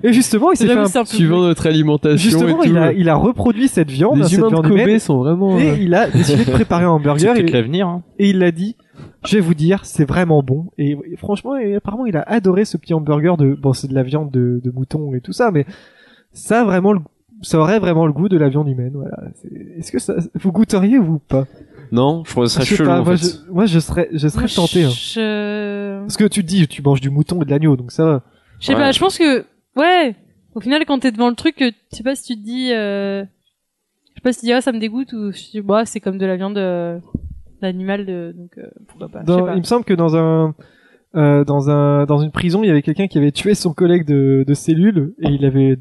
Et justement, il s'est fait
J'avoue,
un
c'est un peu Suivant plus- notre alimentation
Justement,
et
il,
tout.
a, il a reproduit cette viande,
Les
cette
humains de
viande
Kobe
humaine,
sont vraiment,
Et
euh,
il a décidé de préparer un hamburger.
C'est peut-être
et-
l'avenir, hein.
Et il l'a dit. Je vais vous dire, c'est vraiment bon. Et franchement, et apparemment, il a adoré ce petit hamburger de. Bon, c'est de la viande de, de mouton et tout ça, mais ça vraiment, le- ça aurait vraiment le goût de la viande humaine. Voilà. C'est- Est-ce que ça, vous goûteriez ou pas
Non, je trouve ça
Je sais
chelou.
pas,
en
moi,
fait.
je, moi, je serais, je serais
Moi,
tenté. hein.
Je...
Parce que tu te dis, tu manges du mouton et de l'agneau, donc ça va.
euh, Je sais pas, je pense que, ouais, au final, quand t'es devant le truc, euh, tu sais pas si tu te dis, euh, je sais pas si tu dis, ah, ça me dégoûte, ou je dis, bah, c'est comme de la viande euh, d'animal, de... donc euh, pourquoi pas, je sais
Dans-
pas.
il me semble que dans un euh, dans un dans une prison, il y avait quelqu'un qui avait tué son collègue de, de cellule et il avait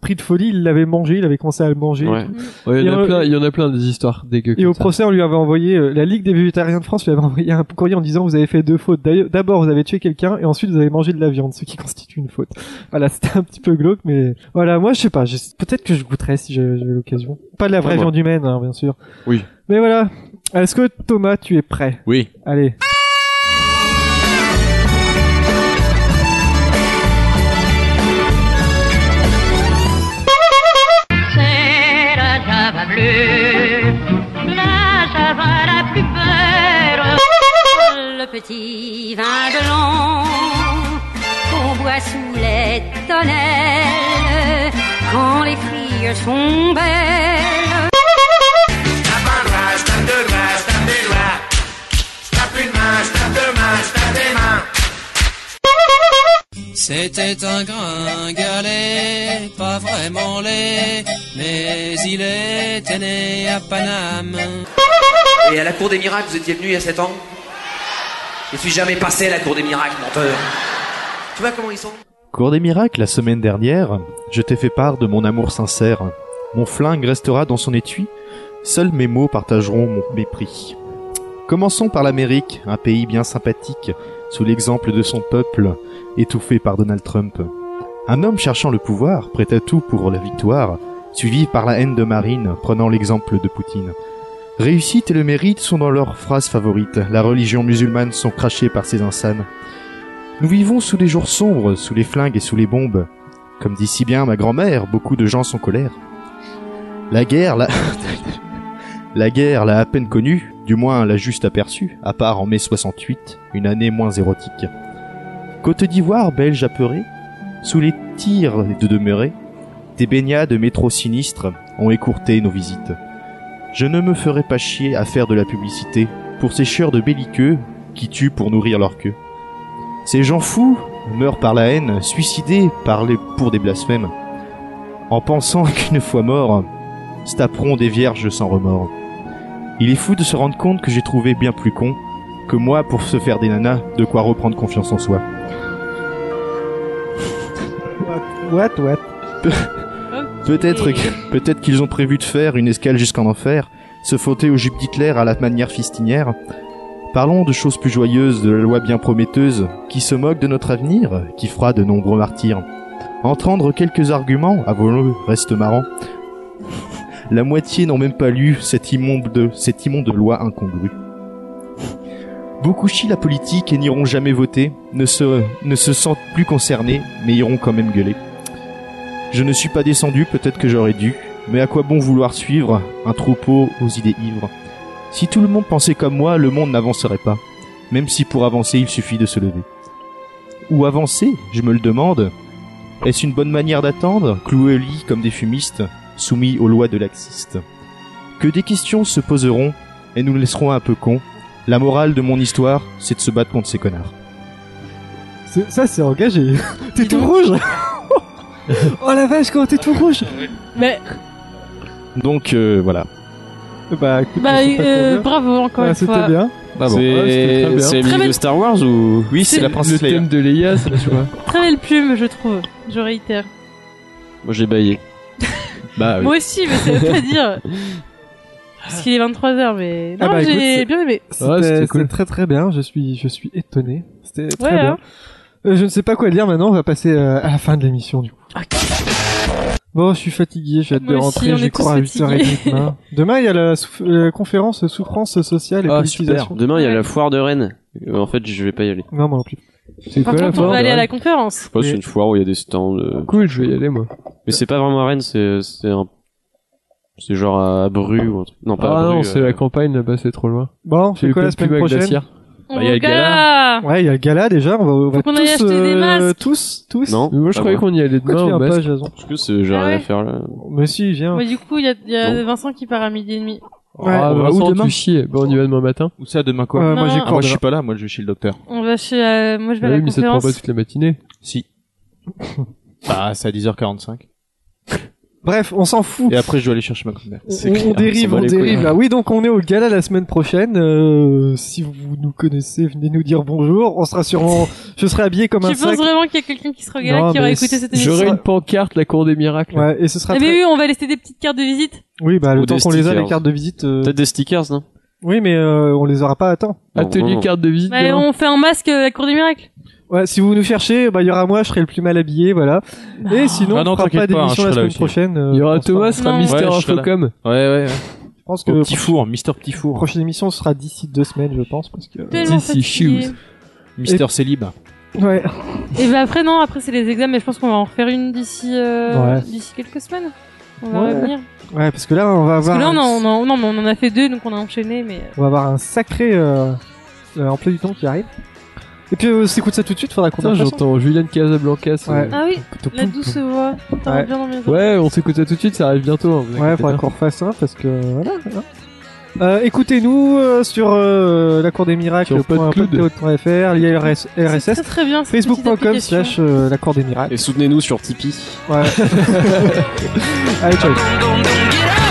pris de folie, il l'avait mangé, il avait commencé à le manger. et
Ouais.
tout.
Ouais, il y en
Et,
a
euh,
plein, il y en a plein des histoires dégueu.
Et
comme
au
ça.
procès, on lui avait envoyé euh, la Ligue des végétariens de France lui avait envoyé un courrier en disant vous avez fait deux fautes. D'ailleurs- D'abord, vous avez tué quelqu'un et ensuite vous avez mangé de la viande, ce qui constitue une faute. Voilà, c'était un petit peu glauque, mais voilà, moi je sais pas, je- peut-être que je goûterais si j'avais j'avais l'occasion. Pas de la vraie
Ouais, moi.
viande humaine, hein, bien sûr.
Oui.
Mais voilà. Est-ce que Thomas, tu es prêt
Oui.
Allez.
C'est la java bleue, la java la plus belle. Le petit vin de l'an qu'on boit sous les tonnelles quand les filles sont belles.
C'était un gringalet, pas vraiment laid, mais il était né à Paname.
Et à la Cour des Miracles, vous étiez venu il y a 7 ans Je suis jamais passé à la Cour des Miracles, menteur. Tu vois comment ils sont
Cours des miracles, la semaine dernière, je t'ai fait part de mon amour sincère. Mon flingue restera dans son étui. Seuls mes mots partageront mon mépris. Commençons par l'Amérique, un pays bien sympathique, sous l'exemple de son peuple, étouffé par Donald Trump. Un homme cherchant le pouvoir, prêt à tout pour la victoire, suivi par la haine de Marine, prenant l'exemple de Poutine. Réussite et le mérite sont dans leurs phrases favorites. La religion musulmane sont crachées par ces insanes. Nous vivons sous les jours sombres, sous les flingues et sous les bombes. Comme dit si bien ma grand-mère, beaucoup de gens sont colères. La guerre, la... la guerre, l'a à peine connue, du moins l'a juste aperçue, à part en mai 68, une année moins érotique. Côte d'Ivoire, belge apeurée, sous les tirs de demeurer, des baignades métro sinistres ont écourté nos visites. Je ne me ferai pas chier à faire de la publicité pour ces chieurs de belliqueux qui tuent pour nourrir leur queue. Ces gens fous meurent par la haine, suicidés par les, pour des blasphèmes, en pensant qu'une fois morts, se taperont des vierges sans remords. Il est fou de se rendre compte que j'ai trouvé bien plus con que moi pour se faire des nanas, de quoi reprendre confiance en soi.
What, what
Peut-être que- peut-être qu'ils ont prévu de faire une escale jusqu'en enfer, se frotter aux jupes d'Hitler à la manière fistinière. Parlons de choses plus joyeuses, de la loi bien prometteuse, qui se moque de notre avenir, qui fera de nombreux martyrs. Entendre quelques arguments, avouons-le, reste marrant. La moitié n'ont même pas lu cette immonde, cette immonde loi incongrue. Beaucoup chient la politique et n'iront jamais voter, ne se, ne se sentent plus concernés, mais iront quand même gueuler. Je ne suis pas descendu, peut-être que j'aurais dû, mais à quoi bon vouloir suivre un troupeau aux idées ivres Si tout le monde pensait comme moi, le monde n'avancerait pas, même si pour avancer il suffit de se lever. Ou avancer, je me le demande. Est-ce une bonne manière d'attendre, cloué au lit comme des fumistes, soumis aux lois de laxiste Que des questions se poseront, et nous laisserons un peu cons, la morale de mon histoire, c'est de se battre contre ces connards.
C'est- Ça, c'est engagé. T'es tout rouge Oh la vache, comment t'es tout rouge
Mais
Donc euh, voilà.
Bah, écoute,
bah,
je sais pas
euh,
combien.
bravo encore
Bah,
une
c'était
fois.
bien.
Ah
C'est c'est la musique de Star Wars ou
Oui, c'est la princesse
Le thème de Leia, ça, tu vois.
Très belle plume, je trouve. Je réitère.
Ah
Moi j'ai baillé. bah
Moi aussi, mais ça veut pas dire. Parce qu'il est 23h, mais. Non,
Ah bah, écoute,
j'ai
c'est-
bien aimé.
C'était c'était très très bien, je suis, je suis étonné. C'était très
Ouais,
bien.
hein.
Euh, je ne sais pas quoi dire maintenant, on va passer euh, à la fin de l'émission du coup. Bon, je suis fatigué, j'ai hâte
Moi
de
aussi,
rentrer,
on
j'ai
est tous
cours à
fatigués.
8h30 demain. Demain, il y a la, souf- euh, conférence souffrance sociale et
Ah super.
politisation.
Demain il y a la foire de Rennes. Euh, En fait je vais pas y aller.
Non, moi non plus.
C'est
Par contre, on va aller
hein.
à la conférence.
Je pense que c'est une foire où il y a des stands. euh,
Ah, Cool, je vais y aller, moi.
Mais c'est pas vraiment à Rennes, c'est c'est un... c'est genre à Bru ou un truc. Non pas
ah
à Bru.
non,
euh,
c'est la campagne là-bas, c'est trop loin.
Bon,
J'ai
c'est
eu
quoi la
plein de
semaine
pubs avec de la
prochaine
cire.
On
Bah,
va gala
Ouais, il y a le gala déjà, on va, on va
Faut qu'on aille
tous, euh,
acheter des masques.
tous, tous.
Non.
Mais moi, je
pas
croyais
moi.
qu'on y allait
Pourquoi
demain
tu viens
au
pas,
masque.
Jason
Parce que c'est- j'ai
Ah
rien à
ouais.
faire là.
Mais si, viens.
Mais du coup, il y a, il y a
Non.
Vincent qui part à midi et demi.
Ah,
Ouais,
bah,
ou
Vincent,
demain.
tu chies. Bon, on y va demain matin.
Ou ça demain quoi
Ouais, moi,
j'ai
Ah,
cours
moi je
demain.
suis pas là, moi je vais chez le docteur.
On va chez. euh, moi, je vais
Ah
à
oui,
la
mais ça te prend
conférence.
pas toute la matinée.
Si. Bah c'est à 10h45.
Bref, on s'en fout.
Et après je dois aller chercher ma grand-mère.
On- on, dérive, on dérive. Ah oui, donc on est au gala la semaine prochaine. Euh, si vous nous connaissez, venez nous dire bonjour. On sera sûrement, je serai habillé comme un
Tu penses
sac.
vraiment qu'il y a quelqu'un qui sera au gala
Non,
qui aura
mais
écouté cette émission
J'aurai une pancarte, la cour des miracles.
Ouais, et ce sera.
Eh
très-
bien oui, on va laisser des petites cartes de visite.
Oui, bah le
Ou
temps
des
qu'on les a les
stickers.
cartes de visite. euh,
Peut-être des stickers non
Oui, mais euh, on les aura pas à temps.
Atelier carte de visite.
Bah,
demain.
on fait un masque euh, à la cour des miracles.
Ouais, si vous nous cherchez, bah il y aura moi, je serai le plus mal habillé, voilà. Et sinon,
Ah non,
on fera
t'inquiète
pas
pas, hein, je
d'émission
serai
la
là
semaine
aussi.
prochaine. euh,
Il y
on
aura
sera-
Thomas, sera
Non.
Mister
Ouais, je serai là.
Infocom.
Ouais ouais. ouais.
Je pense que
Au
la
petit four, Mister Petit Four.
prochaine émission sera d'ici deux semaines, je pense, parce que.
Tellement
si, si,
fatiguée.
shoes.
Mister Célib.
Ouais.
Et bah après non, après c'est les examens, mais je pense qu'on va en refaire une d'ici euh,
Ouais.
d'ici quelques semaines. On va
Ouais.
revenir.
Ouais, parce que là, on va avoir.
Parce que là on,
un-
a- on a- non mais on en a fait deux donc on a enchaîné mais euh,
On va avoir un sacré euh, euh, emploi du temps qui arrive. Et puis, euh, on s'écoute ça tout de suite, faudra qu'on
Putain,
en fasse
j'entends Julian Casablanca. ça-
Ouais.
ah oui la douce voix. T'as
Ouais.
bien dans mes oreilles.
Ouais, on s'écoute ça tout de suite, ça arrive bientôt. hein, vous
un. Ouais,
inquiétez
faudra
pas.
qu'on refasse un parce que. Voilà. voilà. Euh, Écoutez-nous euh, sur euh, la cour des miracles.
Sur Podcloud.
l'IRSS,
C'est très très bien. cette petite
facebook.com
application.
slash euh, la cour des miracles.
Et soutenez-nous sur Tipeee.
Ouais. Allez, ciao.
Get out.